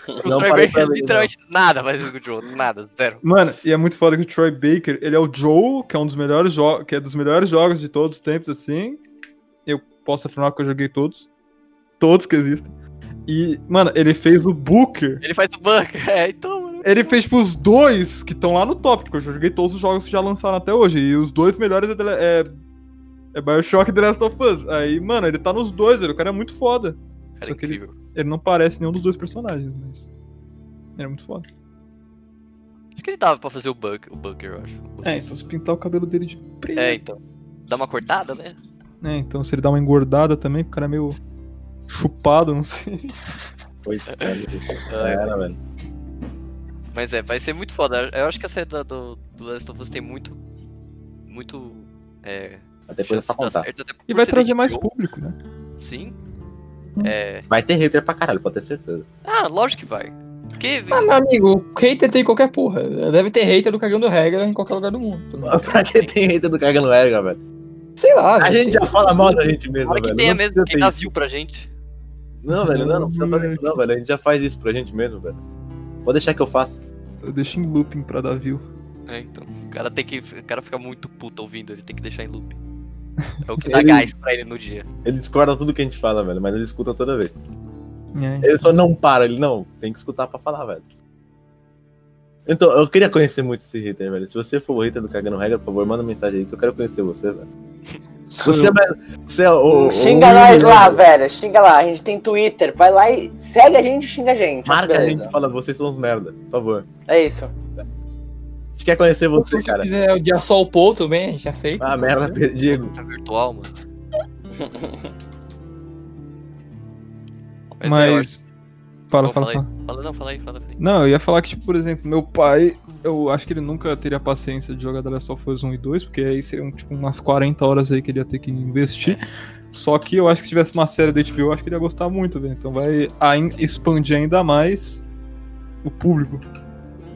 o
Não
Troy
parei pra
Baker é
ver,
literalmente nada mais do que o Joe, nada, zero.
Mano, e é muito foda que o Troy Baker, ele é o Joe, que é um dos melhores jogos, que é dos melhores jogos de todos os tempos, assim. Eu posso afirmar que eu joguei todos. Todos que existem. E, mano, ele fez o Booker.
Ele faz o bunker, é, então, mano.
Ele fez, tipo, os dois que estão lá no top, porque eu joguei todos os jogos que já lançaram até hoje. E os dois melhores é, The La- é, é Bioshock e The Last of Us. Aí, mano, ele tá nos dois, velho. O cara é muito foda.
Cara,
Só que ele-
incrível.
Ele não parece nenhum dos dois personagens, mas. Ele é muito foda.
Acho que ele dava pra fazer o bunker, o bunker, eu acho.
É, então se pintar o cabelo dele de preto.
É, então. Dá uma cortada, né?
É, então se ele dá uma engordada também, o cara é meio chupado, não sei.
Pois é, já era, velho.
Mas é, vai ser muito foda. Eu acho que a série da- do, do Last of Us tem muito. Muito. É.
Até
chance
coisa pra
de dar
contar.
certo, até
E
por
vai
ser
trazer
da
mais
HBO,
público, né?
Sim. É.
Vai ter hater pra caralho, pode ter certeza.
Ah, lógico que vai. Porque.
Ah, meu amigo, hater tem qualquer porra. Deve ter hater do Cagando Regra em qualquer lugar do mundo.
pra que tem hater do Cagando Regra, velho?
Sei lá.
A
velho.
gente já fala mal da gente mesmo,
Para
velho.
que tenha
Não
mesmo,
precisa
quem
ter
dá
isso.
view pra gente.
Não, velho, não, não precisa fazer isso, não, velho. A gente já faz isso pra gente mesmo, velho. Pode deixar que eu faço.
Eu deixo em looping pra dar view.
É, então. O cara tem que. O cara fica muito puto ouvindo, ele tem que deixar em loop. É o que dá
Ele-
gás pra ele no dia.
Ele discorda tudo que a gente fala, velho, mas ele escuta toda vez.
É,
Ele só não para, ele não, tem que escutar pra falar, velho. Então, eu queria conhecer muito esse hater, velho. Se você for o hater do Cagando Regra, por favor, manda mensagem aí que eu quero conhecer você, velho.
Sou
Você,
eu.
é mais- você é o. o-
Xinga
o-
nós lá, velho. Xinga lá. A gente tem Twitter. Vai lá e segue a gente e xinga a gente.
Marca a gente
Beleza.
e fala, vocês são uns merda, por favor.
É isso.
A gente quer conhecer você,
Se você
cara.
quiser odiar só o Paul também, a gente aceita.
Ah, merda, Diego.
É virtual, mano. é, eu acho-
Mas. Fala,
Bom,
Então fala,
fala aí.
fala.
Fala, não, fala aí, fala aí.
Não, eu ia falar que, tipo, por exemplo, meu pai, eu acho que ele nunca teria paciência de jogar The Last of Us 1 e 2, porque aí seriam, tipo, umas 40 horas aí que ele ia ter que investir. Só que eu acho que se tivesse uma série da HBO, eu acho que ele ia gostar muito, velho. Então vai ain- expandir ainda mais o público.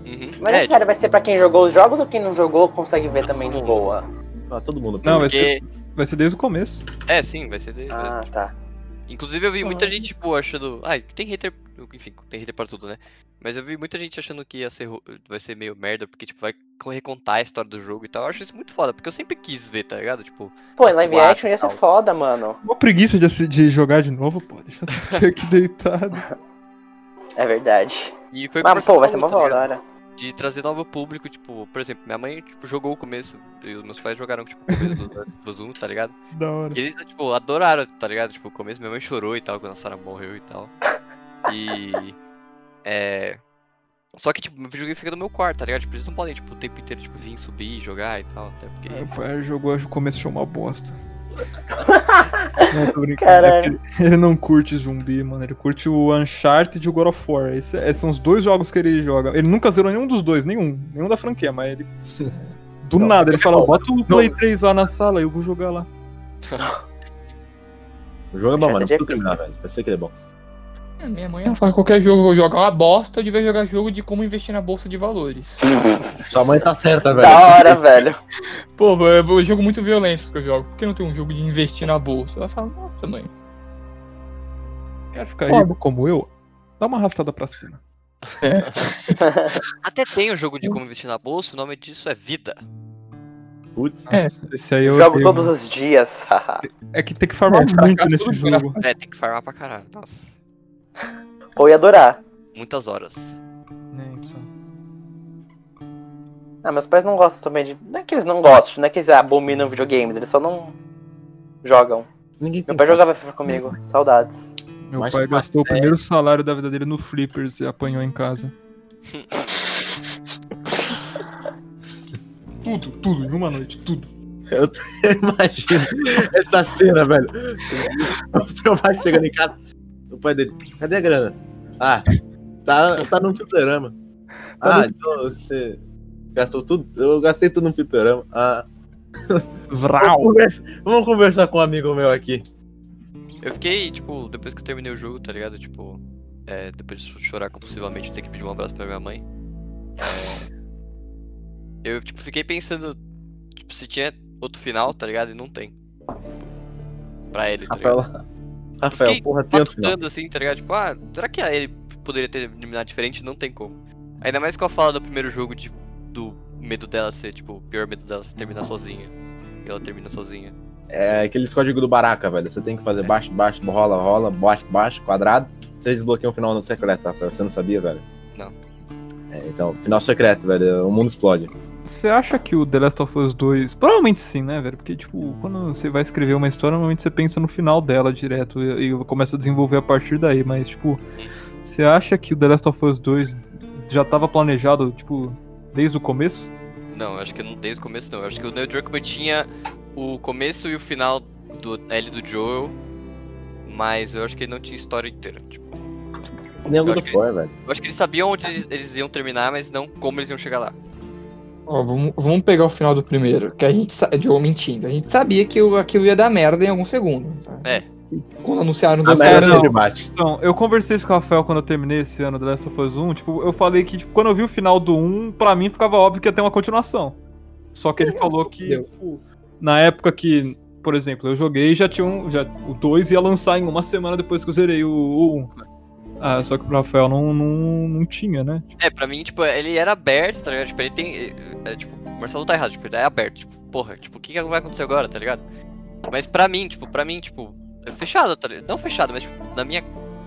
Uhum.
Mas
é,
é sério, vai ser pra quem jogou os jogos ou quem não jogou consegue ver também de boa?
Ah, todo mundo.
Não, vai
porque.
ser, vai ser desde o começo.
É, sim, vai ser. de- vai-
Ah, tá.
Inclusive eu vi muita
Ah.
gente, tipo, achando. Ai, tem hater. Enfim, tem hater pra tudo, né? Mas eu vi muita gente achando que ia ser, ru- vai ser meio merda, porque, tipo, vai co- recontar a história do jogo e tal. Eu acho isso muito foda, porque eu sempre quis ver, tá ligado? Tipo,
Pô, em live
Quatro,
action ia ser
tal.
foda, mano.
Uma preguiça de, assi- de jogar de novo, pô. Deixa eu assistir aqui deitado.
É verdade.
e foi por
Ah, Mas,
isso que
pô, vai
eu
ser é.
falo,
uma
tá ligado?
hora.
De trazer novo público, tipo, por exemplo, minha mãe, tipo, jogou o começo, e os meus pais jogaram, tipo, o começo do Last of Us 1, tá ligado?
da hora.
E eles, tipo, adoraram, tá ligado? Tipo, o começo minha mãe chorou e tal, quando a Sarah morreu e tal. E. É. Só que, tipo, meu videogame fica no meu quarto, tá ligado? Tipo, eles não podem, tipo, o tempo inteiro, tipo, vir subir, jogar e tal, até porque.
Meu pai jogou, acho que o começo achou uma bosta. não, tô brincando.
Caralho.
É que Ele não curte zumbi, mano. Ele curte o Uncharted e o God of War. Esse- é, esses são os dois jogos que ele joga. Ele nunca zerou nenhum dos dois, nenhum. Nenhum da franquia, mas ele. Do
Não,
nada, ele fala:
bom.
bota o Play 3 lá na sala, eu vou jogar lá.
O jogo é bom, mano. Não
Cara, é
precisa terminar, velho. Eu sei que ele é bom.
É, minha mãe ela fala que qualquer jogo que eu jogo é uma bosta, eu devia jogar jogo de como investir na bolsa de valores.
Sua mãe tá certa, velho.
Da hora, velho.
Pô, eu eu jogo muito violento que eu jogo. Por que não tem um jogo de investir na bolsa? Ela fala, nossa, mãe.
Quer ficar
Foda.
rico como eu? Dá uma arrastada pra cima.
Até tem o jogo de como investir na bolsa, o nome disso é Vida.
Putz.
É.
Esse aí eu.
Jogo
eu-
todos os dias.
É que tem que farmar
Nossa,
muito
cara,
nesse
tudo
jogo.
É, tem que farmar pra caralho. Nossa,
Ou ia adorar.
muitas horas.
É, então.
Ah, meus pais não gostam também de. Não é que eles não gostam, não é que eles abominam videogames, eles só não jogam.
Ninguém tem
Meu pai
saco.
jogava FIFA comigo, saudades.
Meu
Mas
pai
uma
gastou o
série-
primeiro salário da vida dele no Flippers e apanhou em casa. tudo, tudo, em uma noite, tudo.
Eu imagino essa cena, velho. O seu pai chegando em casa, o pai dele, cadê a grana? Ah, tá, tá no fliperama. Ah, então você gastou tudo? Eu gastei tudo no fliperama. Ah, vamos,
Vral!
conversa- vamos conversar com um amigo meu aqui.
Eu fiquei, tipo, depois que eu terminei o jogo, tá ligado? Tipo, é, depois de chorar compulsivamente, ter que pedir um abraço pra minha mãe. É, eu, tipo, fiquei pensando, tipo, se tinha outro final, tá ligado? E não tem. Pra ele, tá
Rafael,
ligado?
Rafael
Fiquei
porra, tem outro final.
Matutando assim, tá ligado? Tipo, ah, será que ele poderia ter eliminado diferente? Não tem como. Ainda mais com a fala do primeiro jogo, de, do medo dela ser, tipo, o pior medo dela se terminar sozinha. E ela termina sozinha.
É aqueles códigos do Baraka, velho. Você tem que fazer baixo, baixo, rola, rola, baixo, baixo, quadrado. Você desbloqueia um final secreto, Rafael. Você não sabia, velho?
Não.
É, então, final secreto, velho. O mundo explode.
Você acha que o The Last of Us 2. Provavelmente sim, né, velho? Porque, tipo, quando você vai escrever uma história, normalmente você pensa no final dela direto e, e começa a desenvolver a partir daí. Mas, tipo, você acha que o The Last of Us 2 já tava planejado, tipo, desde o começo?
Não, eu acho que não desde o começo, não. Eu acho que o Neil Druckmann tinha o começo e o final do L do Joel, mas eu acho que ele não tinha história inteira. Tipo,
Nem o God
acho
of
que-
War, velho.
eu acho que eles sabiam onde eles, eles iam terminar, mas não como eles iam chegar lá.
Ó, vamos, vamos pegar o final do primeiro, que a gente sa- Joe mentindo. A gente sabia que o- aquilo ia dar merda em algum segundo. tá?
É.
Quando anunciaram
A
dois
merda
Ah, não.
sempre bate.
Então, eu conversei isso com o Rafael quando eu terminei esse ano The Last of Us 1. Tipo, eu falei que, tipo, quando eu vi o final do 1, pra mim ficava óbvio que ia ter uma continuação. Só que ele falou que,
Deu.
tipo, na época que, por exemplo, eu joguei, já tinha um. Já, o 2 ia lançar em uma semana depois que eu zerei o, o 1. Ah, só que pro Rafael não, não, não tinha, né?
É, pra mim, tipo, ele era aberto, tá ligado? Tipo, ele tem. é, é, tipo, o Marcelo tá errado, tipo, ele é aberto. Tipo, porra, tipo, o que, que vai acontecer agora, tá ligado? Mas pra mim, tipo, pra mim, tipo, é fechado, tá ligado? Não fechado, mas, tipo, na minha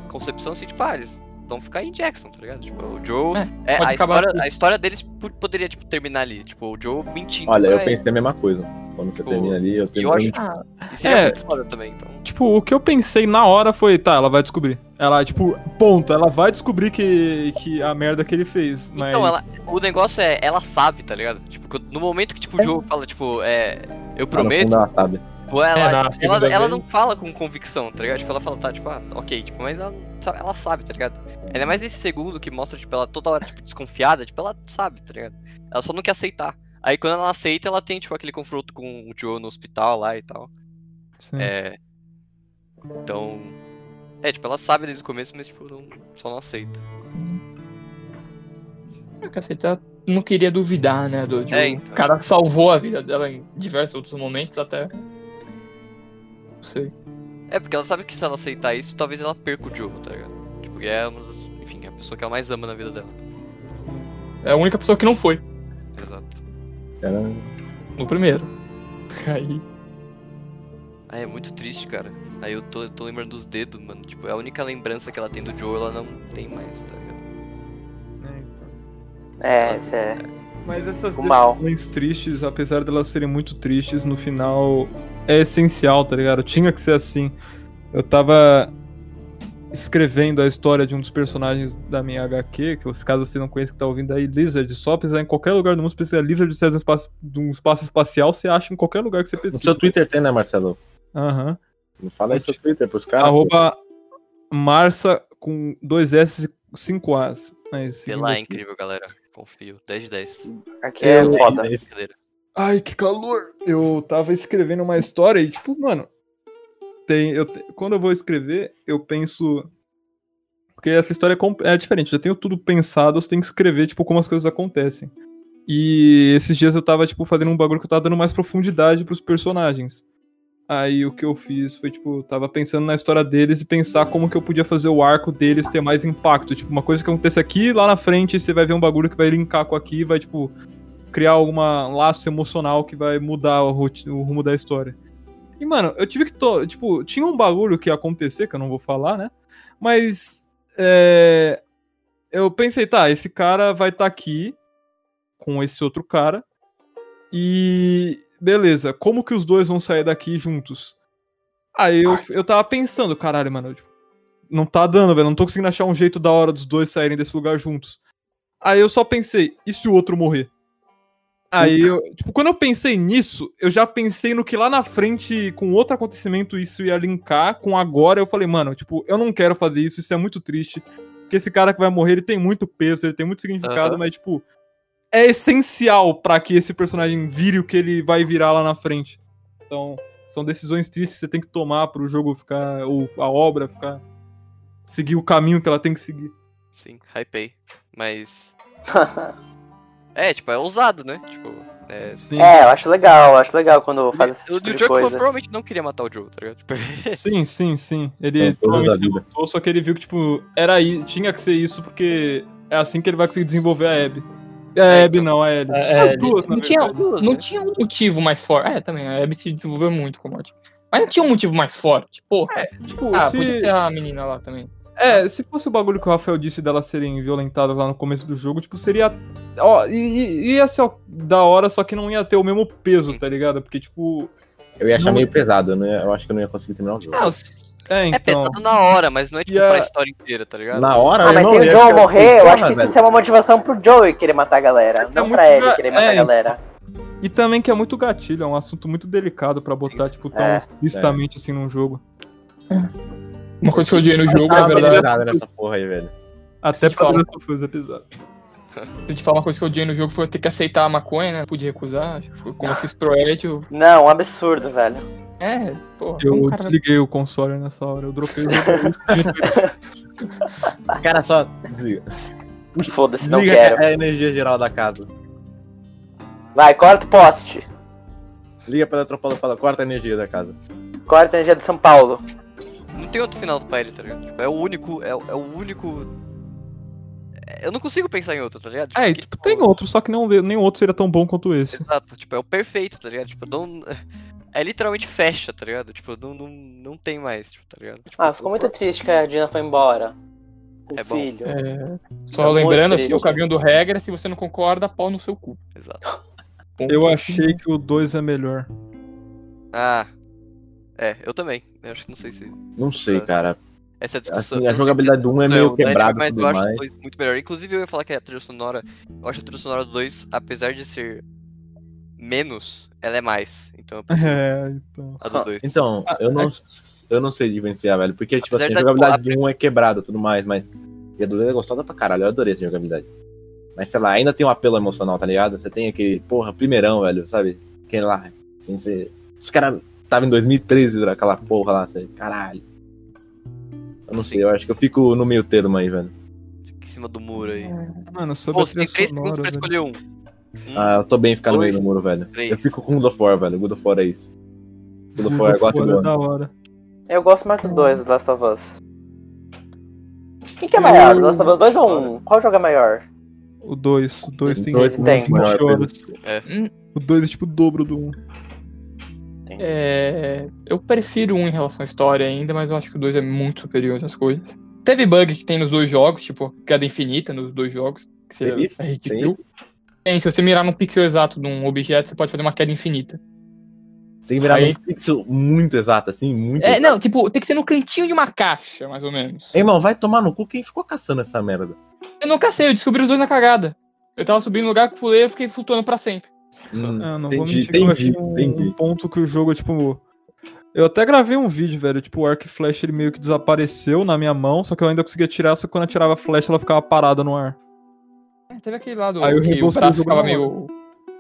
concepção, assim, tipo, ah, eles vão ficar em Jackson, tá ligado? Tipo, o Joe. É,
pode
a,
acabar
história,
aqui.
a história deles po- poderia, tipo, terminar ali. Tipo, o Joe mentindo.
Olha, eu
pra
pensei a mesma coisa. Quando você
Tipo,
termina ali, eu
eu
tenho
acho-
Ah,
ele. E seria
É.
muito foda também, então.
Tipo, o que eu pensei na hora foi, tá, ela vai descobrir. Ela, tipo, ponto, ela vai descobrir que, que a merda que ele fez. Mas.
Então, ela, o negócio é, ela sabe, tá ligado? Tipo, quando- no momento que, tipo, o Joe fala, tipo, é. Eu prometo,
Ela sabe.
Tipo, ela,
É, na
ela,
segunda
ela
vez.
não fala com convicção, tá ligado? Tipo, ela fala, tá, tipo, ah, ok, tipo, mas ela, não sabe, ela sabe, tá ligado? Ainda mais esse segundo que mostra, tipo, ela toda hora, tipo, desconfiada, tipo, ela sabe, tá ligado? Ela só não quer aceitar. Aí quando ela aceita, ela tem, tipo, aquele confronto com o Joe no hospital lá e tal.
Sim.
É. Então. É, tipo, ela sabe desde o começo, mas, tipo, não, só não aceita.
É, cacete, ela não queria duvidar, né? Do, de
É,
um
então.
cara que salvou a vida dela em diversos outros momentos, até. Não sei.
É, porque ela sabe que se ela aceitar isso, talvez ela perca o Joe, tá ligado? Tipo, e é uma das, enfim, é a pessoa que ela mais ama na vida dela.
É a única pessoa que não foi
Exato.
Ela-
no primeiro. Aí.
Ah, é muito triste, cara. Aí eu tô, eu tô lembrando dos dedos, mano. Tipo, a única lembrança que ela tem do Joe, ela não tem mais, tá ligado?
É, então.
É, isso é.
Mas essas
O mal.
decisões tristes, apesar de elas serem muito tristes, no final é essencial, tá ligado? Tinha que ser assim. Eu tava escrevendo a história de um dos personagens da minha HQ, que se caso você não conheça que tá ouvindo aí, Lizard, só pesquisar em qualquer lugar do mundo, se pesquisar Lizard de um espaço, de um espaço espacial, você acha em qualquer lugar que você
No
pesquisa.
seu Twitter tem, né, Marcelo?
Aham.
Não fala aí no seu Twitter pros caras.
Arroba Marça com dois S e cinco As. Aí,
Sei
seguindo
lá, é
aqui.
incrível, galera. Confio. 10 de 10.
Aqui é
pô.
foda.
Esse-
Brincadeira.
Ai, que calor! Eu tava escrevendo uma história e, tipo, mano. Tem, eu, te- quando eu vou escrever, eu penso Porque essa história é com- é diferente, eu já tenho tudo pensado, eu só tenho que escrever, tipo, como as coisas acontecem. E esses dias eu tava, tipo, fazendo um bagulho que eu tava dando mais profundidade pros personagens. Aí o que eu fiz foi, tipo, eu tava pensando na história deles e pensar como que eu podia fazer o arco deles ter mais impacto. Tipo, uma coisa que acontece aqui, lá na frente você vai ver um bagulho que vai linkar com aqui e vai, tipo, criar alguma laço emocional que vai mudar o, roti- o rumo da história. E, mano, eu tive que. To... Tipo, tinha um bagulho que ia acontecer, que eu não vou falar, né? Mas. é, Eu pensei, tá, esse cara vai estar aqui com esse outro cara. E. Beleza, como que os dois vão sair daqui juntos? Aí eu, eu tava pensando, caralho, mano, tipo, não tá dando, velho, não tô conseguindo achar um jeito da hora dos dois saírem desse lugar juntos. Aí eu só pensei, e se o outro morrer? Aí eu, tipo, quando eu pensei nisso, eu já pensei no que lá na frente, com outro acontecimento, isso ia linkar com agora. Eu falei, mano, tipo, eu não quero fazer isso, isso é muito triste. Porque esse cara que vai morrer, ele tem muito peso, ele tem muito significado,
Aham.
mas, tipo, é essencial pra que esse personagem vire o que ele vai virar lá na frente. Então, são decisões tristes que você tem que tomar pro jogo ficar, ou a obra ficar, seguir o caminho que ela tem que seguir.
Sim, hypei. Mas. É, tipo, é ousado, né? Tipo. É...
Sim.
É, eu acho legal, eu acho legal quando faz esse
O
tipo de
Joker
coisa.
provavelmente não queria matar o Joe, tá ligado? Tipo,
Sim, sim, sim.
São
Ele
todas da
provavelmente
vida.
lutou, só que ele viu que, tipo, era aí, tinha que ser isso, porque é assim que ele vai conseguir desenvolver a Abby. É, a
É,
Abby
então.
não, a Ellie.
É,
As
é,
duas, na
não tinha,
verdade.
duas,
não
né?
tinha um motivo mais forte. É, também, a Abby se desenvolveu muito com o Morty. Mas não tinha um motivo mais forte. Pô,
Tipo,
ah,
se...
podia ser a menina lá também.
É, se fosse o bagulho que o Rafael disse delas serem violentadas lá no começo do jogo, tipo, seria. Ó, e- e- ia ser da hora, só que não ia ter o mesmo peso, tá ligado? Porque, tipo.
Eu ia achar
Não-
meio pesado, eu, não ia- eu acho que eu não ia conseguir terminar o jogo.
Ah, os...
É,
É
então.
pesado na hora, mas não é tipo
E a-
pra história inteira, tá ligado?
Na hora,
Ah, mas
eu
se
não
o
ia
Joe
ficar-
morrer, eu acho que
Porra,
isso
velho.
é uma motivação pro Joey querer matar a
É
galera, não
muito
pra ele
ga-
querer matar
é,
a galera.
E também que é muito gatilho, é um assunto muito delicado pra botar, tipo, tão
É,
explicitamente assim num jogo.
Uma coisa que eu odiei no jogo,
Dá
é
uma
verdade.
pesada nessa porra aí, velho.
Até
Sim,
pra
fala.
fazer os episódios.
Se te falar uma coisa que eu odiei no jogo, foi eu ter que aceitar a maconha, né? Pude recusar. Foi Como eu fiz pro Ed, eu...
Não, um absurdo, velho.
É, pô.
Eu
como o cara vai-
desliguei o console nessa hora, eu dropei o jogo.
Cara, só desliga.
Foda-se, não
Desliga é
quero.
a energia geral da casa.
Vai, corta o poste.
Liga pra Atropolo e fala, corta a energia da casa.
Corta a energia de São Paulo.
Não tem outro final pra ele, tá ligado? Tipo, é o único. É, o- é o único. É, Eu não consigo pensar em outro, tá ligado?
É, e,
que-
tipo, tem outro, só que não, nenhum outro seria tão bom quanto esse.
Exato, tipo, é o perfeito, tá ligado? Tipo, não. É literalmente fecha, tá ligado? Tipo, não, não, não tem mais, tipo, tá ligado? Tipo,
Ah, ficou muito triste que a Dina foi embora. Com
É
o
bom.
filho.
É,
É
Só
muito
lembrando
triste.
que o caminho do regra, se você não concorda, pau no seu cu.
Exato.
Ponto.
Eu achei que o 2 é melhor.
Ah. É, eu também. Eu acho que não sei se.
Não sei, cara.
Essa é a discussão.
Assim,
eu não
a
sei se-
jogabilidade do 1 é
Não,
meio
o Dynamite,
quebrada e
mas
tudo
eu acho
mais.
o 2 muito melhor. Inclusive, eu ia falar que a trilha sonora. Eu acho a trilha sonora do 2, apesar de ser menos, ela é mais. Então, eu prefiro
É, então.
a do 2.
Então, eu não, eu não sei diferenciar, velho. Porque, tipo assim, a
Apesar da
jogabilidade
palavra-
do 1 é quebrada e tudo mais, mas. E a do 2 é gostosa pra caralho. Eu adorei essa jogabilidade. Mas sei lá, ainda tem um apelo emocional, tá ligado? Você tem aquele, porra, primeirão, velho, sabe? Quem lá. Assim, você... Os caras estavam em 2013, viu, aquela porra lá, assim, caralho. Eu não sei, eu acho que eu fico no meio termo aí, velho.
Em cima do muro aí.
Mano, sobre
Pô,
a
você tem
trilha
3 segundos
sonora,
pra
velho.
escolher um.
Ah, eu tô bem ficando no meio
Dois,
do muro, velho.
três.
Eu fico com o God of War, velho. God of War é isso. God of War é
God of
God
War
of
é
War.
da hora.
Eu gosto mais do
Hum.
2, do Last of Us. Quem
Hum.
que é maior, Last of Us 2 ou 1? Qual jogo é maior?
O 2. O 2 tem
Dois
tipo,
tem.
20 horas.
É.
O 2 é tipo o dobro do 1. Um.
É, eu prefiro um em relação à história ainda, mas eu acho que o dois é muito superior nas coisas. Teve bug que tem nos dois jogos, tipo, queda infinita nos dois jogos, que você-
Tem isso?
é
Tem
ridículo.
isso?
Tem, se você mirar num pixel exato de um objeto, você pode fazer uma queda infinita.
Tem que virar
Aí-
um pixel muito exato, assim, muito
É,
exato.
não, tipo, tem que ser no cantinho de uma caixa, mais ou menos.
Ei, Irmão, vai tomar no cu quem ficou caçando essa merda.
Eu nunca sei, eu descobri os dois na cagada. Eu tava subindo no lugar que pulei, eu fiquei flutuando pra sempre.
Hum,
Ah, não vou
entendi,
mentir, que eu achei
entendi,
um, um
entendi.
ponto que o jogo, é, tipo... Eu até gravei um vídeo, velho, tipo, o arco e flecha ele meio que desapareceu na minha mão, só que eu ainda conseguia tirar, só que quando eu tirava a flecha ela ficava parada no ar.
É, Teve aquele lado
Aí eu
que o
repulsei o
braço
jogo
ficava
na hora.
meio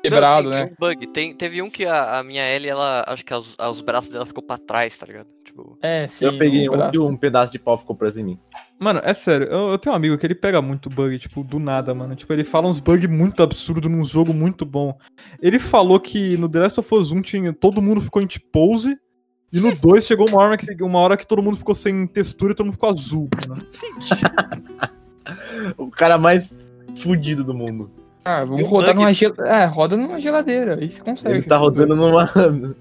quebrado,
Não, sim,
né?
tinha um bug. Tem, teve um que a, a minha Ellie, ela. Acho que os, os braços dela ficou pra trás, tá ligado? Tipo, boa.
É, sim.
eu peguei um
braço.
que um pedaço de pau ficou preso em mim.
Mano, é sério, eu, eu tenho um amigo que ele pega muito bug, tipo, do nada, mano. Tipo, ele fala uns bug muito absurdo num jogo muito bom. Ele falou que no The Last of Us 1 tinha, todo mundo ficou em T-pose, e no 2 chegou uma hora, que, uma hora que todo mundo ficou sem textura e todo mundo ficou azul, mano.
O cara mais fudido do mundo.
Ah,
E
vamos
o
rodar
bug-
numa geladeira. É, roda numa geladeira. Aí você consegue.
Ele tá rodando numa.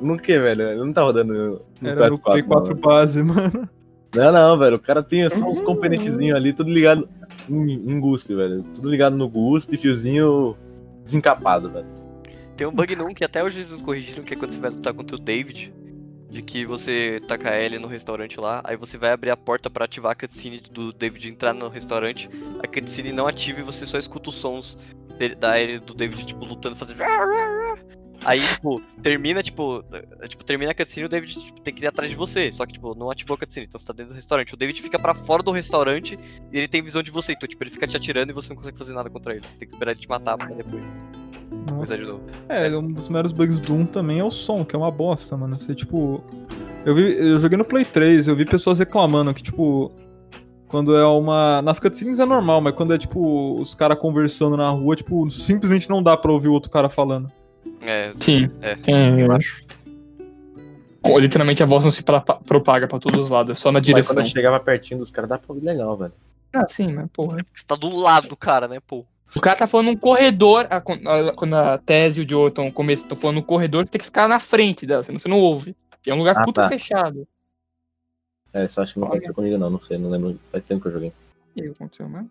No que, velho? Ele não tá rodando no
Era o Play 4
não.
base, mano.
Não, não, velho. O cara tem só uns componentezinhos ali, tudo ligado em, em GUSP, velho. Tudo ligado no GUSP, fiozinho desencapado, velho.
Tem um bug num que até hoje eles não corrigiram, que é quando você vai lutar contra o David. De que você taca ele no restaurante lá, aí você vai abrir a porta pra ativar a cutscene do David entrar no restaurante, a cutscene não ativa e você só escuta os sons dele, da ele do David, tipo, lutando, fazendo. Aí, tipo, termina, tipo, eh, tipo, termina a cutscene e o David tipo, tem que ir atrás de você. Só que, tipo, não ativou a cutscene, então você tá dentro do restaurante. O David fica pra fora do restaurante e ele tem visão de você. Então, tipo, ele fica te atirando e você não consegue fazer nada contra ele. Você tem que esperar ele te matar pra depois. Mas
Nossa.
ajudou.
É, um dos meros bugs do 1 também é o som, que é uma bosta, mano. Você, tipo. Eu, vi, eu joguei no Play 3, eu vi pessoas reclamando que, tipo. Quando é uma. Nas cutscenes é normal, mas quando é, tipo, os caras conversando na rua, tipo, simplesmente não dá pra ouvir o outro cara falando.
É,
Sim.
É,
Sim.
eu
Com- Literalmente a voz não se pra- propaga pra todos os lados, é só na
Mas
direção.
quando eu chegava pertinho dos caras, dá pra ouvir legal, velho.
Ah, sim, mas porra.
você tá do lado, cara, né, pô?
O cara tá falando um corredor, a- a- quando a Tese e o Joe estão começo, estão falando um corredor, você tem que ficar na frente dela, senão você não ouve. E é um lugar
Ah,
puta
tá.
fechado.
É, só acho que não aconteceu comigo, não. Não sei, não lembro. Faz tempo que eu joguei.
E aí, aconteceu, né?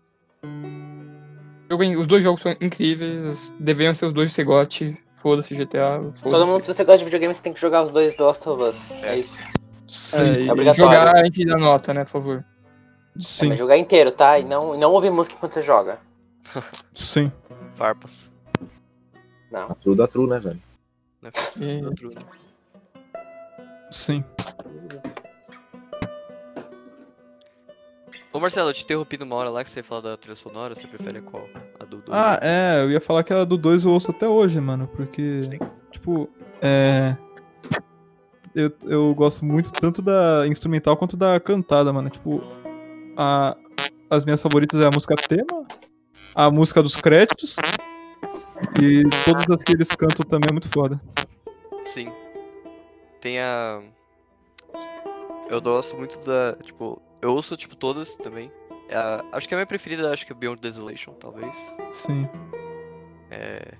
Jogo in- Os dois jogos são incríveis, deveriam ser os dois cegote. Foda-se GTA, foda-se.
Todo mundo, se você gosta de videogame, você tem que jogar os dois The Last of Us. É isso.
É, e
obrigatório.
jogar antes da nota, né, por favor.
Sim,
Mas jogar inteiro, tá? E não, e não ouvir música enquanto você joga.
sim.
Farpas.
A true da true, né, velho?
Né?
Sim.
Outro-
Sim.
Ô Marcelo, eu te interrompi numa hora lá que você fala da trilha sonora, você prefere qual? A do do-
Ah, é, eu ia falar que a do 2 eu ouço até hoje, mano, porque.
Sim.
Tipo, é. Eu, eu gosto muito tanto da instrumental quanto da cantada, mano. Tipo, a, as minhas favoritas é a música tema, a música dos créditos. E todas as que eles cantam também é muito foda.
Sim. Tem a. Eu gosto muito da. Tipo, eu ouço, tipo, todas também. É A- Acho que a minha preferida, acho que é Beyond Desolation, talvez.
Sim.
É.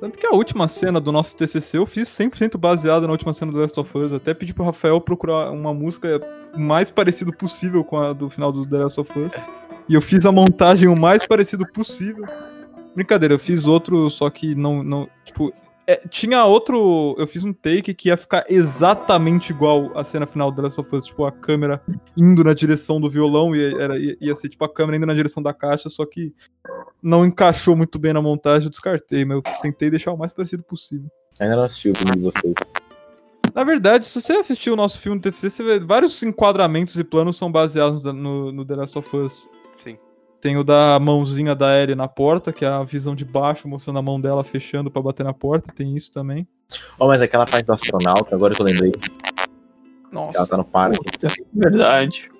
Tanto que a última cena do nosso TCC eu fiz 100% baseada na última cena do Last of Us. Eu até pedi pro Rafael procurar uma música mais parecida possível com a do final do The Last of Us. E eu fiz a montagem o mais parecido possível. Brincadeira, eu fiz outro, só que não. não tipo, é, tinha outro. Eu fiz um take que ia ficar exatamente igual a cena final do The Last of Us. Tipo, a câmera indo na direção do violão. E era, ia, ia ser tipo a câmera indo na direção da caixa, só que não encaixou muito bem na montagem, eu descartei, mas eu tentei deixar o mais parecido possível.
Ainda não assisti o filme de vocês.
Na verdade, se você assistir o nosso filme do TCC, você vê vários enquadramentos e planos são baseados no, no- no The Last of Us.
Sim.
Tem o da mãozinha da Ellie na porta, que é a visão de baixo, mostrando a mão dela fechando pra bater na porta, tem isso também.
Ó, mas aquela parte do astronauta, agora que eu lembrei, que ela
Nossa,
tá no parque,
Puta, verdade.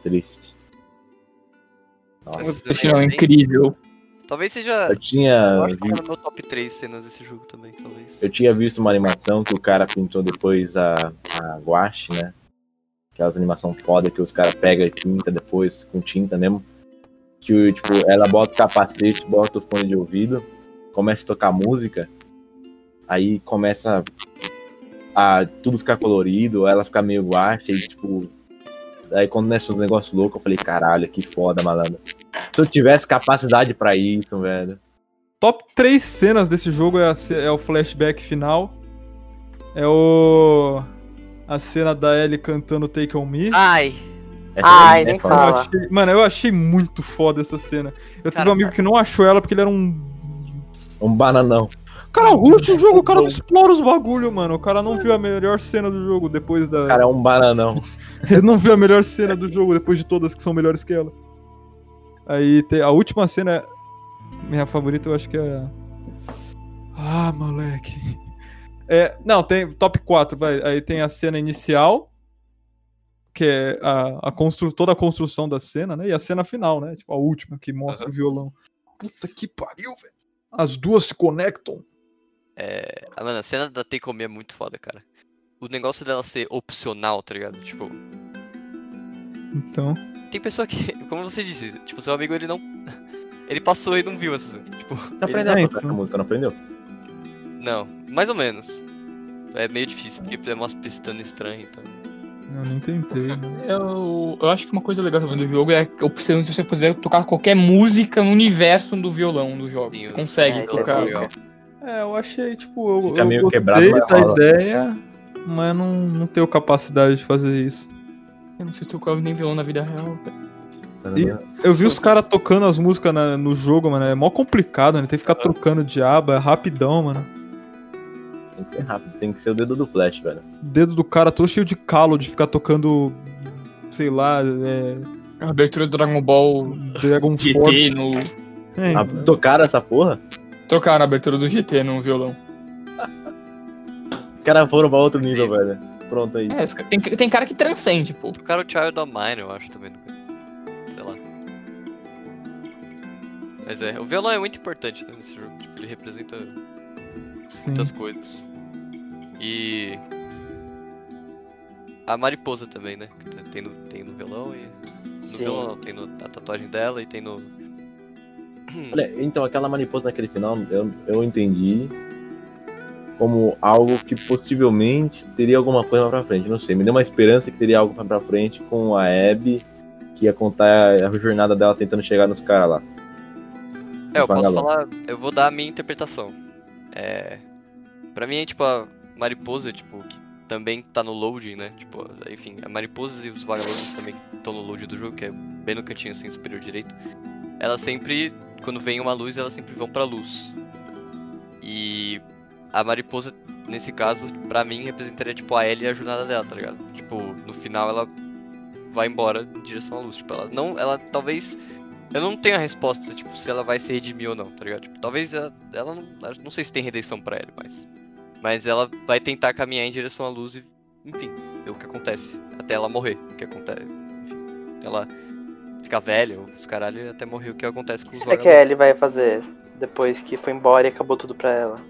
triste. Nossa.
Esse final é incrível.
Talvez seja.
Eu tinha,
Eu acho que
vi-
tá no meu top 3 cenas desse jogo também, talvez.
eu tinha visto uma animação que o cara pintou depois a, a guache, né? Aquelas animação foda que os caras pegam e pinta depois, com tinta mesmo. Que, tipo, ela bota o capacete, bota o fone de ouvido, começa a tocar música, aí começa a tudo ficar colorido, ela ficar meio guache, e, tipo... Aí quando começa os negócios loucos, eu falei, caralho, que foda, malandro. Se eu tivesse capacidade pra isso, velho...
top 3 cenas desse jogo é, a ce- é o flashback final, é o... a cena da Ellie cantando Take On Me.
Ai!
Essa daí
Ai, nem
é
Eu
fala.
achei- mano, eu achei muito foda essa cena. Eu tive
Cara,
um amigo que não achou ela porque ele era um.
Um bananão.
Cara, ruxa o jogo, o cara não explora os bagulho, mano. O cara não viu a melhor cena do jogo depois da.
Cara, é um bananão.
Ele não viu a melhor cena do jogo depois de todas que são melhores que ela. Aí tem- a última cena. é- Minha favorita eu acho que é. Ah, moleque. É, não, tem top 4, vai. Aí tem a cena inicial, que é a, a constru, toda a construção da cena, né? E a cena final, né? Tipo, a última que mostra o violão. Puta que pariu, velho. As duas se conectam.
É... ah, Mano, a cena da Take On Me é muito foda, cara. O negócio dela ser opcional, tá ligado? Tipo,
Então,
tem pessoa que, como você disse, tipo, seu amigo ele não. Ele passou e não viu essa cena. Tipo,
Você aprendeu a tocar
É, então.
essa música, não aprendeu?
não, mais ou menos. É meio difícil, porque é umas pestanas estranhas, então.
eu nem tentei. né?
Eu, eu acho que uma coisa legal também do jogo é a opção de você poder tocar qualquer música no universo do violão do jogo.
Sim,
você
eu-
consegue
É, isso é
tocar.
bom.
Tipo,
É, eu achei, tipo, eu,
Fica
eu
meio
gostei
quebrado, mas
da
rola.
ideia, mas não, não tenho capacidade de fazer isso.
Eu não sei tocar nem violão na vida real. cara.
Tá
Eu vi os caras tocando as músicas na- no jogo, mano. É mó complicado, né? Tem que ficar trocando de aba, é rapidão, mano.
Tem que ser rápido, tem que ser o dedo do Flash, velho.
Dedo do cara todo cheio de calo de ficar tocando, sei lá, é,
A abertura do Dragon Ball
Dragon Force.
GT no.
É,
Ah, tocaram essa porra?
Trocaram a abertura do GT no violão.
Os caras foram pra outro nível, velho. Pronto aí.
É, os ca- tem, tem cara que transcende, pô.
Tá
O cara é o Child of Mine, eu acho também. Sei lá. Mas é, o violão é muito importante né, nesse jogo. Tipo, ele representa
sim.
muitas coisas. E. A mariposa também, né? que tá- Tem no, tem no violão e. No
Sim.
violão, não, tem um- no, na tatuagem dela e tem no.
Olha, então, aquela mariposa naquele final, eu, eu entendi como algo que possivelmente teria alguma coisa lá pra frente, não sei. Me deu uma esperança que teria algo pra- pra frente com a Abby, que ia contar a jornada dela tentando chegar nos caras lá.
É, eu posso
Fala lá.
falar, eu vou dar a minha interpretação. É, pra mim é tipo a mariposa, tipo, que também tá no loading, né? Tipo, enfim, a mariposa e os vagabundos também que estão no load do jogo, que é bem no cantinho assim, superior direito. Elas sempre, quando vem uma luz, elas sempre vão pra luz. E a mariposa, nesse caso, pra mim, representaria tipo a Ellie e a jornada dela, tá ligado? Tipo, no final ela vai embora em direção à luz. Tipo, ela não. Ela talvez eu não tenho a resposta, tipo, se ela vai se redimir ou não, tá ligado? Tipo, talvez ela, ela não. ela- Não sei se tem redenção pra ela, mas. Mas ela vai tentar caminhar em direção à luz e. Enfim, ver o que acontece. Até ela morrer. O que acontece. Enfim, até ela ficar velha, ou os caralho, e até morrer o que acontece com
O É que
os
será que
vagabundos.
a Ellie vai fazer depois que foi embora e acabou tudo pra ela?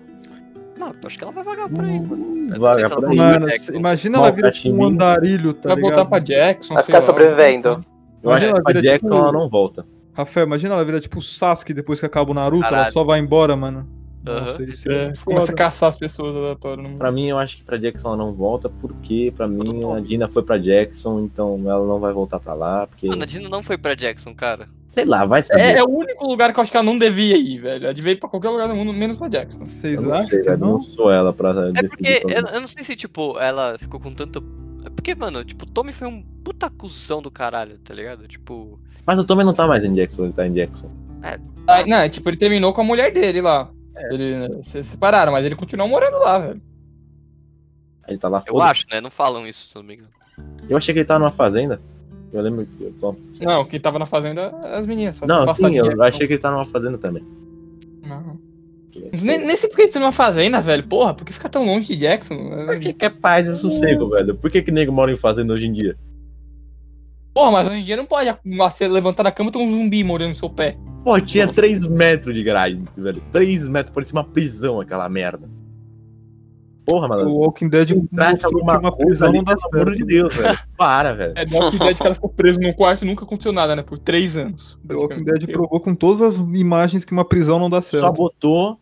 Não, eu acho que ela vai vagar por
Hum.
aí, mano. Eu não
vaga
sei se ela
por
vai
aí.
vagar
Mano,
pro
se-
Jackson.
imagina ela vira tipo um
Maltratinho.
andarilho, tá
Vai
ligado?
voltar pra Jackson.
Vai
sei
ficar
lá. um
sobrevivendo.
Eu acho
Imagina
que
ela
com a
vira
Jackson
tipo-
ela não volta.
Rafael, imagina ela vira tipo Sasuke depois que acaba o Naruto, ela
Caralho.
só vai embora, mano.
Aham.
Nossa, isso é,
É, começa
foda.
a caçar as pessoas né? aleatórias. no-
Pra mim, eu acho que pra Jackson ela não volta, porque pra mim
Todo
a Dina foi pra Jackson, então ela não vai voltar pra lá, porque.
Mano, a Dina não foi pra Jackson, cara.
Sei lá, vai saber.
É, é o único lugar que eu acho que ela não devia ir, velho. Ela devia ir pra qualquer lugar do mundo, menos pra Jackson.
Vocês
Eu não sei,
acham que
velho. Não
não?
sou ela pra
É
decidir.
porque
pra mim.
eu, eu não sei se, tipo, ela ficou com tanto. É porque, mano, tipo, o Tommy foi um puta cuzão do caralho, tá ligado? Tipo.
Mas o Tommy não tá mais em Jackson, ele tá em Jackson.
Ah, não, é tipo, ele terminou com a mulher dele lá.
É.
Ele, né, se separaram, mas ele continuou morando lá, velho.
Ele tá lá
Eu
fora.
acho, né? Não falam isso, se eu não me engano.
Eu achei que ele tava numa fazenda. Eu lembro que eu tô...
Não, quem tava na fazenda era as meninas. pra
Não,
afastar
sim,
de
eu
Jackson.
achei que ele tava numa fazenda também.
Não. Nem, nem sei porque eles estão numa fazenda, velho. Porra, por que ficar tão longe de Jackson?
Por que, que é paz e sossego, velho? Por que, que nego mora em fazenda hoje em dia?
Porra, mas hoje em dia não pode você levantar da cama e ter um zumbi morando no seu pé.
Pô, tinha 3 metros de grade, velho. 3 metros, parecia uma prisão aquela merda. Porra,
O
mano.
Walking Dead
Traz
mostrou que
alguma
uma
coisa
prisão
ali, é
não dá
pelo amor de
certo.
Deus, velho. Para, velho.
É, da ideia de que ela ficou presa num quarto e nunca aconteceu nada, né? Por três anos.
The Walking Dead provou com todas as imagens que uma prisão não dá
Só
certo.
botou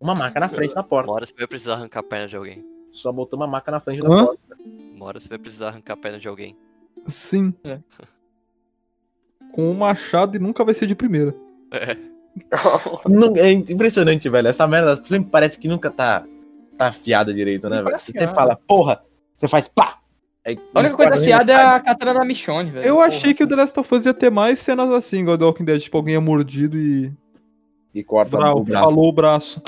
uma maca na frente da
Uma
porta.
hora você vai precisar arrancar a perna de alguém.
Só botou uma maca na frente da
Hã?
porta.
Uma hora você vai precisar arrancar a perna de alguém.
Sim.
É.
Com um machado e nunca vai ser de primeira.
Uhum.
Não- é impressionante, velho. Essa merda sempre parece que nunca tá, tá afiada direito, né,
Não
velho?
parece
Você
que
sempre
não.
fala, porra, você faz pá! Aí,
A única coisa
quadrinho
afiada é
cai.
a katana da Michonne,
É,
velho.
Eu
Porra.
achei que o The Last of Us ia ter mais cenas assim, igual The Walking Dead, tipo, alguém é mordido e
E corta
Bra-
o braço.
falou o braço.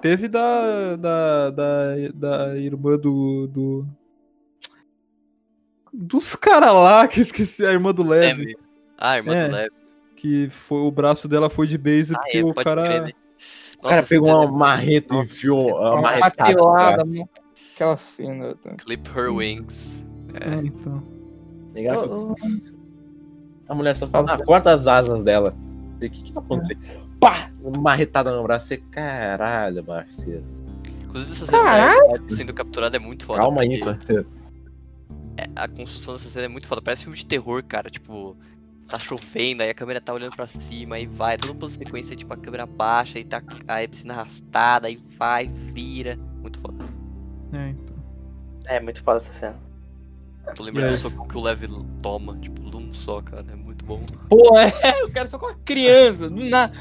Teve da, da, da, da irmã do. do- dos caras lá, que eu esqueci, a irmã do
É,
Lev,
Leve. Ah, irmã
É.
do Leve.
que foi, o braço dela foi de base
Ah,
porque
é,
o
pode
cara.
crer, né?
O cara
Nossa,
pegou
essa
uma
cena-
marreta e enfiou a
Uma
marretada. no
martelada,
braço.
mano. Aquela cena. tá?
Clip her wings.
Ah, então.
Negar
Eu- eu-
A mulher só fala, ah, corta as asas dela. O que que vai acontecer?
É.
Pá! Marretada no braço. Você, caralho, parceiro.
Inclusive, essa
Caraca!
cena dela sendo capturada é muito foda.
Calma aí, tá
porque
parceiro.
A construção dessa cena é muito foda. Parece filme de terror, cara. Tipo, tá chovendo, aí a câmera tá olhando pra cima, aí vai. Toda plano de sequência, tipo, a câmera baixa, aí tá aí a piscina arrastada, aí vai, vira. Muito foda.
É, então.
É muito foda essa cena.
Tô lembrando
E
do
aí?
soco que o Levi toma, tipo, num só, cara. É muito bom.
Pô, é, o cara só com uma criança. do nada.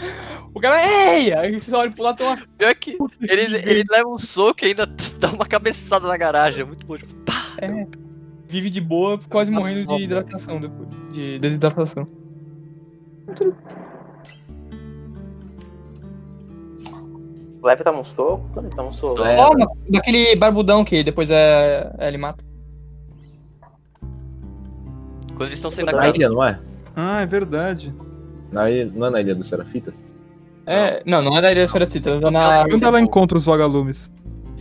O cara, ei! Aí você olha pro lado tem uma.
Pior que ele, ele leva um soco e ainda dá uma cabeçada na garagem. É muito bom. Tipo, pá!
Vive de boa, quase
Nossa,
morrendo de
mano.
hidratação depois. De desidratação.
O Levi toma um soco? Quando ele toma um soco?
Toma. É.
Ó, da- daquele barbudão que depois é, é, ele mata.
Quando eles estão saindo da
Na
casa.
ilha, não é?
Ah, é verdade.
Na ilha, não é na ilha dos Serafitas?
É, não, não é da Ilha Soracita, é na.
Ah, Quando
então
ela encontra os vagalumes.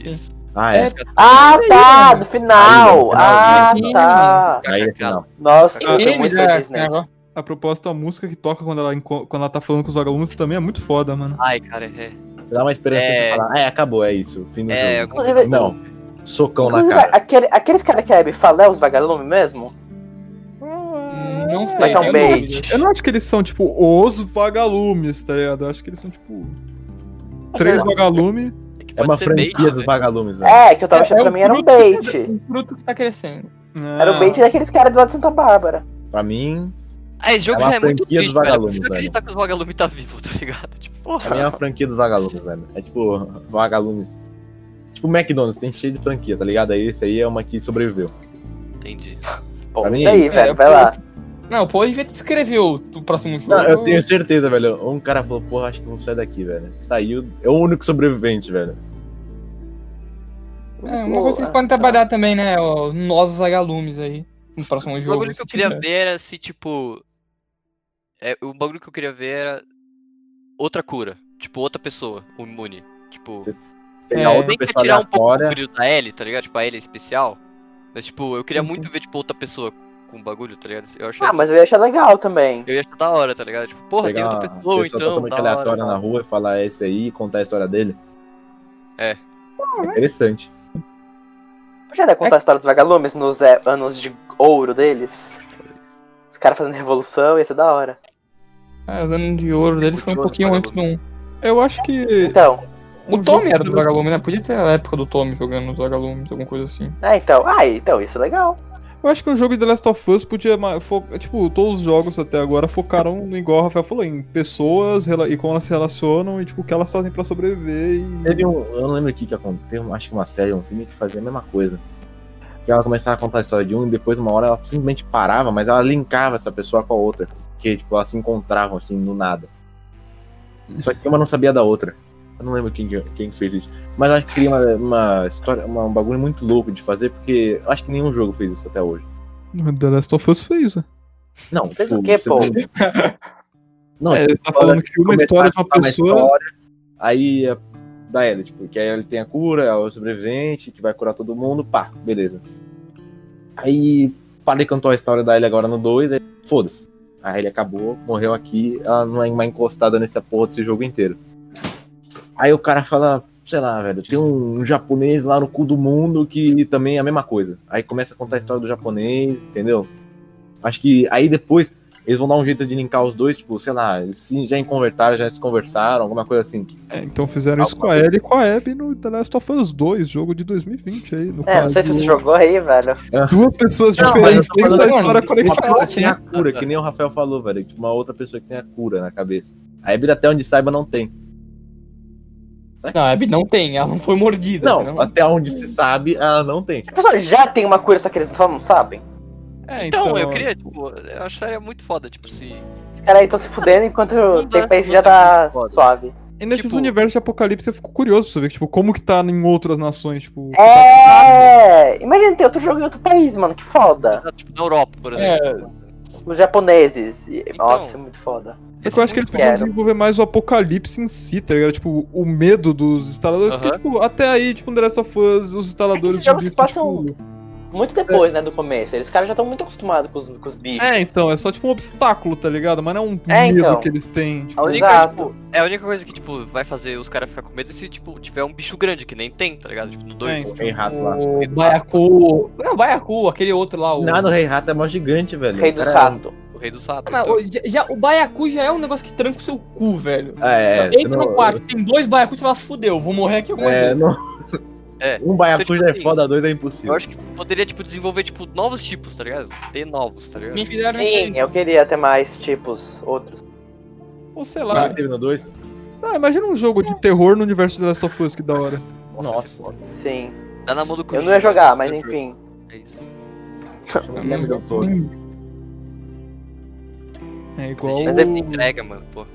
Isso.
Ah, é.
É,
Ah, tá!
mano.
Do final!
Aí,
é
Ah,
no final,
tá!
Na ilha final.
Nossa, eu tô
Eles,
muito
é,
feliz, né?
negócio.
A proposta, a música que toca quando ela, enco- quando ela tá falando com os vagalumes também é muito foda, mano.
Ai, cara, é.
Você dá uma esperança
É.
de falar, ah, é, acabou, é isso. Fim do
É,
jogo.
Inclusive,
Não. Socão na
inclusive
cara. É
aquele- aqueles caras que a Abby fala é os vagalumes mesmo?
Não sei.
Tacar um
tenho
bait.
dúvida.
Eu não acho que eles são, tipo, os vagalumes, tá ligado? Eu acho que eles são, tipo. Três vagalumes.
É, que
É
pode
uma
ser bait,
franquia
né?
dos vagalumes, velho.
É, que eu tava achando
É, é
pra
o
mim era um
fruto que
bait.
tá- O fruto que tá crescendo.
Era
É.
Ah.
o bait daqueles caras do lado de Santa Bárbara.
Pra mim,
Ah, esse jogo
É uma
já é muito
franquia dos
triste, velho.
vagalumes,
Não acreditar que os vagalumes tá vivo, tá ligado? Tipo,
pra mim é
porra.
uma franquia dos vagalumes, velho. É tipo, vagalumes. Tipo McDonald's, tem cheio de franquia, tá ligado? Aí Esse aí é uma que sobreviveu.
Entendi.
Bom,
Pra mim
isso
é
aí,
É,
velho,
o
vai
Paul-
lá.
Não, o Paul devia ter escreveu o próximo jogo.
Não, eu tenho certeza, velho. Um cara falou, porra, acho que não sai daqui, velho. Saiu, é o único sobrevivente, velho.
É, uma coisa que eles podem trabalhar também, né? Os nós vagalumes aí. No próximo
O
jogo. assim, é.
bagulho que eu queria ver era se, tipo. É, o bagulho que eu queria ver era outra cura. Tipo, outra pessoa, o imune. Tipo,
Você
É,
Pegar outra
nem que
pessoa
tirar um pouco do
aleatória.
brilho da L, tá ligado? Tipo, a L é especial. Mas, tipo, eu queria
Sim, sim.
muito ver, tipo, outra pessoa com o bagulho, tá ligado? Eu achei
Ah,
isso-
mas eu ia achar legal também.
Eu ia achar da hora, tá ligado? Tipo, porra, tem
pegar uma
outra pessoa, então.
totalmente
da hora.
aleatória na rua e falar "É esse aí e contar a história dele.
É.
É Interessante.
Podia até né, contar a história dos vagalumes nos é, anos de ouro deles. Os caras fazendo revolução, ia ser da hora.
Ah, os anos de ouro deles foi um pouquinho antes do um.
Eu acho que.
Então,
O
um
Tommy
jogo-
era do vagalume, né? Podia ser a época do Tommy jogando os vagalumes, alguma coisa assim.
é, então. Ah, então, isso é legal.
Eu acho que um jogo de The Last of Us podia. ma- fo- Tipo, todos os jogos até agora focaram, igual o Rafael falou, em pessoas rela- e como elas se relacionam e, tipo, o que elas fazem pra sobreviver. E...
Teve um. Eu não lembro o que que aconteceu, acho que uma série, um filme que fazia a mesma coisa. Que ela começava a contar a história de um e depois, uma hora, ela simplesmente parava, mas ela linkava essa pessoa com a outra. Porque, tipo, elas se encontravam assim, do nada. Só que uma não sabia da outra. Eu não lembro quem, que- quem que fez isso. Mas eu acho que seria uma, uma história, uma- um bagulho muito louco de fazer, porque eu acho que nenhum jogo fez isso até hoje.
The Last of Us fez, né?
Não,
Fez o
tipo,
quê,
você
pô?
não- Não,
É,
tipo,
ele tá falando que uma
começar
história de
a
uma
contar
pessoa.
história, aí é da Ellie, tipo, que aí ele tem a cura, é o sobrevivente, que vai curar todo mundo, pá, beleza. Aí falei cantou a história da Ellie agora no 2, aí foda-se. A Ellie acabou, morreu aqui, ela não é mais encostada nessa porra desse jogo inteiro. Aí o cara fala, sei lá, velho, tem um japonês lá no cu do mundo que também é a mesma coisa. Aí começa a contar a história do japonês, entendeu? Acho que aí depois eles vão dar um jeito de linkar os dois, tipo, sei lá, eles se já convertaram, já se conversaram, alguma coisa assim.
É, então fizeram isso com a
Alguma
Ellie e com a Abby no The Last of Us 2, jogo de 2020 aí. No
É, não sei se
caso,
você jogou aí, velho.
Duas pessoas
Não,
diferentes
mas eu tô assim,
têm sua
falando-
é
assim,
história
Uma
tipo,
conectada.
pessoa que tem a cura, que nem o Rafael falou, velho. Tipo, uma outra pessoa que tem a cura na cabeça. A Ebra, até onde saiba, não tem.
Não, a Abby não tem, ela não foi mordida.
Não,
senão-
até onde se sabe, ela não tem.
A pessoa já tem uma cura, só que eles só não sabem.
É,
Então, eu queria, tipo, eu acharia muito foda, tipo, se.
Os caras aí estão se fudendo enquanto tem
dá-
país que
não
já
dá
tá
muito foda.
suave.
E nesses
tipo-
universos de apocalipse eu fico curioso pra saber, tipo, como que tá em outras nações, tipo.
É! Imagina ter outro jogo em outro país, mano, que foda.
Tipo, na Europa, por exemplo.
Os japoneses. e-
Então.
Nossa, é muito foda.
Só que eu acho que eles
Quero.
podiam desenvolver mais o apocalipse em si, tá ligado? Tipo, o medo dos instaladores. Porque,
Aham.
tipo, até aí, tipo, no The Last of Us, os instaladores.
É que esses jogos
diziam,
passam-
tipo,
muito depois, né, do começo. Eles caras já estão muito acostumados com os, com os bichos.
É, então, é só tipo um obstáculo, tá ligado? Mas não é um
É,
medo
então.
que eles têm. Tipo,
A única,
Exato.
É a única coisa que, tipo, vai fazer os caras ficar com medo é se, tipo, tiver um bicho grande, que nem tem, tá ligado? Tipo, no 2.
É,
Rei Rato lá.
O Baiacu. Não, Baiacu, aquele outro lá. O...
Nada, o Rei Rato é mó gigante, velho.
Rei dos
Cara,
ratos.
O rei dos ratos.
Ah, Mas,
então.
o- já, já- o Baiacu já é um negócio que tranca o seu cu, velho.
É, você
Entra
não-
no quarto, tem dois Baiacus, você fala, fudeu, vou morrer aqui alguma
É,
vez.
não...
É.
Um baiacu já é
Sim.
foda, dois é
Eu
impossível.
acho que poderia, tipo, desenvolver, tipo, novos tipos, tá ligado? Ter novos, tá ligado?
Me fizeram
Sim, é
isso aí.
eu queria ter mais tipos, outros.
Ou sei
Não
lá.
teve no dois?
Ah, imagina um jogo de terror no universo de The Last of Us, que da hora.
esse-
Nossa,
Sim.
Dá na mão do
Eu não ia jogar, mas enfim.
É isso.
não lembro um do autor.
É igual.
Mas deve ter entrega, mano, pô.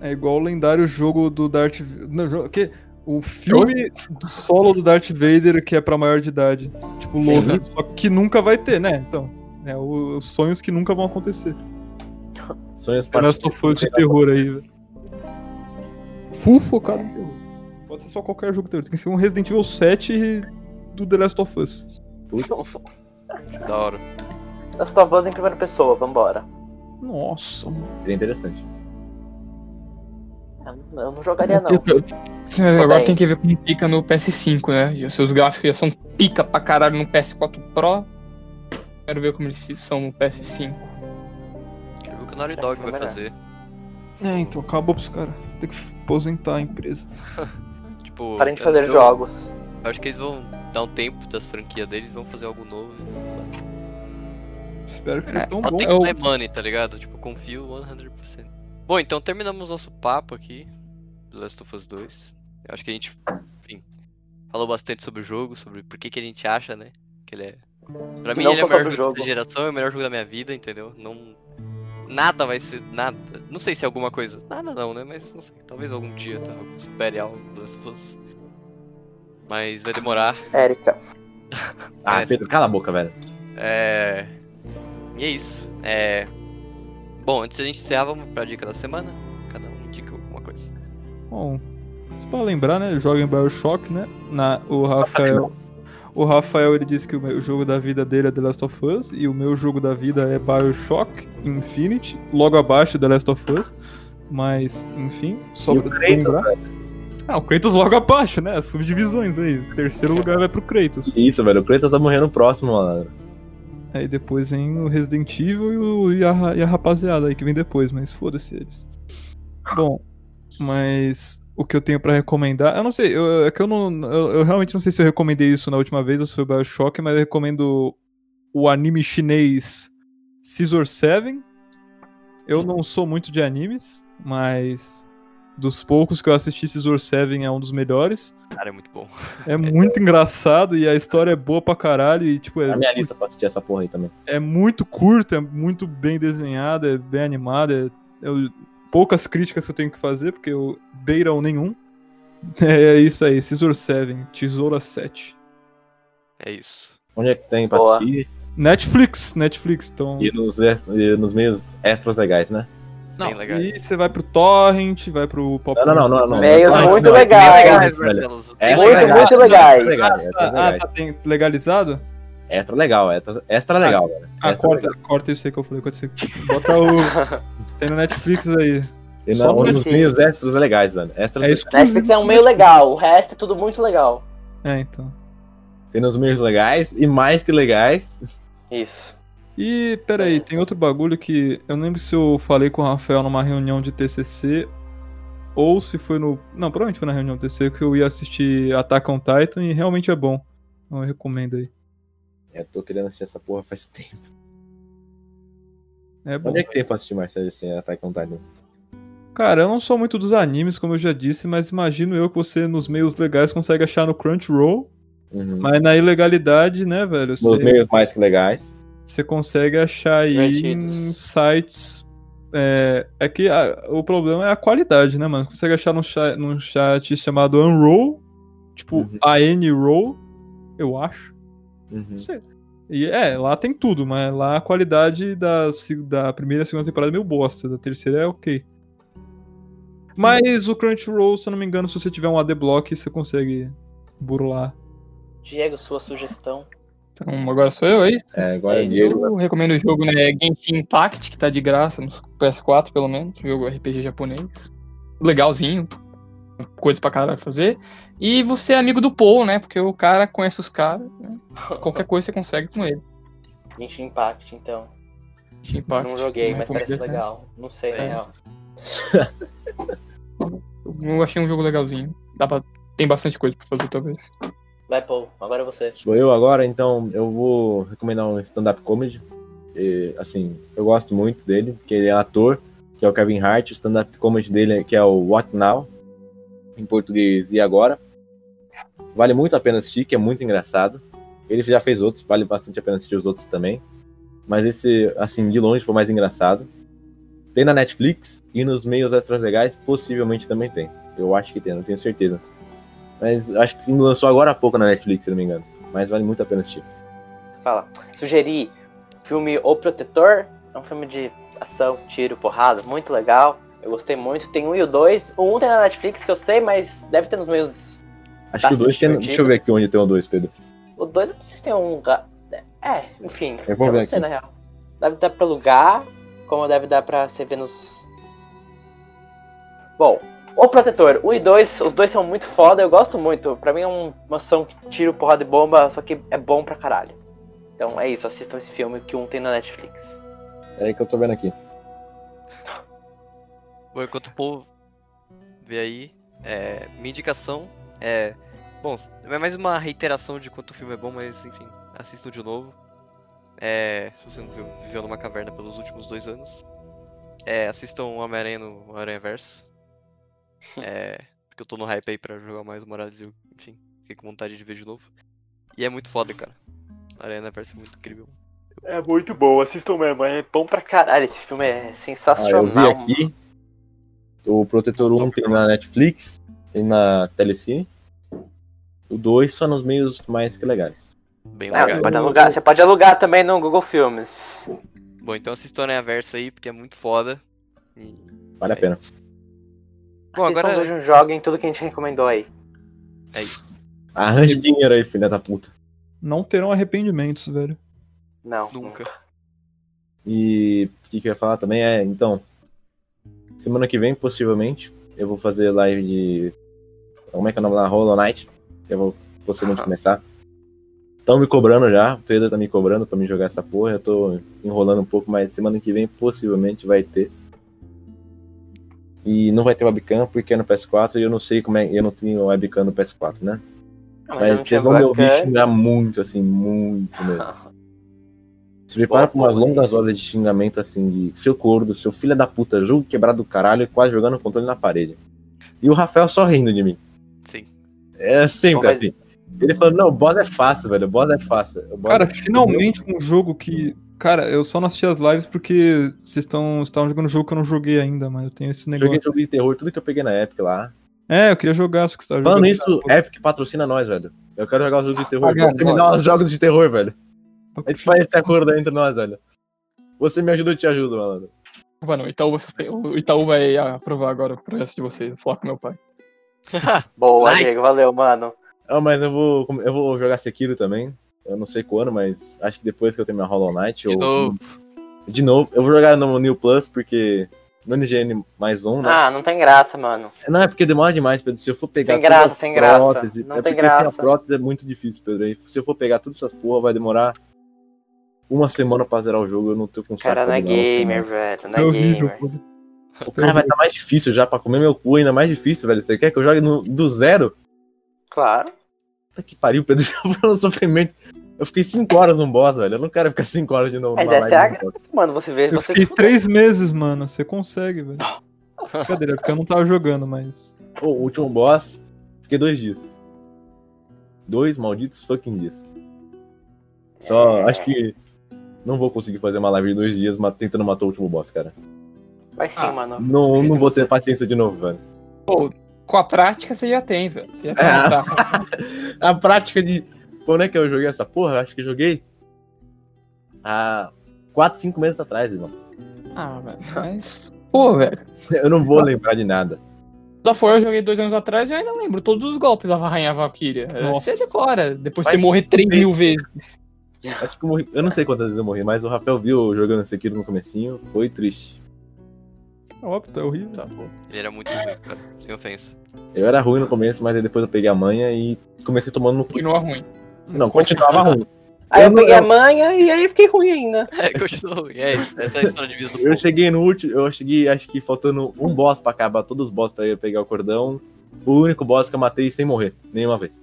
É igual o lendário jogo do Darth Vader. Não, jogo- que? O filme do solo do Darth Vader que é pra maior de idade. Tipo, louco. Só que nunca vai ter, né? Então. É o- os sonhos que nunca vão acontecer.
sonhos
The Last of Us de terror aí, velho. Full focado em terror. Pode ser só qualquer jogo de terror. Tem que ser um Resident Evil 7 do The Last of Us.
Putz,
Que da hora.
Das tuas vozes em primeira pessoa, vambora.
Nossa, mano.
seria interessante.
Eu não- eu não jogaria, não.
Tipo,
Agora
bem.
tem que ver como fica no PS5, né? Já Seus gráficos já são pica pra caralho no PS4 Pro. Quero ver como eles são no PS5.
Quero ver o que o Naughty
Será
Dog
que foi
vai
melhor?
fazer.
É, então acabou pros caras. Tem que aposentar a empresa.
Tipo,
Parem de
eu-
fazer
eu-
jogos.
Eu acho que eles vão dar um tempo das franquias deles, vão fazer algo novo.
Espero que seja
É,
um
tão
Só
bom.
tem
eu-
que é money, tá ligado? Tipo, confio 100%. Bom, então terminamos nosso papo aqui do Last of Us 2. Eu acho que a gente, enfim, falou bastante sobre o jogo, sobre por que, que a gente acha, né? Que ele é. Pra mim,
Não
ele é
só
o melhor
sobre o
jogo, dessa
jogo.
geração, é o melhor jogo da minha vida, entendeu? Não. Nada vai ser. Nada. Não sei se é alguma coisa. Nada não, né? Mas não sei. Talvez algum dia, tá? Eu Supere algo do Last of Us. Mas vai demorar.
Érica.
Ah,
É.
Pedro, cala a boca, velho.
É. E é isso. É. Bom, antes da gente encerrar, vamos pra dica da semana. Cada um indica alguma coisa.
Bom, só pra lembrar, né? Joga em Bioshock, né? Na, o
Só pra
Rafael. O Rafael ele disse que o, meu- o jogo da vida dele é The Last of Us e o meu jogo da vida é Bioshock Infinity, logo abaixo The Last of Us. Mas, enfim, só
E o
pra
Kratos,
lembrar. Ah, o Kratos logo abaixo, né? As subdivisões aí.
É.
Terceiro lugar vai pro Kratos.
Isso, velho, o Kratos vai morrer no próximo, mano.
Aí depois vem o Resident Evil e, o- e a, ra- e a rapaziada aí que vem depois, mas foda-se eles. Bom, mas o que eu tenho pra recomendar. Eu não sei, eu, é que eu não. Eu, eu realmente não sei se eu recomendei isso na última vez ou se foi Bioshock, mas eu recomendo o anime chinês Scissor 7. Eu não sou muito de animes, mas dos poucos que eu assisti, Scissor 7 é um dos melhores.
Cara, é muito bom.
É muito engraçado e a história é boa pra caralho. E, tipo, é
Tá Na minha lista pra assistir essa porra aí também.
é muito curto, é muito bem desenhado, é bem animado. É, eu- poucas críticas que eu tenho que fazer, porque eu beiram nenhum. É isso aí, Scissor 7, Tesoura 7.
É isso.
Onde é que tem pra
Boa.
assistir?
Netflix, Netflix, então.
E nos, ex- e nos meios extras legais, né?
Bem legal.
E você vai pro Torrent, vai pro Pop.
Não, não, não, não. não.
Meios
Não,
muito
não,
legais.
Legais,
não, não, Ah, é velho. é
Marcelo.
Extra
Muito,
legal,
muito
extra
legais.
legal, extra
Ah,
legal.
tá tem- legalizado?
Extra legal, é, extra- extra legal, velho.
Ah,
Extra
corta, corta isso aí que eu falei. Corta isso aí. Bota o. Tem no Netflix aí.
E
Só
não,
no
um dos
Netflix.
meios extras legais, mano. Extras
É
legais.
exclusivo.
Netflix é um meio legal, o resto é tudo muito legal.
É, então.
Tem nos meios legais e mais que legais.
Isso.
E peraí, tem outro bagulho que eu não lembro se eu falei com o Rafael numa reunião de TCC ou se foi no. Não, provavelmente foi na reunião do TCC que eu ia assistir Attack on Titan e realmente é bom. Então eu recomendo aí.
Eu tô querendo assistir essa porra faz tempo.
É bom.
Onde é que tem pra assistir Marcelo assim, Attack on Titan?
Cara, eu não sou muito dos animes, como eu já disse, mas imagino eu que você nos meios legais consegue achar no Crunchyroll,
Uhum.
mas na ilegalidade, né, velho?
Nos
você-
meios mais que legais.
Você consegue achar aí em
Divertidos.
sites. É, é que a- o problema é a qualidade, né, mano? Você consegue achar num chat, num chat chamado Unroll, tipo
Uhum.
ANRoll, eu acho.
Uhum.
Não sei. E é, lá tem tudo, mas lá a qualidade da, se- da primeira e segunda temporada é meio bosta, da terceira é ok. Mas o Crunchyroll, se eu não me engano, se você tiver um AD Block, você consegue burlar.
Diego, sua sugestão.
Então, agora sou eu, é isso?
É, agora
É,
é Diego.
Eu recomendo o jogo, né? Genshin Impact, que tá de graça no PS4, pelo menos. Jogo RPG japonês. Legalzinho. Coisa pra caralho fazer. E você é amigo do Paul, né? Porque o cara conhece os caras. né? Qualquer coisa você consegue com ele.
Genshin Impact, então.
Genshin Impact.
não joguei,
né,
mas
recomendo
parece
esse, né?
legal. Não sei, na
É.
real.
Eu achei um jogo legalzinho. Dá pra... Tem bastante coisa pra fazer, talvez.
Vai, Paul, agora é você.
Sou eu agora, então eu vou recomendar um stand-up comedy. E, assim, eu gosto muito dele, porque ele é ator, que é o Kevin Hart. O stand-up comedy dele, é- que é o What Now, em português, e agora. Vale muito a pena assistir, que é muito engraçado. Ele já fez outros, vale bastante a pena assistir os outros também. Mas esse, assim, de longe foi o mais engraçado. Tem na Netflix e nos meios extras legais, possivelmente também tem. Eu acho que tem, não tenho certeza. Mas acho que lançou agora há pouco na Netflix, se não me engano. Mas vale muito a pena assistir.
Fala. Sugeri filme O Protetor. É um filme de ação, tiro, porrada. Muito legal. Eu gostei muito. Tem um e o dois. O um tem na Netflix, que eu sei, mas deve ter nos meus
Acho que o 2 tem.
divertido.
Deixa eu ver aqui onde tem o 2, Pedro.
O 2 eu não sei se tem um lugar. É, enfim.
Eu vou ver
não sei,
aqui.
na real. Deve dar pra alugar, como deve dar pra você ver nos. Bom, o Protetor, 1 e 2, os dois são muito foda, eu gosto muito. Pra mim é um- uma ação que tiro porrada e bomba, só que é bom pra caralho. Então é isso, assistam esse filme que um tem na Netflix.
Peraí É que eu tô vendo aqui.
Bom, enquanto o povo vê aí, é, minha indicação é. Bom, é mais uma reiteração de quanto o filme é bom, mas enfim, assistam de novo. É, se você não viu, viveu numa caverna pelos últimos dois anos, é, assistam Homem-Aranha no Aranha Verso. É, porque eu tô no hype aí pra jogar mais o Morales e eu, enfim, fiquei com vontade de ver de novo. E é muito foda, cara. Aranha Verso é muito incrível.
É muito bom, assistam mesmo, é bom pra caralho. Esse filme é
Ah, eu vi
sensacional.
aqui. O Protetor 1 tem na Netflix, tem na Telecine. O 2 só nos meios mais que legais.
Bem
Não,
legal.
É, você, pode alugar, você pode alugar também no Google Filmes.
Bom, então assistam Aranha Verso aí, porque é muito foda. E
Vale a pena.
Bom,
Assistam
agora-
os hoje um jogo em tudo que a gente recomendou aí.
é isso.
Arranje dinheiro aí, filha da puta.
Não terão arrependimentos, velho.
Não.
Nunca.
E o que, que eu ia falar também é, então. Semana que vem, possivelmente, eu vou fazer live de. Como é que é o nome lá? Hollow Knight. Eu vou possivelmente começar. Estão me cobrando já, o Pedro tá me cobrando pra me jogar essa porra. Eu tô enrolando um pouco, mas semana que vem possivelmente vai ter. E não vai ter webcam porque é no PS4 e eu não sei como é. Eu não tenho webcam no PS4, né?
Ah,
Mas,
eu não tinha
vocês vão é me ouvir
webcam.
xingar muito, assim, muito mesmo. Se prepara pra umas longas horas de xingamento assim, de seu corno, seu filho da puta, jogo quebrado do caralho, quase jogando o controle na parede. E o Rafael só rindo de mim.
Sim.
É sempre
Mas-
assim. Ele falou, não, o boss é fácil, velho. O boss é fácil. velho, o boss
Cara,
é fácil."
finalmente um jogo que. Cara, eu só não assisti as lives porque vocês estão estavam jogando um jogo que eu não joguei ainda, mas eu tenho esse
Eu joguei
negócio.
jogo de terror, tudo que eu peguei na Epic lá.
É, eu queria jogar, só que você tá jogando.
Falando isso, Epic patrocina nós, velho. Eu quero jogar os jogos de terror.
Pagar
Você me dá uns jogos de terror, velho. A gente faz esse acordo aí entre nós, velho. Você me ajuda, eu te ajudo, malandro.
Vai não, o Itaú, vai- o Itaú vai aprovar agora o projeto de vocês. Vou falar com meu pai.
Boa,
Vai.
Diego, valeu, mano.
Ah, mas eu vou, eu vou jogar Sekiro também. Eu não sei quando, mas acho que depois que eu terminar Hollow Knight
De
ou
novo.
De novo, eu vou jogar no New Plus, porque. No NGN mais um, né?
Ah, não tem graça, mano.
Não, é porque demora demais, Pedro. Se eu for pegar.
Sem graça,
todas as
sem graça.
próteses-
Não
é
tem
porque sem
graça.
a prótese é muito difícil, Pedro. E se eu for pegar todas essas porra, vai demorar uma semana pra zerar o jogo. Eu não tô com saco
Cara,
pra
não é
jogar uma
gamer,
semana.
velho. Não
É
é
horrível,
gamer.
pô.
O cara vai estar mais difícil já, pra comer meu cu ainda mais difícil, velho. Você quer que eu jogue no- do zero?
Claro.
Puta que pariu, Pedro. Já foi um sofrimento. Eu fiquei 5 horas num boss, velho. Eu não quero ficar 5 horas de novo
Mas
numa
essa é a
live. de um boss.
graça, mano. Você vê,
Eu
é, você.
fiquei três meses, mano. Você consegue, velho. Brincadeira, porque eu não tava jogando, mas.
Pô, o último boss, fiquei dois dias. Dois malditos fucking dias.
É.
Só, acho que não vou conseguir fazer uma live de dois dias ma- tentando matar o último boss, cara.
Vai sim,
Ah.
mano.
Não, não vou ter paciência de novo, velho.
Pô, com a prática você já tem, velho. Você já tem um uma
É.
prática.
A prática de. Quando é que eu joguei essa porra? Acho que joguei. Há 4, 5 meses atrás, irmão.
Ah, velho, mas. Pô, velho.
Eu não vou lembrar de nada.
Da For eu joguei dois anos atrás e eu ainda lembro todos os golpes da Rainha Valkyria. É,
Nossa.
Você decora, depois
Mas
você morrer três
tem-
mil vezes.
Acho que eu morri. Eu não sei quantas vezes eu morri, mas o Rafael viu eu jogando Sekiro no comecinho. Foi triste.
É óbvio, tá horrível.
Tá bom.
Ele era muito ruim, cara. Sem ofensa.
Eu era ruim no começo, mas aí depois eu peguei a manha e comecei tomando no. cu.
Continua ruim.
Não, continuava ruim.
Aí eu,
não-
peguei a manha e aí fiquei ruim ainda.
É, continua ruim. É, essa é a história de vida do
Eu
povo.
cheguei no último, eu cheguei, acho que faltando um boss pra acabar todos os boss pra eu pegar o cordão. O único boss que eu matei sem morrer, nenhuma vez.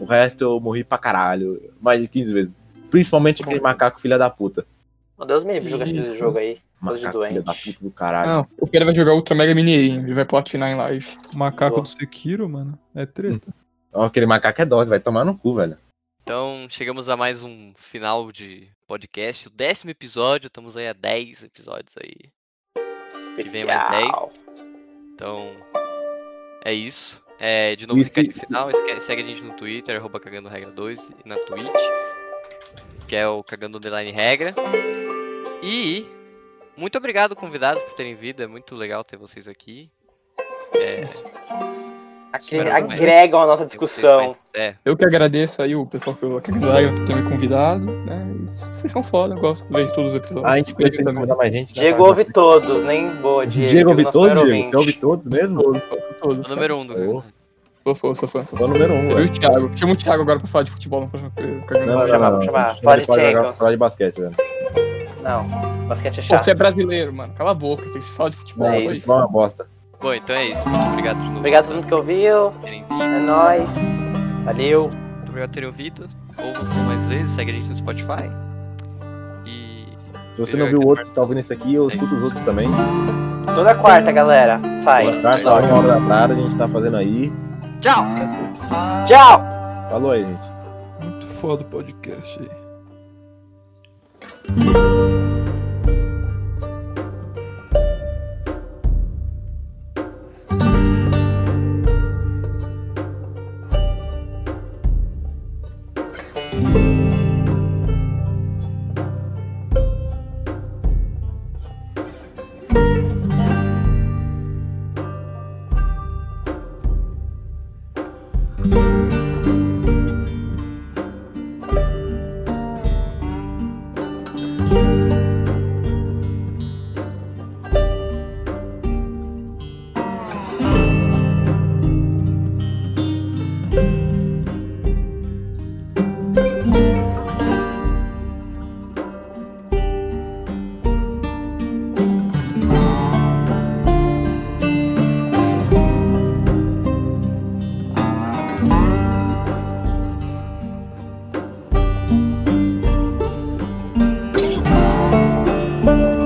O resto eu morri pra caralho, mais de 15 vezes. Principalmente aquele macaco filha da puta.
Meu Deus, me livre de jogar esse
Isso.
jogo aí. Coisa de
Macaco filha da
doente.
puta do caralho.
Não, o cara vai jogar Ultra Mega Mineirinho. Ele vai platinar em live.
Macaco
Boa.
do Sekiro, mano. É treta.
Ó, Aquele macaco é dose, vai tomar no cu, velho.
Então, chegamos a mais um final de podcast. O décimo episódio. Estamos aí a 10 episódios aí. Que vem mais
Especial.
Então, é isso. É, de novo,
E se-
recado final. esque- Segue a gente no Twitter, arroba cagando regra 2 e na Twitch, que é o cagando underline regra. E muito obrigado, convidados, por terem vindo. É muito legal ter vocês aqui.
Aqui
Espero mais.
agregam a nossa
Ter vocês
discussão.
mais- É,
Eu que agradeço aí o pessoal que eu aqui no live por ter me convidado. Né? E Vocês são foda, eu gosto de ver todos os episódios.
A gente
Obrigado
pretende
também.
mandar mais gente. né,
Diego
cara?
ouve todos, nem boa, Diego.
Diego ouve
nosso
todos,
maior
Diego? Você ouve
ouvinte.
todos mesmo?
Todos, todos.
sou número 1 um do
Ô.
grupo.
Sou fã, sou fã. Sou fã.
Tô número um,
Eu e
velho.
o Thiago. Chama o Thiago agora pra falar de futebol no próximo programa.
Vamos chamar, vamos chamar.
Acho que
Fala de
ele pode jogar-
Champions. É
Falar de basquete, velho.
Não, basquete é
Pô, você é
chato.
brasileiro, mano. Cala a boca. Você tem que falar de futebol.
Não,
É
só
isso.
futebol é uma bosta.
Bom, então é isso. Muito obrigado de novo
Obrigado a todo mundo que ouviu.
por terem vindo.
É nóis. Valeu.
Muito obrigado por terem ouvido. Ouçam mais vezes, segue a gente no Spotify. E
Se você não viu o outro, você tá ouvindo esse aqui, eu escuto os outros também.
Toda quarta, galera. Sai.
Boa tarde, tá? uma hora da tarde, a gente tá fazendo aí.
tchau!
Tchau.
Falou aí, gente.
Muito foda o podcast aí.
Thank